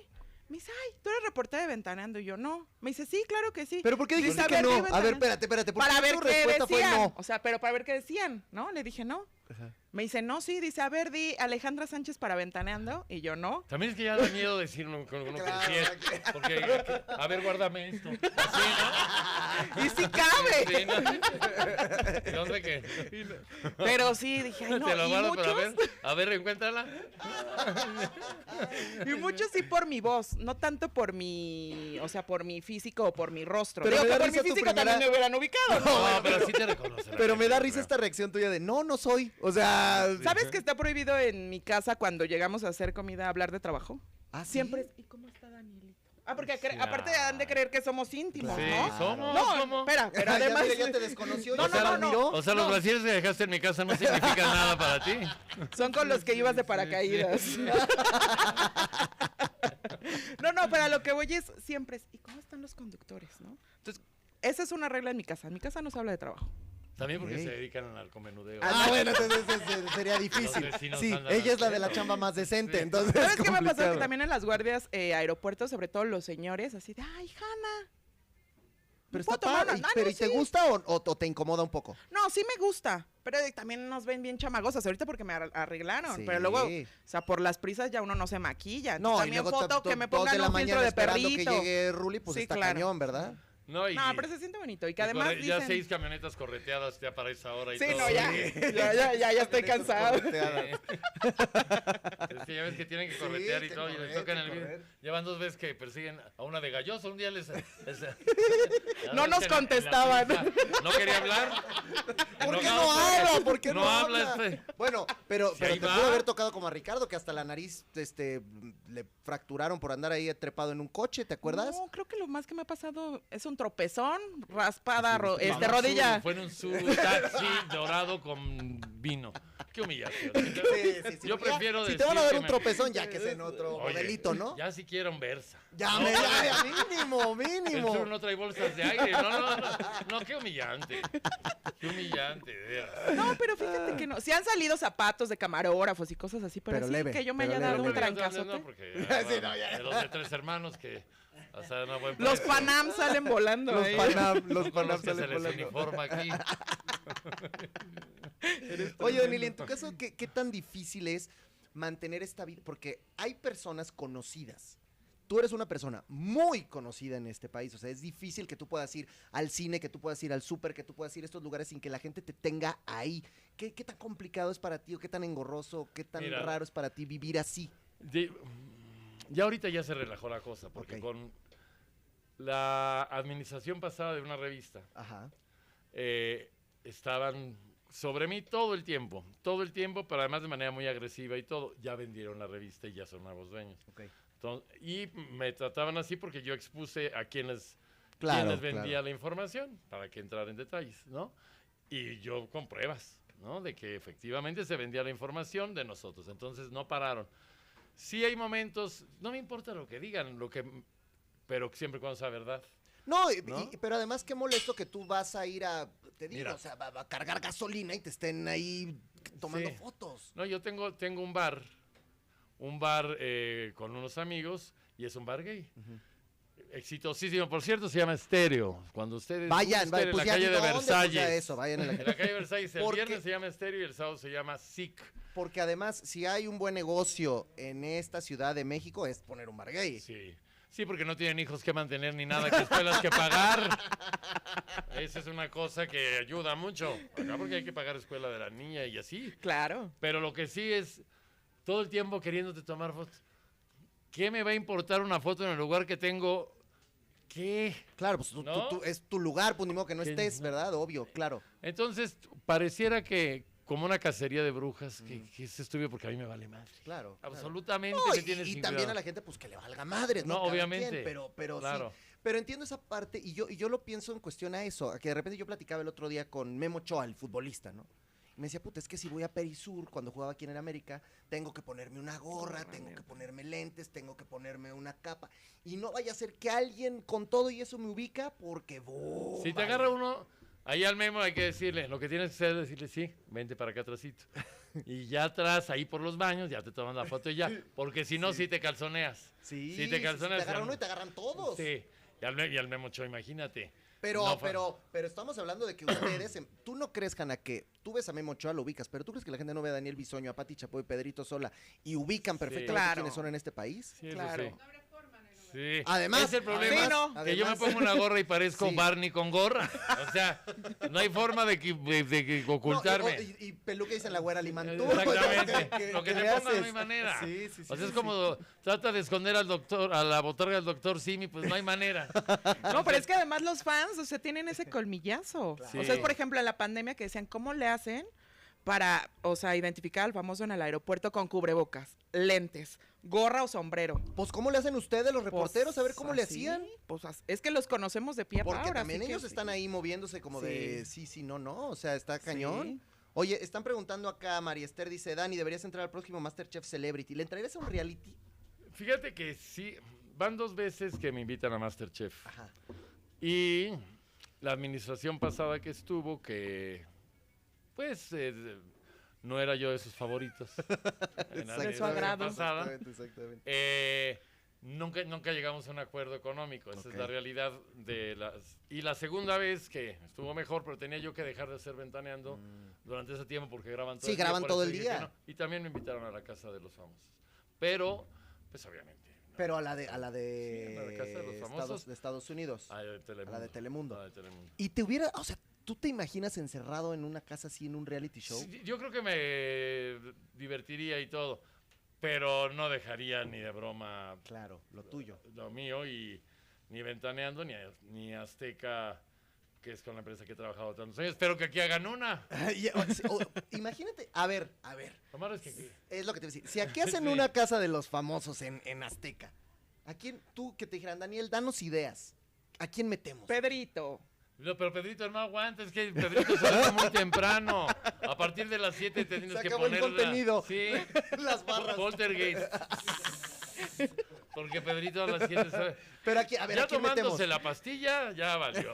Speaker 3: Me dice, ay, ¿tú eres reportera de Ventaneando? Y yo, no. Me dice, sí, claro que sí.
Speaker 1: Pero ¿por qué
Speaker 3: Pues
Speaker 1: dijiste
Speaker 3: a
Speaker 1: que
Speaker 3: ver,
Speaker 1: no?
Speaker 3: dime,
Speaker 1: A ver,
Speaker 3: Hanna.
Speaker 1: espérate, espérate. ¿Por
Speaker 3: para
Speaker 1: qué
Speaker 3: ver
Speaker 1: tu
Speaker 3: qué
Speaker 1: respuesta
Speaker 3: decían.
Speaker 1: fue no?
Speaker 3: O sea, pero para ver qué decían, ¿no? Le dije no. Me dice, no, sí, dice, a ver, di Alejandra Sánchez para ventaneando. Y yo no.
Speaker 2: También es que ya da miedo decir uno con uno
Speaker 1: Claro,
Speaker 2: que sí es, Porque, a ver, guárdame esto. Así,
Speaker 3: Y sí
Speaker 2: ¿no? Sí,
Speaker 3: cabe.
Speaker 2: ¿no? Yo sé que.
Speaker 3: Pero sí, dije, ay, no.
Speaker 2: Te lo
Speaker 3: y,
Speaker 2: guardo,
Speaker 3: muchos,
Speaker 2: pero a ver, a ver, encuéntrala.
Speaker 3: y muchos sí por mi voz, no tanto por mi, o sea, por mi físico o por mi rostro.
Speaker 1: Pero
Speaker 3: Digo
Speaker 1: me
Speaker 3: que
Speaker 1: da
Speaker 3: por mi
Speaker 1: risa tu
Speaker 3: físico
Speaker 1: primera-
Speaker 3: también me hubieran ubicado, ¿no?
Speaker 2: No, pero sí te reconoce. la
Speaker 1: Pero me da
Speaker 2: gente,
Speaker 1: risa
Speaker 2: creo.
Speaker 1: esta reacción tuya de no, no soy. O sea.
Speaker 3: ¿Sabes que está prohibido en mi casa cuando llegamos a hacer comida hablar de trabajo?
Speaker 1: ¿ah, sí?
Speaker 3: Siempre es, ¿y cómo está Danielito? Ah, porque cre-
Speaker 2: Sí,
Speaker 3: aparte
Speaker 2: ah.
Speaker 3: han de creer que somos íntimos,
Speaker 2: Sí,
Speaker 1: Claro.
Speaker 3: ¿no?
Speaker 2: somos,
Speaker 3: No,
Speaker 2: somos.
Speaker 3: espera, pero
Speaker 1: Ah, Ya,
Speaker 3: además...
Speaker 1: mira, ya te desconoció.
Speaker 3: No,
Speaker 1: ya se
Speaker 3: no, no,
Speaker 1: admiró.
Speaker 2: O sea, los
Speaker 3: No.
Speaker 2: brasieres que dejaste en mi casa no significan nada para ti.
Speaker 3: Son con los que ibas de paracaídas. No, no, pero a lo que voy es siempre es, ¿y cómo están los conductores, no? Entonces, esa es una regla en mi casa. En mi casa no se habla de trabajo.
Speaker 2: También porque
Speaker 1: Ok.
Speaker 2: se dedican al narcomenudeo.
Speaker 1: Ah, no, bueno, entonces entonces, sería difícil.
Speaker 2: Los vecinos
Speaker 1: Sí,
Speaker 2: andan
Speaker 1: ella es la de la
Speaker 2: haciendo.
Speaker 1: chamba más decente,
Speaker 2: Sí.
Speaker 1: entonces.
Speaker 3: ¿Sabes
Speaker 1: es
Speaker 3: qué me ha pasado?
Speaker 1: complicado.
Speaker 3: Que también en las guardias eh, aeropuertos, sobre todo los señores, así de, ay, Hanna.
Speaker 1: Pero
Speaker 3: ¿puedo
Speaker 1: está
Speaker 3: tomar
Speaker 1: padre.
Speaker 3: una? Ah,
Speaker 1: ¿Pero
Speaker 3: no,
Speaker 1: y te
Speaker 3: sí.
Speaker 1: gusta o, o- o te incomoda un poco?
Speaker 3: No, sí me gusta, pero eh, también nos ven bien chamagosas ahorita porque me ar- arreglaron. Pero luego, o
Speaker 1: Sí.
Speaker 3: sea, por las prisas ya uno no se maquilla.
Speaker 1: No, y
Speaker 3: también
Speaker 1: luego
Speaker 3: foto
Speaker 1: ta-
Speaker 3: que me
Speaker 1: dos
Speaker 3: pongan
Speaker 1: de la
Speaker 3: un filtro
Speaker 1: mañana
Speaker 3: de
Speaker 1: esperando
Speaker 3: perrito.
Speaker 1: que llegue Ruli, pues
Speaker 3: Sí,
Speaker 1: está
Speaker 3: claro.
Speaker 1: cañón, ¿verdad?
Speaker 2: No, y,
Speaker 3: No, pero se siente bonito. Y que
Speaker 2: y
Speaker 3: además
Speaker 2: corre- Ya
Speaker 3: dicen-
Speaker 2: seis camionetas correteadas ya para esa hora y
Speaker 3: Sí,
Speaker 2: todo.
Speaker 3: no, ya,
Speaker 2: Sí.
Speaker 3: ya, ya, ya, ya estoy cansado.
Speaker 2: ¿eh? Es que ya ves que tienen que corretear y
Speaker 1: te
Speaker 2: todo, y les tocan el
Speaker 1: correte,
Speaker 2: vidrio. Llevan dos veces que persiguen a una de galloso. Un día les. les-
Speaker 3: No
Speaker 2: les-
Speaker 3: nos
Speaker 2: en la
Speaker 3: contestaban.
Speaker 2: pista, No quería hablar.
Speaker 1: ¿Por qué no
Speaker 2: Enojado,
Speaker 1: habla? ¿Por qué no,
Speaker 2: no habla? este.
Speaker 1: Bueno, pero,
Speaker 2: Sí,
Speaker 1: pero
Speaker 2: ahí
Speaker 1: te
Speaker 2: va.
Speaker 1: pudo haber tocado como a Ricardo, que hasta la nariz este, le fracturaron por andar ahí trepado en un coche, ¿te acuerdas?
Speaker 3: No, creo que lo más que me ha pasado es un tropezón, raspada, ro-
Speaker 2: Mamá,
Speaker 3: este, rodilla.
Speaker 2: su- Fue en un su taxi dorado con vino. Qué humillación.
Speaker 1: Sí, sí, sí.
Speaker 2: Yo
Speaker 1: Ya,
Speaker 2: prefiero
Speaker 1: Si
Speaker 2: decir
Speaker 1: te van a dar
Speaker 2: que
Speaker 1: un
Speaker 2: me-
Speaker 1: tropezón, ya que es en otro
Speaker 2: Oye,
Speaker 1: modelito, ¿no?
Speaker 2: Ya si quiero un Versa.
Speaker 1: Ya,
Speaker 2: No,
Speaker 1: me-
Speaker 2: no,
Speaker 1: ya, mínimo,
Speaker 2: El
Speaker 1: mínimo.
Speaker 2: sur no trae bolsas de aire. No, no, no. No, qué humillante. Qué humillante. de veras.
Speaker 3: No, pero fíjate que no. Sí han salido zapatos de camarógrafos y cosas así, pero,
Speaker 1: Pero
Speaker 3: así
Speaker 1: leve,
Speaker 3: que yo me
Speaker 1: pero
Speaker 3: haya
Speaker 1: leve,
Speaker 3: dado un
Speaker 1: leve.
Speaker 2: No,
Speaker 3: trancazote.
Speaker 2: porque
Speaker 1: Sí, no, ya.
Speaker 2: de los de tres hermanos que. O sea, no buen
Speaker 3: Los
Speaker 2: precio.
Speaker 3: Panam salen volando. ¿eh?
Speaker 1: Los
Speaker 3: ahí.
Speaker 1: Panam, los
Speaker 2: Son con
Speaker 1: Panam
Speaker 2: los que se
Speaker 1: salen
Speaker 2: les
Speaker 1: volando.
Speaker 2: uniforma aquí.
Speaker 1: Oye, Daniel, en tu caso, ¿qué, qué tan difícil es mantener esta vida? Porque hay personas conocidas. Tú eres una persona muy conocida en este país. O sea, es difícil que tú puedas ir al cine, que tú puedas ir al súper, que tú puedas ir a estos lugares sin que la gente te tenga ahí. ¿Qué, qué tan complicado es para ti o qué tan engorroso, qué tan
Speaker 2: Mira.
Speaker 1: raro es para ti vivir así?
Speaker 2: De- ya ahorita ya se relajó la cosa, porque
Speaker 1: Ok.
Speaker 2: con la administración pasada de una revista
Speaker 1: Ajá.
Speaker 2: eh, estaban sobre mí todo el tiempo, todo el tiempo, pero además de manera muy agresiva y todo. Ya vendieron la revista y ya son nuevos dueños.
Speaker 1: Ok.
Speaker 2: Enton- y me trataban así porque yo expuse a quienes,
Speaker 1: Claro,
Speaker 2: quienes vendía
Speaker 1: claro.
Speaker 2: la información para que entrara en detalles, ¿no? Y yo con pruebas, ¿no? De que efectivamente se vendía la información de nosotros. Entonces no pararon. Sí hay momentos, no me importa lo que digan, lo que, pero siempre cuando sea verdad.
Speaker 1: No, y-
Speaker 2: ¿No?
Speaker 1: y- pero además qué molesto que tú vas a ir a, te digo,
Speaker 2: Mira.
Speaker 1: o sea, va- va a cargar gasolina y te estén ahí tomando
Speaker 2: Sí.
Speaker 1: fotos.
Speaker 2: No, yo tengo, tengo un bar, un bar eh, con unos amigos y es un bar gay. Exitosísimo, por cierto, se llama Estéreo. Cuando ustedes
Speaker 1: Vayan,
Speaker 2: busquen
Speaker 1: vayan,
Speaker 2: en
Speaker 1: pues
Speaker 2: la
Speaker 1: ya
Speaker 2: calle
Speaker 1: ni
Speaker 2: de
Speaker 1: dónde, pues ya
Speaker 2: Versalles.
Speaker 1: eso, vayan a la
Speaker 2: En la calle Versalles, el
Speaker 1: Porque-
Speaker 2: viernes se llama estéreo y el sábado se llama SIC.
Speaker 1: Porque además, si hay un buen negocio en esta Ciudad de México, es poner un bar gay.
Speaker 2: Sí. Sí, porque no tienen hijos que mantener ni nada, que escuelas que pagar. Esa es una cosa que ayuda mucho. Acá porque hay que pagar escuela de la niña y así.
Speaker 3: Claro.
Speaker 2: Pero lo que sí es todo el tiempo queriéndote tomar fotos. ¿Qué me va a importar una foto en el lugar que tengo? ¿Qué?
Speaker 1: Claro, pues tú-
Speaker 2: ¿No?
Speaker 1: tú- tú- es tu lugar, pues ni modo que no
Speaker 2: Que
Speaker 1: estés,
Speaker 2: no.
Speaker 1: ¿verdad? Obvio, claro.
Speaker 2: Entonces, pareciera que como una cacería de brujas, que, que es estúpido porque a mí me vale madre.
Speaker 1: Claro. claro.
Speaker 2: Absolutamente
Speaker 1: No,
Speaker 2: me
Speaker 1: y-
Speaker 2: tienes
Speaker 1: y,
Speaker 2: sin
Speaker 1: también
Speaker 2: cuidado.
Speaker 1: a la gente, pues que le valga madre, ¿no?
Speaker 2: No,
Speaker 1: Cada
Speaker 2: obviamente.
Speaker 1: quien, pero, pero
Speaker 2: Claro.
Speaker 1: sí. Pero entiendo esa parte y yo, y yo lo pienso en cuestión a eso, a que de repente yo platicaba el otro día con Memo Choa, el futbolista, ¿no? Y me decía, puta, es que si voy a Perisur, cuando jugaba aquí en el América, tengo que ponerme una gorra,
Speaker 3: Gorra,
Speaker 1: tengo que
Speaker 3: neta.
Speaker 1: ponerme lentes, tengo que ponerme una capa. Y no vaya a ser que alguien con todo y eso me ubica porque voy.
Speaker 2: Si te agarra uno, ahí al memo hay que decirle, lo que tienes que hacer es decirle, sí, vente para acá atrásito. Y ya atrás, ahí por los baños, ya te toman la foto y ya. Porque si no, sí, te calzoneas.
Speaker 1: Sí,
Speaker 2: si
Speaker 1: sí,
Speaker 2: te
Speaker 1: sí,
Speaker 2: calzoneas.
Speaker 1: agarra
Speaker 2: ya-
Speaker 1: uno y te agarran todos.
Speaker 2: Sí. Y al, me- y al memo, cho, imagínate.
Speaker 1: Pero,
Speaker 2: No, fa-
Speaker 1: pero, pero estamos hablando de que ustedes, em- tú no crees, Hanna, que tú ves a Memo Ochoa, lo ubicas, pero tú crees que la gente no ve a Daniel Bisoño, a Pati Chapoy, Pedrito Sola y ubican perfectamente
Speaker 3: Claro.
Speaker 1: quiénes son en este país.
Speaker 2: Sí, eso
Speaker 3: Claro.
Speaker 2: sí. Sí.
Speaker 1: Además,
Speaker 2: es el problema
Speaker 1: además,
Speaker 2: que yo me
Speaker 1: Ah, además.
Speaker 2: pongo una gorra y parezco
Speaker 1: Sí.
Speaker 2: Barney con gorra. O sea, no hay forma de, que- de- de que ocultarme.
Speaker 1: No, y, y- y peluca dicen la güera Limán. Tú,
Speaker 2: Exactamente.
Speaker 1: ¿qué-
Speaker 2: lo que
Speaker 1: qué
Speaker 2: te
Speaker 1: le
Speaker 2: ponga
Speaker 1: haces?
Speaker 2: no hay manera.
Speaker 1: Sí, sí, sí.
Speaker 2: o sea, es
Speaker 1: sí.
Speaker 2: como trata de esconder al doctor, a la botarga del doctor Simi, pues no hay manera.
Speaker 3: No, pero es que además los fans, o sea, tienen ese colmillazo.
Speaker 2: Claro.
Speaker 3: O sea, es por ejemplo en la pandemia que decían, ¿cómo le hacen para, o sea, identificar al famoso en el aeropuerto con cubrebocas, lentes, gorra o sombrero?
Speaker 1: Pues, ¿cómo le hacen ustedes los reporteros?
Speaker 3: Pues,
Speaker 1: a ver cómo le
Speaker 3: así,
Speaker 1: hacían.
Speaker 3: Pues as- es que los conocemos de pierna
Speaker 1: Porque
Speaker 3: ahora,
Speaker 1: también
Speaker 3: así que
Speaker 1: ellos
Speaker 3: sí.
Speaker 1: están ahí moviéndose como de sí, sí, no, no. O sea, está cañón.
Speaker 3: Sí.
Speaker 1: Oye, están preguntando acá, María Esther dice, Dani, deberías entrar al próximo Masterchef Celebrity. ¿Le entrarías a un reality?
Speaker 2: Fíjate que sí, van dos veces que me invitan a Masterchef.
Speaker 1: Ajá.
Speaker 2: Y la administración pasada que estuvo, que pues eh, no era yo de sus favoritos. en la
Speaker 1: Exacto.
Speaker 3: De su
Speaker 2: administración
Speaker 3: agrado.
Speaker 2: pasada.
Speaker 1: Exactamente, exactamente.
Speaker 2: Eh, nunca, nunca llegamos a un acuerdo económico. Esa
Speaker 1: Ok.
Speaker 2: es la realidad de las. Y la segunda vez que estuvo mejor, pero tenía yo que dejar de hacer ventaneando durante ese tiempo porque graban
Speaker 1: Mm. Sí,
Speaker 2: todo el día,
Speaker 1: graban
Speaker 2: por
Speaker 1: todo
Speaker 2: eso
Speaker 1: el
Speaker 2: dije que
Speaker 1: día.
Speaker 2: no. Y también me invitaron a la casa de los famosos. Pero, pues obviamente. no.
Speaker 1: Pero a la de a la
Speaker 2: Sí,
Speaker 1: de,
Speaker 2: a la de Casa de los
Speaker 1: Estados,
Speaker 2: Famosos.
Speaker 1: de Estados Unidos.
Speaker 2: A la de Telemundo.
Speaker 1: a la de Telemundo.
Speaker 2: A la de Telemundo.
Speaker 1: Y te hubiera, o sea, ¿tú te imaginas encerrado en una casa así en un reality show?
Speaker 2: Sí, yo creo que me divertiría y todo. Pero no dejaría ni de broma
Speaker 1: Claro, lo tuyo.
Speaker 2: lo mío y ni ventaneando ni, ni Azteca, que es con la empresa que he trabajado tantos años. Espero que aquí hagan una.
Speaker 1: Y, o- sí, o- imagínate, a ver, a ver,
Speaker 2: Lo malo es que aquí-
Speaker 1: es lo que te voy a decir. Si aquí hacen
Speaker 2: Sí.
Speaker 1: una casa de los famosos en, en Azteca, ¿a quién tú que te dijeran, Daniel, danos ideas? ¿A quién metemos?
Speaker 3: Pedrito.
Speaker 2: No, pero Pedrito no aguanta, es que Pedrito se va muy temprano. A partir de las 7 tienes
Speaker 1: Se
Speaker 2: que
Speaker 1: acabó el
Speaker 2: poner
Speaker 1: contenido.
Speaker 2: Sí.
Speaker 1: Las barras.
Speaker 2: Poltergeist. Porque Pedrito a las 7 sabe.
Speaker 1: Pero aquí, a ver,
Speaker 2: ya
Speaker 1: ¿a quién
Speaker 2: tomándose
Speaker 1: metemos?
Speaker 2: la pastilla, ya valió.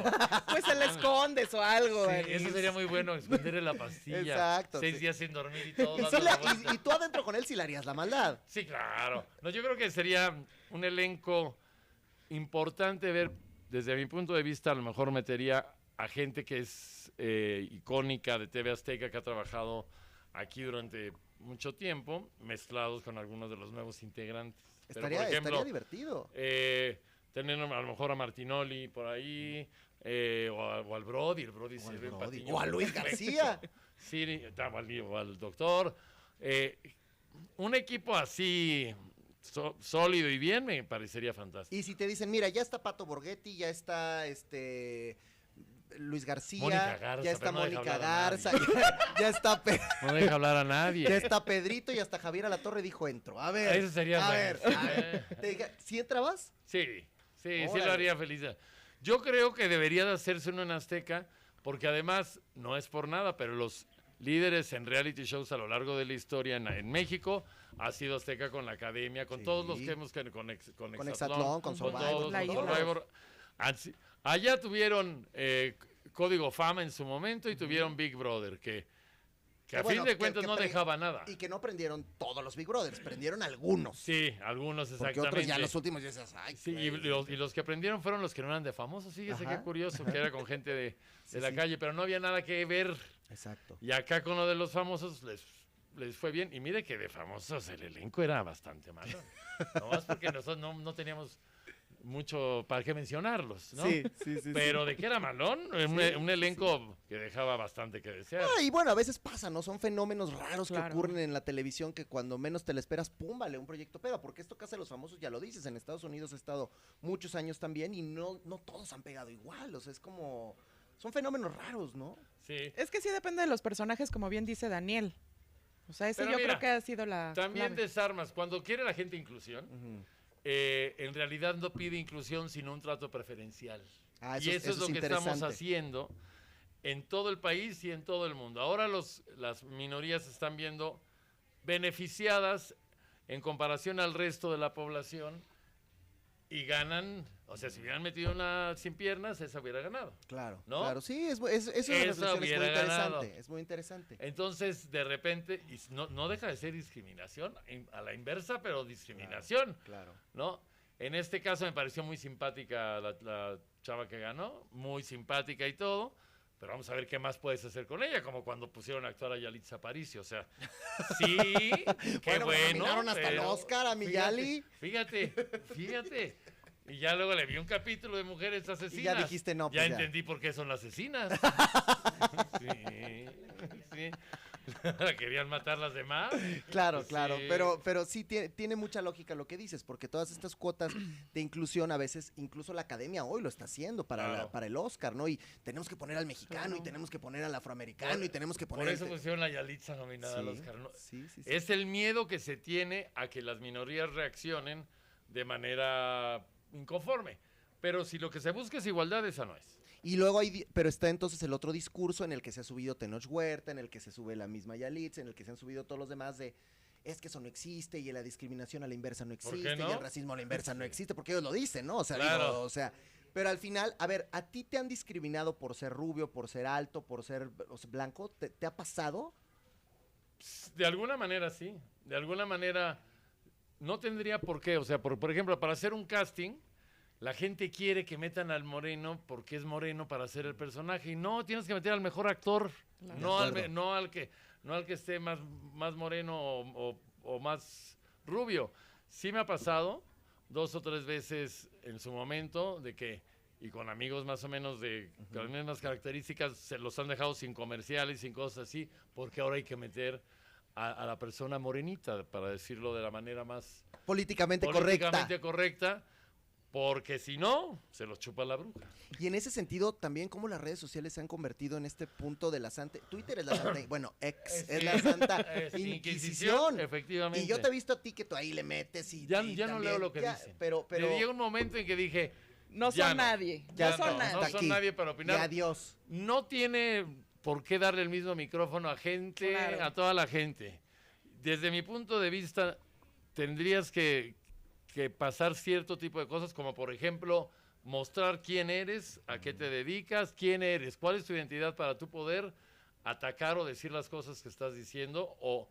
Speaker 3: Pues se le escondes o algo. eh.
Speaker 2: Sí,
Speaker 3: Dani.
Speaker 2: eso sería muy bueno, esconderle la pastilla.
Speaker 1: Exacto,
Speaker 2: Seis
Speaker 1: sí.
Speaker 2: días sin dormir y todo.
Speaker 1: Y, sí
Speaker 2: dándole
Speaker 1: la-
Speaker 2: vuelta.
Speaker 1: y- y tú adentro con él sí le harías la maldad.
Speaker 2: Sí, claro. No, yo creo que sería un elenco importante ver, desde mi punto de vista, a lo mejor metería a gente que es eh, icónica de TV Azteca, que ha trabajado aquí durante mucho tiempo, mezclados con algunos de los nuevos integrantes. Pero, por
Speaker 1: Estaría,
Speaker 2: ejemplo,
Speaker 1: estaría divertido.
Speaker 2: eh, tener a lo mejor a Martinoli por ahí, eh, o, a- o al Brody, el Brody
Speaker 1: O al
Speaker 2: sirve en
Speaker 1: Brody,
Speaker 2: Patiño.
Speaker 1: o a Luis García.
Speaker 2: Sí, está, o al- o al doctor. Eh, un equipo así so- sólido y bien me parecería fantástico.
Speaker 1: Y si te dicen, mira, ya está Pato Borghetti, ya está este Luis
Speaker 2: Mónica
Speaker 1: García,
Speaker 2: Garza,
Speaker 1: ya está
Speaker 2: pero no deja
Speaker 1: Mónica
Speaker 2: hablar a
Speaker 1: Garza,
Speaker 2: nadie.
Speaker 1: ya, ya está Pe-
Speaker 2: No deja hablar a nadie.
Speaker 1: ya está Pedrito y hasta Javier Alatorre dijo entro. A ver.
Speaker 2: Eso sería
Speaker 1: a ver.
Speaker 2: bueno.
Speaker 1: a ver. Te diga, ¿sí entrabas?
Speaker 2: Sí, sí, sí
Speaker 1: Órale.
Speaker 2: lo haría feliz. Yo creo que debería de hacerse uno en Azteca, porque además, no es por nada, pero los líderes en reality shows a lo largo de la historia en, en México ha sido Azteca con la academia, con todos los
Speaker 1: Sí.
Speaker 2: que hemos con, con, ex- con
Speaker 1: Con
Speaker 2: Hexatlón,
Speaker 1: Hexatlón, con Survivor,
Speaker 2: todos,
Speaker 3: La
Speaker 2: con
Speaker 3: Isla.
Speaker 2: Survivor. Así- allá tuvieron eh, c- Código Fama en su momento y tuvieron Big Brother, que, que
Speaker 1: Que
Speaker 2: a
Speaker 1: bueno,
Speaker 2: fin de
Speaker 1: que-
Speaker 2: cuentas
Speaker 1: que
Speaker 2: no
Speaker 1: pre-
Speaker 2: dejaba nada.
Speaker 1: Y que no prendieron todos los Big Brothers, prendieron algunos.
Speaker 2: Sí, algunos
Speaker 1: Porque
Speaker 2: exactamente.
Speaker 1: otros ya los últimos ya dices, ay,
Speaker 2: Sí, y
Speaker 1: güey.
Speaker 2: los, y los que aprendieron fueron los que no eran de famosos. Fíjese qué
Speaker 1: Ajá,
Speaker 2: curioso que era con gente de, de
Speaker 1: Sí,
Speaker 2: la
Speaker 1: sí.
Speaker 2: calle, pero no había nada que ver.
Speaker 1: Exacto.
Speaker 2: Y acá con uno de los famosos les les fue bien. Y mire que de famosos el elenco era bastante malo. No más porque nosotros no, no teníamos mucho para qué mencionarlos, ¿no?
Speaker 1: Sí, sí, sí.
Speaker 2: Pero de que era malón, un, e, un elenco que dejaba bastante que desear.
Speaker 1: Ah, y bueno, a veces pasa, ¿no? Son fenómenos raros que
Speaker 3: Claro.
Speaker 1: ocurren en la televisión que cuando menos te la esperas, pum, vale, un proyecto pega. Porque esto que hace los famosos, ya lo dices, en Estados Unidos he estado muchos años también y no, no todos han pegado igual. O sea, es como... Son fenómenos raros, ¿no?
Speaker 2: Sí.
Speaker 3: Es que sí depende de los personajes, como bien dice Daniel. O sea, ese
Speaker 2: Pero
Speaker 3: yo
Speaker 2: mira,
Speaker 3: creo que ha sido
Speaker 1: Ah,
Speaker 3: la.
Speaker 2: También
Speaker 3: clave.
Speaker 2: desarmas. Cuando quiere la gente inclusión, eh, en realidad no pide inclusión sino un trato preferencial.
Speaker 1: Ah,
Speaker 2: y eso, es lo que estamos
Speaker 1: interesante.
Speaker 2: haciendo en todo el país y en todo el mundo. Ahora los, las minorías se están viendo beneficiadas en comparación al resto de la población y ganan, o sea, si hubieran metido una sin piernas, esa hubiera ganado.
Speaker 1: Claro,
Speaker 2: ¿No?
Speaker 1: claro, sí, es, es, es una
Speaker 2: Eso
Speaker 1: reflexión, es muy
Speaker 2: hubiera ganado. Eh,
Speaker 1: interesante, es muy interesante.
Speaker 2: Entonces, de repente, y s- no, no deja de ser discriminación, in- a la inversa, pero discriminación,
Speaker 1: Claro.
Speaker 2: ¿no? En este caso me pareció muy simpática la, la chava que ganó, muy simpática y todo, pero vamos a ver qué más puedes hacer con ella, como cuando pusieron a actuar a Yalitza Aparicio, o sea, sí, qué
Speaker 1: Bueno,
Speaker 2: bueno.
Speaker 1: pues, nominaron hasta el
Speaker 2: pero
Speaker 1: Oscar a mi
Speaker 2: fíjate,
Speaker 1: Yali.
Speaker 2: Fíjate, fíjate. Y ya luego le vi un capítulo de mujeres asesinas.
Speaker 1: dijiste, no,
Speaker 2: Ya
Speaker 1: pues, ya.
Speaker 2: entendí por qué son asesinas. Sí, sí. Querían matar las demás.
Speaker 1: Claro,
Speaker 2: Sí.
Speaker 1: claro, pero, pero sí tiene, tiene mucha lógica lo que dices, porque todas estas cuotas de inclusión a veces, incluso la academia hoy lo está haciendo para, la-
Speaker 2: Claro.
Speaker 1: para el Oscar, ¿no? Y tenemos que poner al mexicano, y tenemos que poner al afroamericano, y tenemos que poner...
Speaker 2: Por eso
Speaker 1: este-
Speaker 2: pusieron a Yalitza nominada al
Speaker 1: Sí,
Speaker 2: Oscar. ¿no?
Speaker 1: sí, sí, sí.
Speaker 2: Es el miedo que se tiene a que las minorías reaccionen de manera inconforme. Pero si lo que se busca es igualdad, esa no es.
Speaker 1: Y luego hay, di- pero está entonces el otro discurso en el que se ha subido Tenoch Huerta, en el que se sube la misma Yalitza, en el que se han subido todos los demás de es que eso no existe y la discriminación a la inversa no
Speaker 2: qué
Speaker 1: existe y
Speaker 2: no?
Speaker 1: el racismo a la inversa no existe, porque ellos lo dicen, ¿no? O sea,
Speaker 2: Claro.
Speaker 1: digo, o sea, pero al final, a ver, ¿a ti te han discriminado por ser rubio, por ser alto, por ser o sea, blanco? ¿Te, te ha pasado?
Speaker 2: Pues, De alguna manera sí, de alguna manera no tendría por qué, o sea, por, por ejemplo, para hacer un casting, la gente quiere que metan al moreno porque es moreno para hacer el personaje y no, tienes que meter al mejor actor,
Speaker 3: Claro.
Speaker 2: no,
Speaker 1: De
Speaker 2: al, me-
Speaker 1: acuerdo.
Speaker 2: no, al que, no al que esté más, más moreno o, o- o más rubio. Sí me ha pasado dos o tres veces en su momento de que, y con amigos más o menos de con las mismas características, se los han dejado sin comerciales, sin cosas así, porque ahora hay que meter a, a la persona morenita, para decirlo de la manera más
Speaker 1: Políticamente, correcta.
Speaker 2: políticamente correcta, porque si no, se los chupa la bruja.
Speaker 1: Y en ese sentido, también cómo las redes sociales se han convertido en este punto de la santa. Twitter es la santa. Bueno, ex es la
Speaker 2: Sí,
Speaker 1: santa.
Speaker 2: es
Speaker 1: Inquisición.
Speaker 2: Efectivamente.
Speaker 1: Y yo te he visto a ti que tú ahí le metes y
Speaker 2: ya,
Speaker 1: y
Speaker 2: ya no
Speaker 1: también-
Speaker 2: leo lo que
Speaker 1: ya,
Speaker 2: dicen.
Speaker 1: Pero, pero
Speaker 2: Llegó un momento en que dije,
Speaker 3: No
Speaker 2: Ya
Speaker 3: son
Speaker 2: no.
Speaker 3: nadie.
Speaker 1: Ya
Speaker 3: no son
Speaker 2: no,
Speaker 3: nadie.
Speaker 1: hasta
Speaker 2: son
Speaker 1: aquí.
Speaker 2: nadie para opinar.
Speaker 1: Y adiós.
Speaker 2: no tiene por qué darle el mismo micrófono a gente,
Speaker 3: Claro.
Speaker 2: a toda la gente. Desde mi punto de vista, tendrías que, que pasar cierto tipo de cosas, como por ejemplo, mostrar quién eres, a qué te dedicas, quién eres, cuál es tu identidad para tu poder atacar o decir las cosas que estás diciendo o,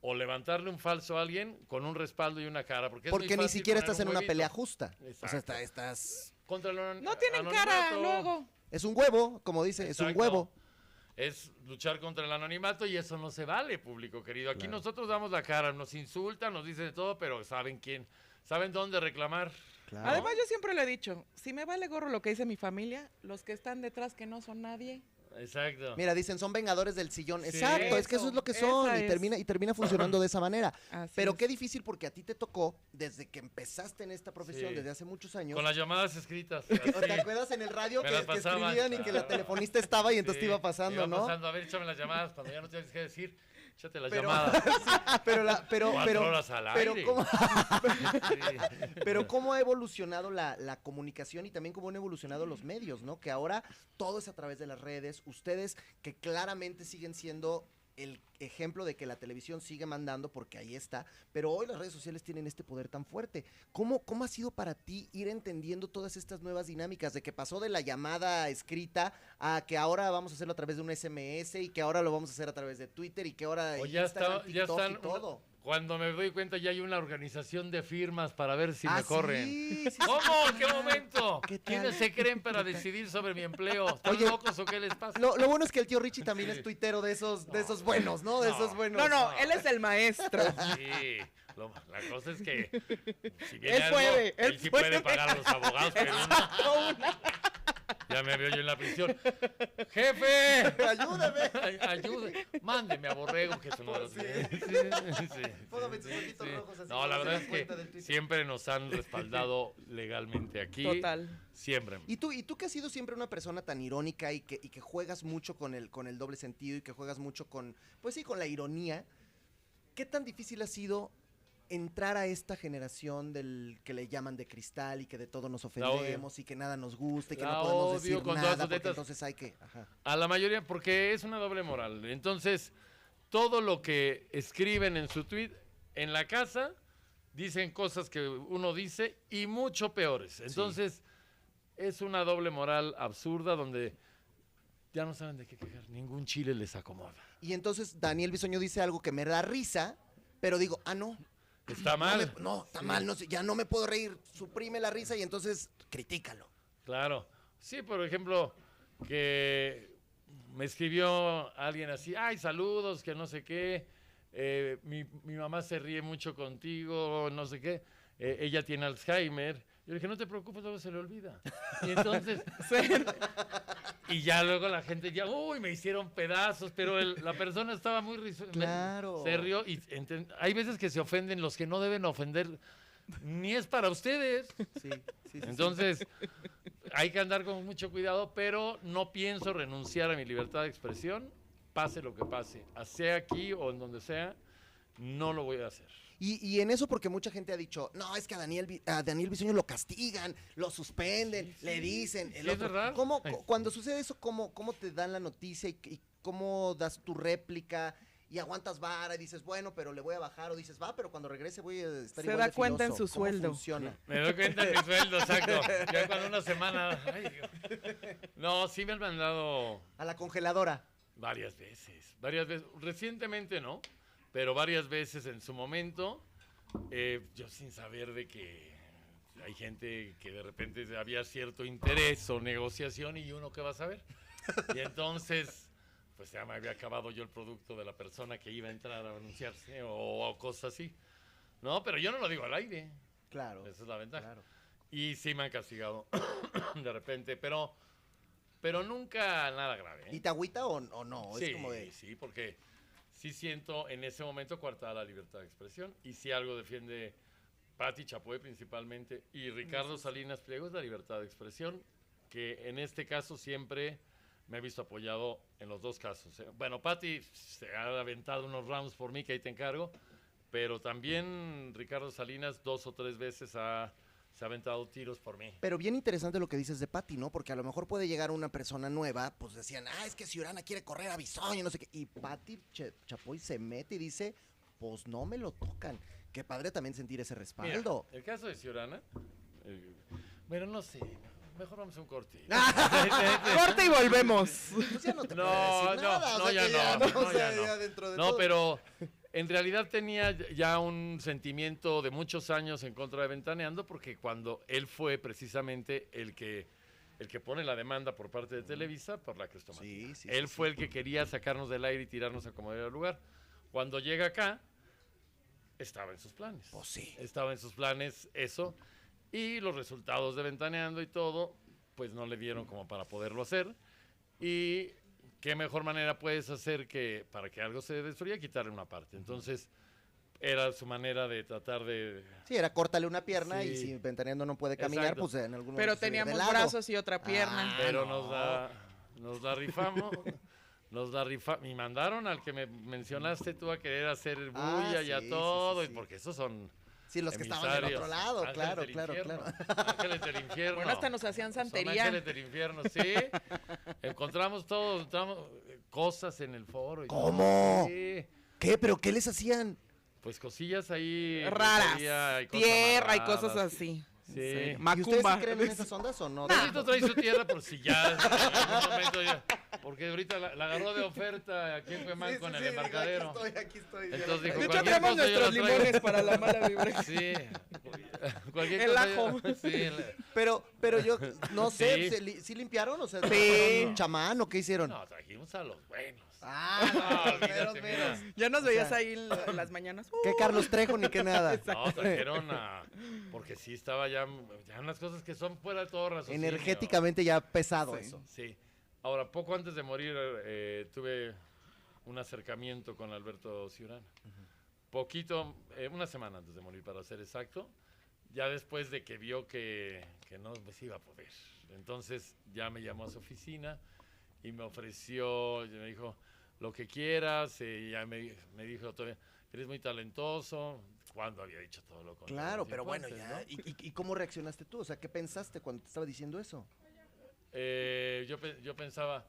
Speaker 2: o levantarle un falso a alguien con un respaldo y una cara. Porque, es muy
Speaker 1: Porque ni
Speaker 2: fácil
Speaker 1: siquiera
Speaker 2: poner
Speaker 1: estás
Speaker 2: un
Speaker 1: en una
Speaker 2: huevito
Speaker 1: pelea justa. O sea,
Speaker 2: Exacto.
Speaker 1: está- estás.
Speaker 2: contra el anon-
Speaker 3: No tienen cara
Speaker 2: anonimato.
Speaker 3: luego.
Speaker 1: Es un huevo, como dice, es un
Speaker 2: Exacto.
Speaker 1: huevo.
Speaker 2: Es luchar contra el anonimato y eso no se vale, público querido. Aquí nosotros damos la cara, nos insultan, nos dicen de todo, pero saben quién, saben dónde reclamar.
Speaker 1: Claro.
Speaker 3: Además, yo siempre lo he dicho: si me vale gorro lo que dice mi familia, los que están detrás que no son nadie.
Speaker 2: Exacto.
Speaker 1: Mira, dicen, son vengadores del sillón.
Speaker 2: Sí.
Speaker 1: Exacto, es que eso es lo que
Speaker 3: Eso,
Speaker 1: son.
Speaker 3: esa
Speaker 1: Y
Speaker 3: es.
Speaker 1: termina, y termina funcionando de esa manera.
Speaker 3: Así
Speaker 1: Pero
Speaker 3: es.
Speaker 1: qué difícil porque a ti te tocó, desde que empezaste en esta profesión,
Speaker 2: Sí.
Speaker 1: desde hace muchos años.
Speaker 2: Con las llamadas escritas.
Speaker 1: ¿O te
Speaker 2: así.
Speaker 1: acuerdas en el radio
Speaker 2: Me
Speaker 1: que,
Speaker 2: la
Speaker 1: que
Speaker 2: pasaban,
Speaker 1: escribían y que la
Speaker 2: claro.
Speaker 1: telefonista estaba y entonces te
Speaker 2: Sí,
Speaker 1: iba pasando,
Speaker 2: iba
Speaker 1: ¿no?
Speaker 2: pasando, a ver, échame las llamadas. Cuando ya no tienes que decir, échate las
Speaker 1: Pero-
Speaker 2: llamadas.
Speaker 1: Ah, Pero la, pero,
Speaker 2: Cuatro
Speaker 1: pero,
Speaker 2: horas al
Speaker 1: pero
Speaker 2: aire.
Speaker 1: cómo-
Speaker 2: Sí.
Speaker 1: Pero cómo ha evolucionado la, la comunicación y también cómo han evolucionado los medios, ¿no? Que ahora todo es a través de las redes. Ustedes que claramente siguen siendo el ejemplo de que la televisión sigue mandando porque ahí está, pero hoy las redes sociales tienen este poder tan fuerte. ¿Cómo, cómo ha sido para ti ir entendiendo todas estas nuevas dinámicas de que pasó de la llamada escrita a que ahora vamos a hacerlo a través de un SMS y que ahora lo vamos a hacer a través de Twitter y que ahora
Speaker 2: O ya,
Speaker 1: Instagram,
Speaker 2: está- ya
Speaker 1: TikTok y
Speaker 2: están una-
Speaker 1: todo?
Speaker 2: Cuando me doy cuenta ya hay una organización de firmas para ver si
Speaker 1: Ah,
Speaker 2: me corren.
Speaker 1: sí, sí, sí.
Speaker 2: ¿Cómo? ¿En ¿Qué momento?
Speaker 1: ¿Qué tal?
Speaker 2: ¿Quiénes se creen para decidir sobre mi empleo? ¿Están
Speaker 1: Oye,
Speaker 2: locos o qué les pasa?
Speaker 1: Lo, lo bueno es que el tío Richie también
Speaker 2: Sí.
Speaker 1: es tuitero de esos, de esos buenos, ¿no? De
Speaker 2: No.
Speaker 1: esos buenos.
Speaker 3: No, no, él es el maestro.
Speaker 2: Sí, lo- la cosa es que si viene
Speaker 3: Él
Speaker 2: algo,
Speaker 3: puede,
Speaker 2: él,
Speaker 3: él
Speaker 2: sí
Speaker 3: puede.
Speaker 2: puede pagar a los abogados. pero no. Ya me veo yo en la prisión. ¡Jefe!
Speaker 1: Ayúdame.
Speaker 2: Ay- Ayude, mándeme a Borrego, que tú no lo
Speaker 1: Sí.
Speaker 2: tienes. Sí, sí,
Speaker 1: Póngame sus
Speaker 2: sí,
Speaker 1: ojitos rojos así
Speaker 2: No,
Speaker 1: cuando
Speaker 2: la
Speaker 1: se
Speaker 2: verdad
Speaker 1: den
Speaker 2: es
Speaker 1: cuenta del
Speaker 2: que
Speaker 1: Twitter.
Speaker 2: siempre nos han respaldado legalmente aquí.
Speaker 3: Total.
Speaker 2: Siempre.
Speaker 1: ¿Y tú, y tú que has sido siempre una persona tan irónica y que, y que juegas mucho con el, con el doble sentido y que juegas mucho con, pues sí, con la ironía, ¿qué tan difícil ha sido entrar a esta generación del que le llaman de cristal y que de todo nos
Speaker 2: La odio.
Speaker 1: ofendemos y que nada nos gusta y que
Speaker 2: La
Speaker 1: no podemos
Speaker 2: odio
Speaker 1: decir
Speaker 2: con todas
Speaker 1: nada
Speaker 2: sus
Speaker 1: porque
Speaker 2: letras.
Speaker 1: entonces hay que... ajá.
Speaker 2: A la mayoría, porque es una doble moral. Entonces, todo lo que escriben en su tweet, en la casa, dicen cosas que uno dice y mucho peores. Entonces, es una doble moral absurda donde ya no saben de qué quejar. Ningún chile les acomoda.
Speaker 1: Y entonces Daniel Bisoño dice algo que me da risa, pero digo, ah, no.
Speaker 2: Está
Speaker 1: No,
Speaker 2: mal.
Speaker 1: me- no, está mal, no sé, ya no me puedo reír. Suprime la risa y entonces critícalo.
Speaker 2: Claro. Sí, por ejemplo, que me escribió alguien así, ay, saludos, que no sé qué, eh, mi, mi mamá se ríe mucho contigo, no sé qué, eh, ella tiene Alzheimer. Yo le dije, no te preocupes, luego se le olvida. Y entonces, y ya luego la gente ya, uy, me hicieron pedazos, pero el- la persona estaba muy riso- me-
Speaker 1: Claro.
Speaker 2: Se rió y enten- hay veces que se ofenden los que no deben ofender, ni es para ustedes.
Speaker 1: Sí, sí,
Speaker 2: Entonces, hay que andar con mucho cuidado, pero no pienso renunciar a mi libertad de expresión, pase lo que pase, sea aquí o en donde sea, no lo voy a hacer.
Speaker 1: Y, y en eso porque mucha gente ha dicho, no, es que a Daniel, Bi- a Daniel Bisoño lo castigan, lo suspenden,
Speaker 2: Sí, sí.
Speaker 1: le dicen.
Speaker 2: Sí, es verdad.
Speaker 1: ¿Cómo,
Speaker 2: Ay.
Speaker 1: cu- cuando sucede eso, ¿cómo, cómo te dan la noticia y, y cómo das tu réplica? Y aguantas vara y dices, bueno, pero le voy a bajar. O dices, va, pero cuando regrese voy a estar
Speaker 3: Se
Speaker 1: igual
Speaker 3: da
Speaker 1: de
Speaker 3: cuenta en
Speaker 1: filoso".
Speaker 3: su
Speaker 1: ¿Cómo
Speaker 3: sueldo.
Speaker 1: funciona?
Speaker 2: Me doy cuenta de mi sueldo, exacto. Ya cuando una semana... ay, Dios. No, sí me han mandado
Speaker 1: A la congeladora.
Speaker 2: varias veces, varias veces. Recientemente no, pero varias veces en su momento, eh, yo sin saber de que hay gente que de repente había cierto interés o negociación y uno que va a saber. Y entonces, pues ya me había acabado yo el producto de la persona que iba a entrar a anunciarse o, o cosas así. No, pero yo no lo digo al aire.
Speaker 1: Claro.
Speaker 2: Esa es la ventaja.
Speaker 1: claro.
Speaker 2: Y sí me han castigado de repente, pero, pero nunca nada grave. ¿eh?
Speaker 1: ¿Y te agüita o, o no? Es como de...
Speaker 2: sí, porque sí siento en ese momento coartada la libertad de expresión y si algo defiende Patti Chapoy principalmente y Ricardo Salinas Pliego es la libertad de expresión, que en este caso siempre me he visto apoyado en los dos casos. ¿eh? Bueno, Patti se ha aventado unos rounds por mí que ahí te encargo, pero también Ricardo Salinas dos o tres veces ha- se ha aventado tiros por mí.
Speaker 1: Pero bien interesante lo que dices de Patty, ¿no? Porque a lo mejor puede llegar una persona nueva, pues decían, ah, es que si Urana quiere correr a Bisoño, y no sé qué. Y Patty Che- Chapoy se mete y dice, pues no me lo tocan. Qué padre también sentir ese
Speaker 2: Mira,
Speaker 1: respaldo.
Speaker 2: el caso de Ciorana. eh, bueno, no sé. Mejor vamos a un corte.
Speaker 3: Corte y volvemos.
Speaker 1: Pues ya no te
Speaker 2: No,
Speaker 1: puede decir
Speaker 2: no,
Speaker 1: nada.
Speaker 2: no,
Speaker 1: o sea,
Speaker 2: ya
Speaker 1: que
Speaker 2: no,
Speaker 1: o
Speaker 2: no,
Speaker 1: sea,
Speaker 2: ya no.
Speaker 1: ya dentro de
Speaker 2: No,
Speaker 1: todo.
Speaker 2: pero en realidad tenía ya un sentimiento de muchos años en contra de Ventaneando porque cuando él fue precisamente el que el que pone la demanda por parte de Televisa por la crestomatía.
Speaker 1: Sí, sí,
Speaker 2: él
Speaker 1: sí,
Speaker 2: fue el que quería sacarnos del aire y tirarnos a como era el lugar. Cuando llega acá estaba en sus planes.
Speaker 1: Pues sí.
Speaker 2: Estaba en sus planes eso y los resultados de Ventaneando y todo pues no le dieron como para poderlo hacer. Y qué mejor manera puedes hacer que para que algo se destruya, quitarle una parte. Entonces, era su manera de tratar de.
Speaker 1: Sí, era córtale una pierna y
Speaker 2: Sí.
Speaker 1: si ventaneando no puede caminar,
Speaker 2: Exacto.
Speaker 1: pues en algún momento.
Speaker 3: Pero
Speaker 1: se viene de
Speaker 3: teníamos
Speaker 1: lado.
Speaker 3: brazos y otra pierna.
Speaker 2: Pero
Speaker 1: Ah, no.
Speaker 2: "Oh, nos la, nos la rifamos. Nos la rifamos. Y mandaron al que me mencionaste tú a querer hacer
Speaker 1: Ah,
Speaker 2: bulla y
Speaker 1: sí,
Speaker 2: a
Speaker 1: sí, sí,
Speaker 2: todo. y
Speaker 1: sí.
Speaker 2: Porque esos son.
Speaker 1: Sí, los que estaban del
Speaker 2: emisarios,
Speaker 1: otro lado,
Speaker 2: ángeles
Speaker 1: claro,
Speaker 2: del
Speaker 1: claro,
Speaker 2: infierno,
Speaker 1: claro.
Speaker 2: Ángeles del infierno.
Speaker 3: Bueno, hasta nos hacían
Speaker 2: Son
Speaker 3: santería.
Speaker 2: ángeles del infierno, sí. encontramos todo, encontramos eh, cosas en el foro. y todo.
Speaker 1: ¿Cómo?
Speaker 2: Sí.
Speaker 1: ¿Qué? ¿Pero qué les hacían?
Speaker 2: Pues cosillas ahí.
Speaker 3: Raras.
Speaker 2: brujería y cosas
Speaker 3: Tierra y
Speaker 2: raras.
Speaker 3: cosas así.
Speaker 2: Sí.
Speaker 3: en serio.
Speaker 1: ¿Y ustedes sí
Speaker 3: Macumba.
Speaker 1: creen en esas ondas o no?
Speaker 2: Pedrito Pues trae su tierra por si ya. en algún momento ya- porque ahorita la, la agarró de oferta aquí en Cuemán
Speaker 1: Sí, sí,
Speaker 2: con
Speaker 1: sí,
Speaker 2: el
Speaker 1: digo,
Speaker 2: embarcadero.
Speaker 1: Aquí estoy, aquí estoy.
Speaker 2: Entonces dijo,
Speaker 3: De hecho,
Speaker 2: cualquier
Speaker 3: traemos
Speaker 2: cosa yo
Speaker 3: nuestros
Speaker 2: la traigo.
Speaker 3: limones para la mala vibra.
Speaker 2: Sí. Cualquier
Speaker 3: El
Speaker 2: cosa yo-
Speaker 3: ajo.
Speaker 2: sí, el-
Speaker 1: Pero, pero yo, no sé,
Speaker 2: Sí.
Speaker 1: ¿se li- ¿sí limpiaron? O sea,
Speaker 3: Sí.
Speaker 1: ¿trajeron un chamán o qué hicieron?
Speaker 2: No, trajimos a los buenos.
Speaker 1: Ah,
Speaker 2: Ah,
Speaker 1: los meros,
Speaker 2: olvídate,
Speaker 1: meros.
Speaker 2: mira.
Speaker 3: Ya nos veías
Speaker 1: sea,
Speaker 3: ahí la- las mañanas. Uh,
Speaker 1: Que Carlos Trejo ni que nada.
Speaker 2: No, trajeron a. Porque sí estaba ya. Ya unas cosas que son fuera de todo raciocinio.
Speaker 1: Energéticamente ya pesado
Speaker 3: Sí.
Speaker 1: eso.
Speaker 2: Mm. Sí. Ahora, poco antes de morir, eh, tuve un acercamiento con Alberto Ciurana. Poquito, eh, una semana antes de morir, para ser exacto. Ya después de que vio que, que no se iba a poder. Entonces, ya me llamó a su oficina y me ofreció, y me dijo, lo que quieras. eh, ya me, me dijo todavía, eres muy talentoso. cuando había dicho todo lo contrario?
Speaker 1: Claro,
Speaker 2: Sí,
Speaker 1: pero bueno,
Speaker 2: entonces,
Speaker 1: ya.
Speaker 2: ¿no?
Speaker 1: ¿Y, y- y cómo reaccionaste tú? O sea, ¿qué pensaste cuando te estaba diciendo eso?
Speaker 2: Eh, yo, pe- yo pensaba,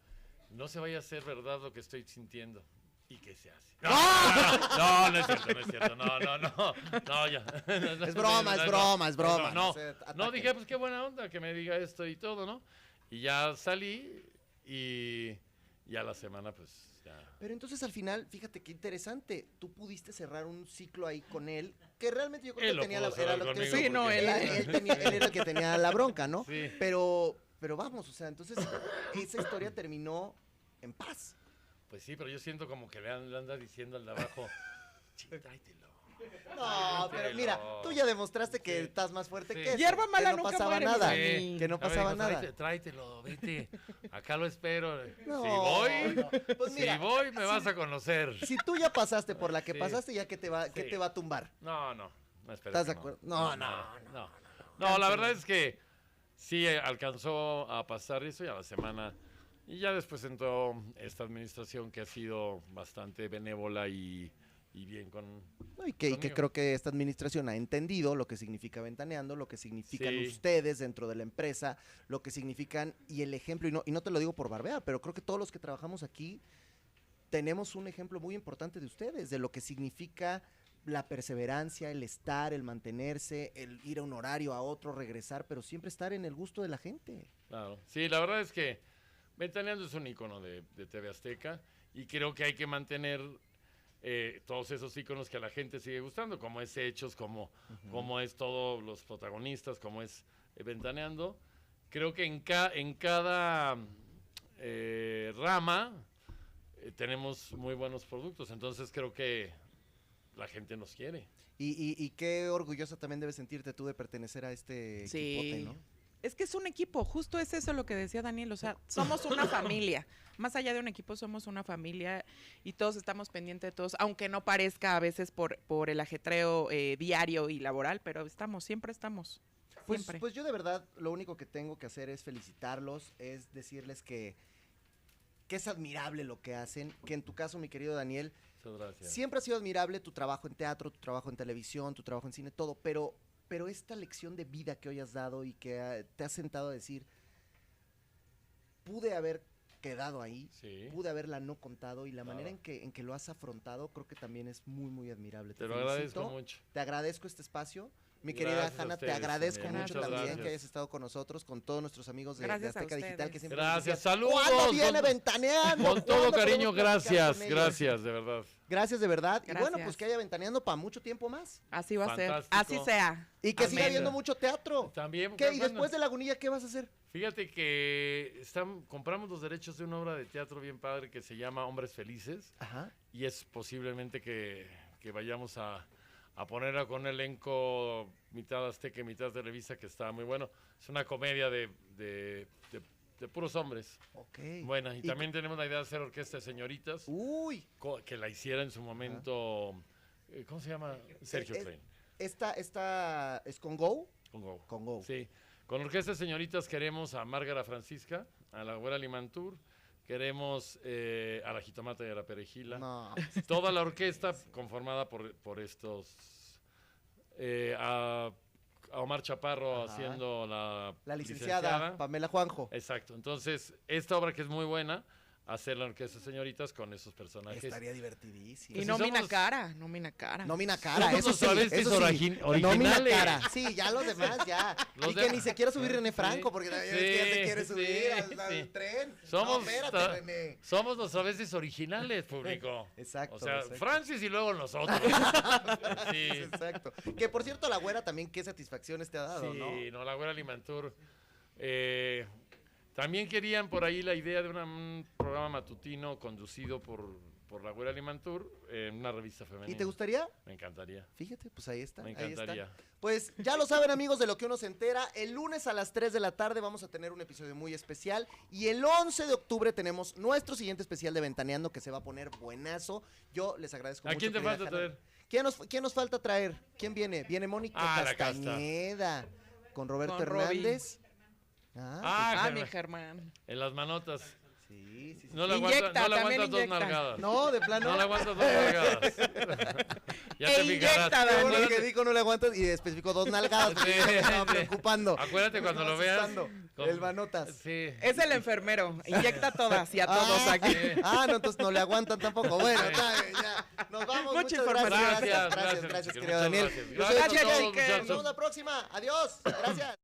Speaker 2: no se vaya a ser verdad lo que estoy sintiendo. ¿Y qué se hace? No, no, no, no es cierto, no es cierto. No, no, no. No, ya.
Speaker 1: Es broma, es broma, es broma.
Speaker 2: No,
Speaker 1: No se
Speaker 2: no,
Speaker 1: ataquen.
Speaker 2: dije, pues qué buena onda que me diga esto y todo, ¿no? Y ya salí y ya la semana, pues ya.
Speaker 1: Pero entonces al final, fíjate qué interesante. Tú pudiste cerrar un ciclo ahí con él, que realmente yo creo
Speaker 2: Él
Speaker 1: que
Speaker 2: lo
Speaker 1: tenía la,
Speaker 2: pudo cerrar
Speaker 1: era lo que-
Speaker 2: conmigo
Speaker 3: Sí, no,
Speaker 2: porque-
Speaker 1: él, él tenía- él era el que tenía la bronca, ¿no?
Speaker 2: Sí.
Speaker 1: Pero, pero vamos, o sea, entonces esa historia terminó en paz.
Speaker 2: Pues sí, pero yo siento como que le, an- le anda diciendo al de abajo, "Chin, tráetelo".
Speaker 1: No, pero mira, tú ya demostraste que
Speaker 2: Sí.
Speaker 1: estás más fuerte
Speaker 2: Sí.
Speaker 1: que eso,
Speaker 3: Hierba
Speaker 1: que
Speaker 3: mala
Speaker 1: no
Speaker 3: nunca
Speaker 1: pasaba
Speaker 3: muere,
Speaker 1: nada,
Speaker 3: mi
Speaker 2: Sí.
Speaker 1: que no
Speaker 2: A ver,
Speaker 1: pasaba
Speaker 2: dijo,
Speaker 1: nada.
Speaker 2: "Tráete- Tráetelo, vete. Acá lo espero.
Speaker 1: No,
Speaker 2: si voy,
Speaker 1: no. Pues mira,
Speaker 2: si voy, me vas a conocer.
Speaker 1: Si tú ya pasaste por la que
Speaker 2: Sí.
Speaker 1: pasaste, ya que te va, ¿qué
Speaker 2: Sí.
Speaker 1: te va a tumbar.
Speaker 2: No, no. no espero
Speaker 1: ¿Estás
Speaker 2: que
Speaker 1: de acuerdo? No,
Speaker 2: no. No, no. No, la verdad es que sí eh, alcanzó a pasar eso y a la semana. Y ya después entró esta administración que ha sido bastante benévola y, y bien con.
Speaker 1: No, y, que, y que
Speaker 2: Conmigo.
Speaker 1: creo que esta administración ha entendido lo que significa ventaneando, lo que significan
Speaker 2: Sí.
Speaker 1: ustedes dentro de la empresa, lo que significan y el ejemplo. Y no, y no te lo digo por barbear, pero creo que todos los que trabajamos aquí tenemos un ejemplo muy importante de ustedes, de lo que significa la perseverancia, el estar, el mantenerse, el ir a un horario, a otro, regresar, pero siempre estar en el gusto de la gente.
Speaker 2: Claro. Sí, la verdad es que Ventaneando es un icono de, de TV Azteca y creo que hay que mantener eh, todos esos iconos que a la gente sigue gustando, como es Hechos, como, como es todos los protagonistas, como es eh, Ventaneando. Creo que en, ca- en cada mm, eh, rama eh, tenemos muy buenos productos, entonces creo que la gente nos quiere.
Speaker 1: Y, y- y qué orgullosa también debes sentirte tú de pertenecer a este
Speaker 3: Sí.
Speaker 1: equipote, ¿no?
Speaker 3: Es que es un equipo, justo es eso lo que decía Daniel, o sea, somos una familia. Más allá de un equipo, somos una familia y todos estamos pendientes de todos, aunque no parezca a veces por, por el ajetreo eh, diario y laboral, pero estamos, siempre estamos.
Speaker 1: Pues,
Speaker 3: siempre.
Speaker 1: pues yo de verdad lo único que tengo que hacer es felicitarlos, es decirles que, que es admirable lo que hacen, que en tu caso, mi querido Daniel,
Speaker 2: Muchas gracias.
Speaker 1: siempre ha sido admirable tu trabajo en teatro, tu trabajo en televisión, tu trabajo en cine, todo, pero, pero esta lección de vida que hoy has dado y que ah, te has sentado a decir, pude haber quedado ahí,
Speaker 2: Sí.
Speaker 1: pude haberla no contado y la manera
Speaker 2: Claro.
Speaker 1: en que, en que lo has afrontado creo que también es muy, muy admirable.
Speaker 2: Te lo
Speaker 1: felicito.
Speaker 2: agradezco mucho.
Speaker 1: Te agradezco este espacio. Mi querida
Speaker 2: Gracias a
Speaker 1: Hanna, te
Speaker 2: ustedes
Speaker 1: agradezco
Speaker 2: también.
Speaker 1: mucho
Speaker 2: Muchas
Speaker 1: también
Speaker 2: gracias.
Speaker 1: que hayas estado con nosotros, con todos nuestros amigos de, de
Speaker 3: Gracias a
Speaker 1: Azteca Digital que
Speaker 3: ustedes.
Speaker 1: siempre
Speaker 2: Gracias,
Speaker 1: nos decían,
Speaker 2: saludos,
Speaker 1: "¿Cuándo viene
Speaker 2: con-
Speaker 1: Ventaneando?
Speaker 2: Con todo
Speaker 1: ¿Cuándo
Speaker 2: cariño,
Speaker 1: podemos platicar
Speaker 2: gracias,
Speaker 1: con ellos?"
Speaker 2: gracias, de verdad.
Speaker 1: Gracias de verdad. Y bueno,
Speaker 3: Gracias.
Speaker 1: pues que haya Ventaneando para mucho tiempo más.
Speaker 3: Así va a ser,
Speaker 2: Fantástico.
Speaker 3: así sea.
Speaker 1: Y que
Speaker 2: Amén.
Speaker 1: siga habiendo mucho teatro.
Speaker 2: También.
Speaker 1: ¿Qué? ¿Y
Speaker 2: bueno,
Speaker 1: después de Lagunilla qué vas a hacer?
Speaker 2: Fíjate que están, compramos los derechos de una obra de teatro bien padre que se llama Hombres Felices
Speaker 1: Ajá.
Speaker 2: y es posiblemente que, que vayamos a, a ponerla con un elenco mitad azteca y mitad televisa que está muy bueno. Es una comedia de, de- de- de puros hombres.
Speaker 1: Ok.
Speaker 2: Buena. Y, también tenemos la idea de hacer orquesta de señoritas
Speaker 1: Uh. Uy,
Speaker 2: co- que la hiciera en su momento, eh, ¿cómo se llama? Sergio
Speaker 1: Eh, eh,
Speaker 2: Klein.
Speaker 1: esta, esta es con Go.
Speaker 2: Con Go.
Speaker 1: Con Go.
Speaker 2: Sí. Con Orquesta de Señoritas queremos a Márgara Francisca, a la abuela Limantur, queremos eh, a la jitomata y a la perejila.
Speaker 1: No.
Speaker 2: Toda la orquesta conformada por, por estos... eh, a, a Omar Chaparro
Speaker 1: Ajá.
Speaker 2: haciendo la...
Speaker 1: La licenciada Pamela Juanjo.
Speaker 2: Exacto. Entonces, esta obra que es muy buena, hacer la orquesta de señoritas con esos personajes.
Speaker 1: Estaría divertidísimo.
Speaker 2: Pues si
Speaker 3: y nómina
Speaker 2: somos-
Speaker 3: cara, nómina cara.
Speaker 1: Nómina cara, eso
Speaker 2: los
Speaker 1: sí,
Speaker 2: orestes
Speaker 1: eso sí.
Speaker 2: origi-
Speaker 1: Nómina
Speaker 2: originales.
Speaker 1: cara. Sí, ya los demás, ya.
Speaker 2: Los
Speaker 1: y que
Speaker 2: demás.
Speaker 1: ni se quiera subir René Franco, porque
Speaker 2: Sí,
Speaker 1: ya ves que ya se quiere
Speaker 2: sí,
Speaker 1: subir al, al
Speaker 2: sí.
Speaker 1: tren.
Speaker 2: Somos,
Speaker 1: No, espérate,
Speaker 2: ta-
Speaker 1: René.
Speaker 2: somos los a veces originales, público.
Speaker 1: Exacto,
Speaker 2: O sea,
Speaker 1: exacto.
Speaker 2: Francis y luego nosotros. sí,
Speaker 1: Exacto. Que por cierto, la güera también qué satisfacciones te ha dado,
Speaker 2: sí,
Speaker 1: ¿no?
Speaker 2: no, la güera Limantur. Eh, también querían por ahí la idea de una- un programa matutino conducido por, por la güera Limantur en una revista femenina.
Speaker 1: ¿Y te gustaría?
Speaker 2: Me encantaría.
Speaker 1: Fíjate, pues ahí está.
Speaker 2: Me
Speaker 1: ahí está.
Speaker 2: encantaría.
Speaker 1: Pues ya lo saben amigos de lo que uno se entera, el lunes a las 3 de la tarde vamos a tener un episodio muy especial y el 11 de octubre tenemos nuestro siguiente especial de Ventaneando que se va a poner buenazo. Yo les agradezco
Speaker 2: ¿A
Speaker 1: mucho.
Speaker 2: quién te
Speaker 1: querida
Speaker 2: falta
Speaker 1: Hanna.
Speaker 2: traer?
Speaker 1: ¿Quién nos, quién nos falta traer? ¿Quién viene? Viene Mónica
Speaker 2: Ah, la casta.
Speaker 1: Castañeda con Roberto
Speaker 3: Con Robbie.
Speaker 1: Hernández. Ah,
Speaker 2: Ah,
Speaker 3: Ah,
Speaker 2: Germán,
Speaker 3: mi Germán.
Speaker 2: en las manotas.
Speaker 1: sí, sí, sí.
Speaker 2: No le
Speaker 3: Inyecta,
Speaker 2: aguantas, no le
Speaker 3: también
Speaker 2: aguantas dos
Speaker 3: inyecta.
Speaker 2: nalgadas.
Speaker 1: No, de plano.
Speaker 2: No le aguantas dos nalgadas. ya
Speaker 3: E
Speaker 2: te
Speaker 3: inyecta,
Speaker 2: fijarás.
Speaker 1: Qué bueno
Speaker 2: Acuérdate-
Speaker 1: que dijo no le aguantas y especificó dos nalgadas. porque
Speaker 2: Sí,
Speaker 1: me estaba
Speaker 2: sí.
Speaker 1: preocupando.
Speaker 2: Acuérdate
Speaker 1: Me
Speaker 2: cuando
Speaker 1: estaba
Speaker 2: lo veas.
Speaker 1: asustando.
Speaker 2: con-
Speaker 1: El manotas.
Speaker 2: Sí.
Speaker 3: Es el enfermero. Inyecta a todas y a todos
Speaker 1: Ah,
Speaker 3: aquí.
Speaker 2: aquí.
Speaker 1: Ah, no, entonces no le aguantan tampoco. Bueno,
Speaker 2: Sí.
Speaker 1: está bien, ya. Nos vamos.
Speaker 3: Mucha
Speaker 1: Muchas gracias.
Speaker 2: información.
Speaker 1: Gracias, gracias, gracias,
Speaker 2: Gracias,
Speaker 1: querido
Speaker 2: muchas
Speaker 1: Daniel.
Speaker 2: gracias.
Speaker 1: Yo soy
Speaker 3: Gracias,
Speaker 1: Héctor
Speaker 3: Chiquen.
Speaker 1: Nos vemos la próxima. Adiós. Gracias.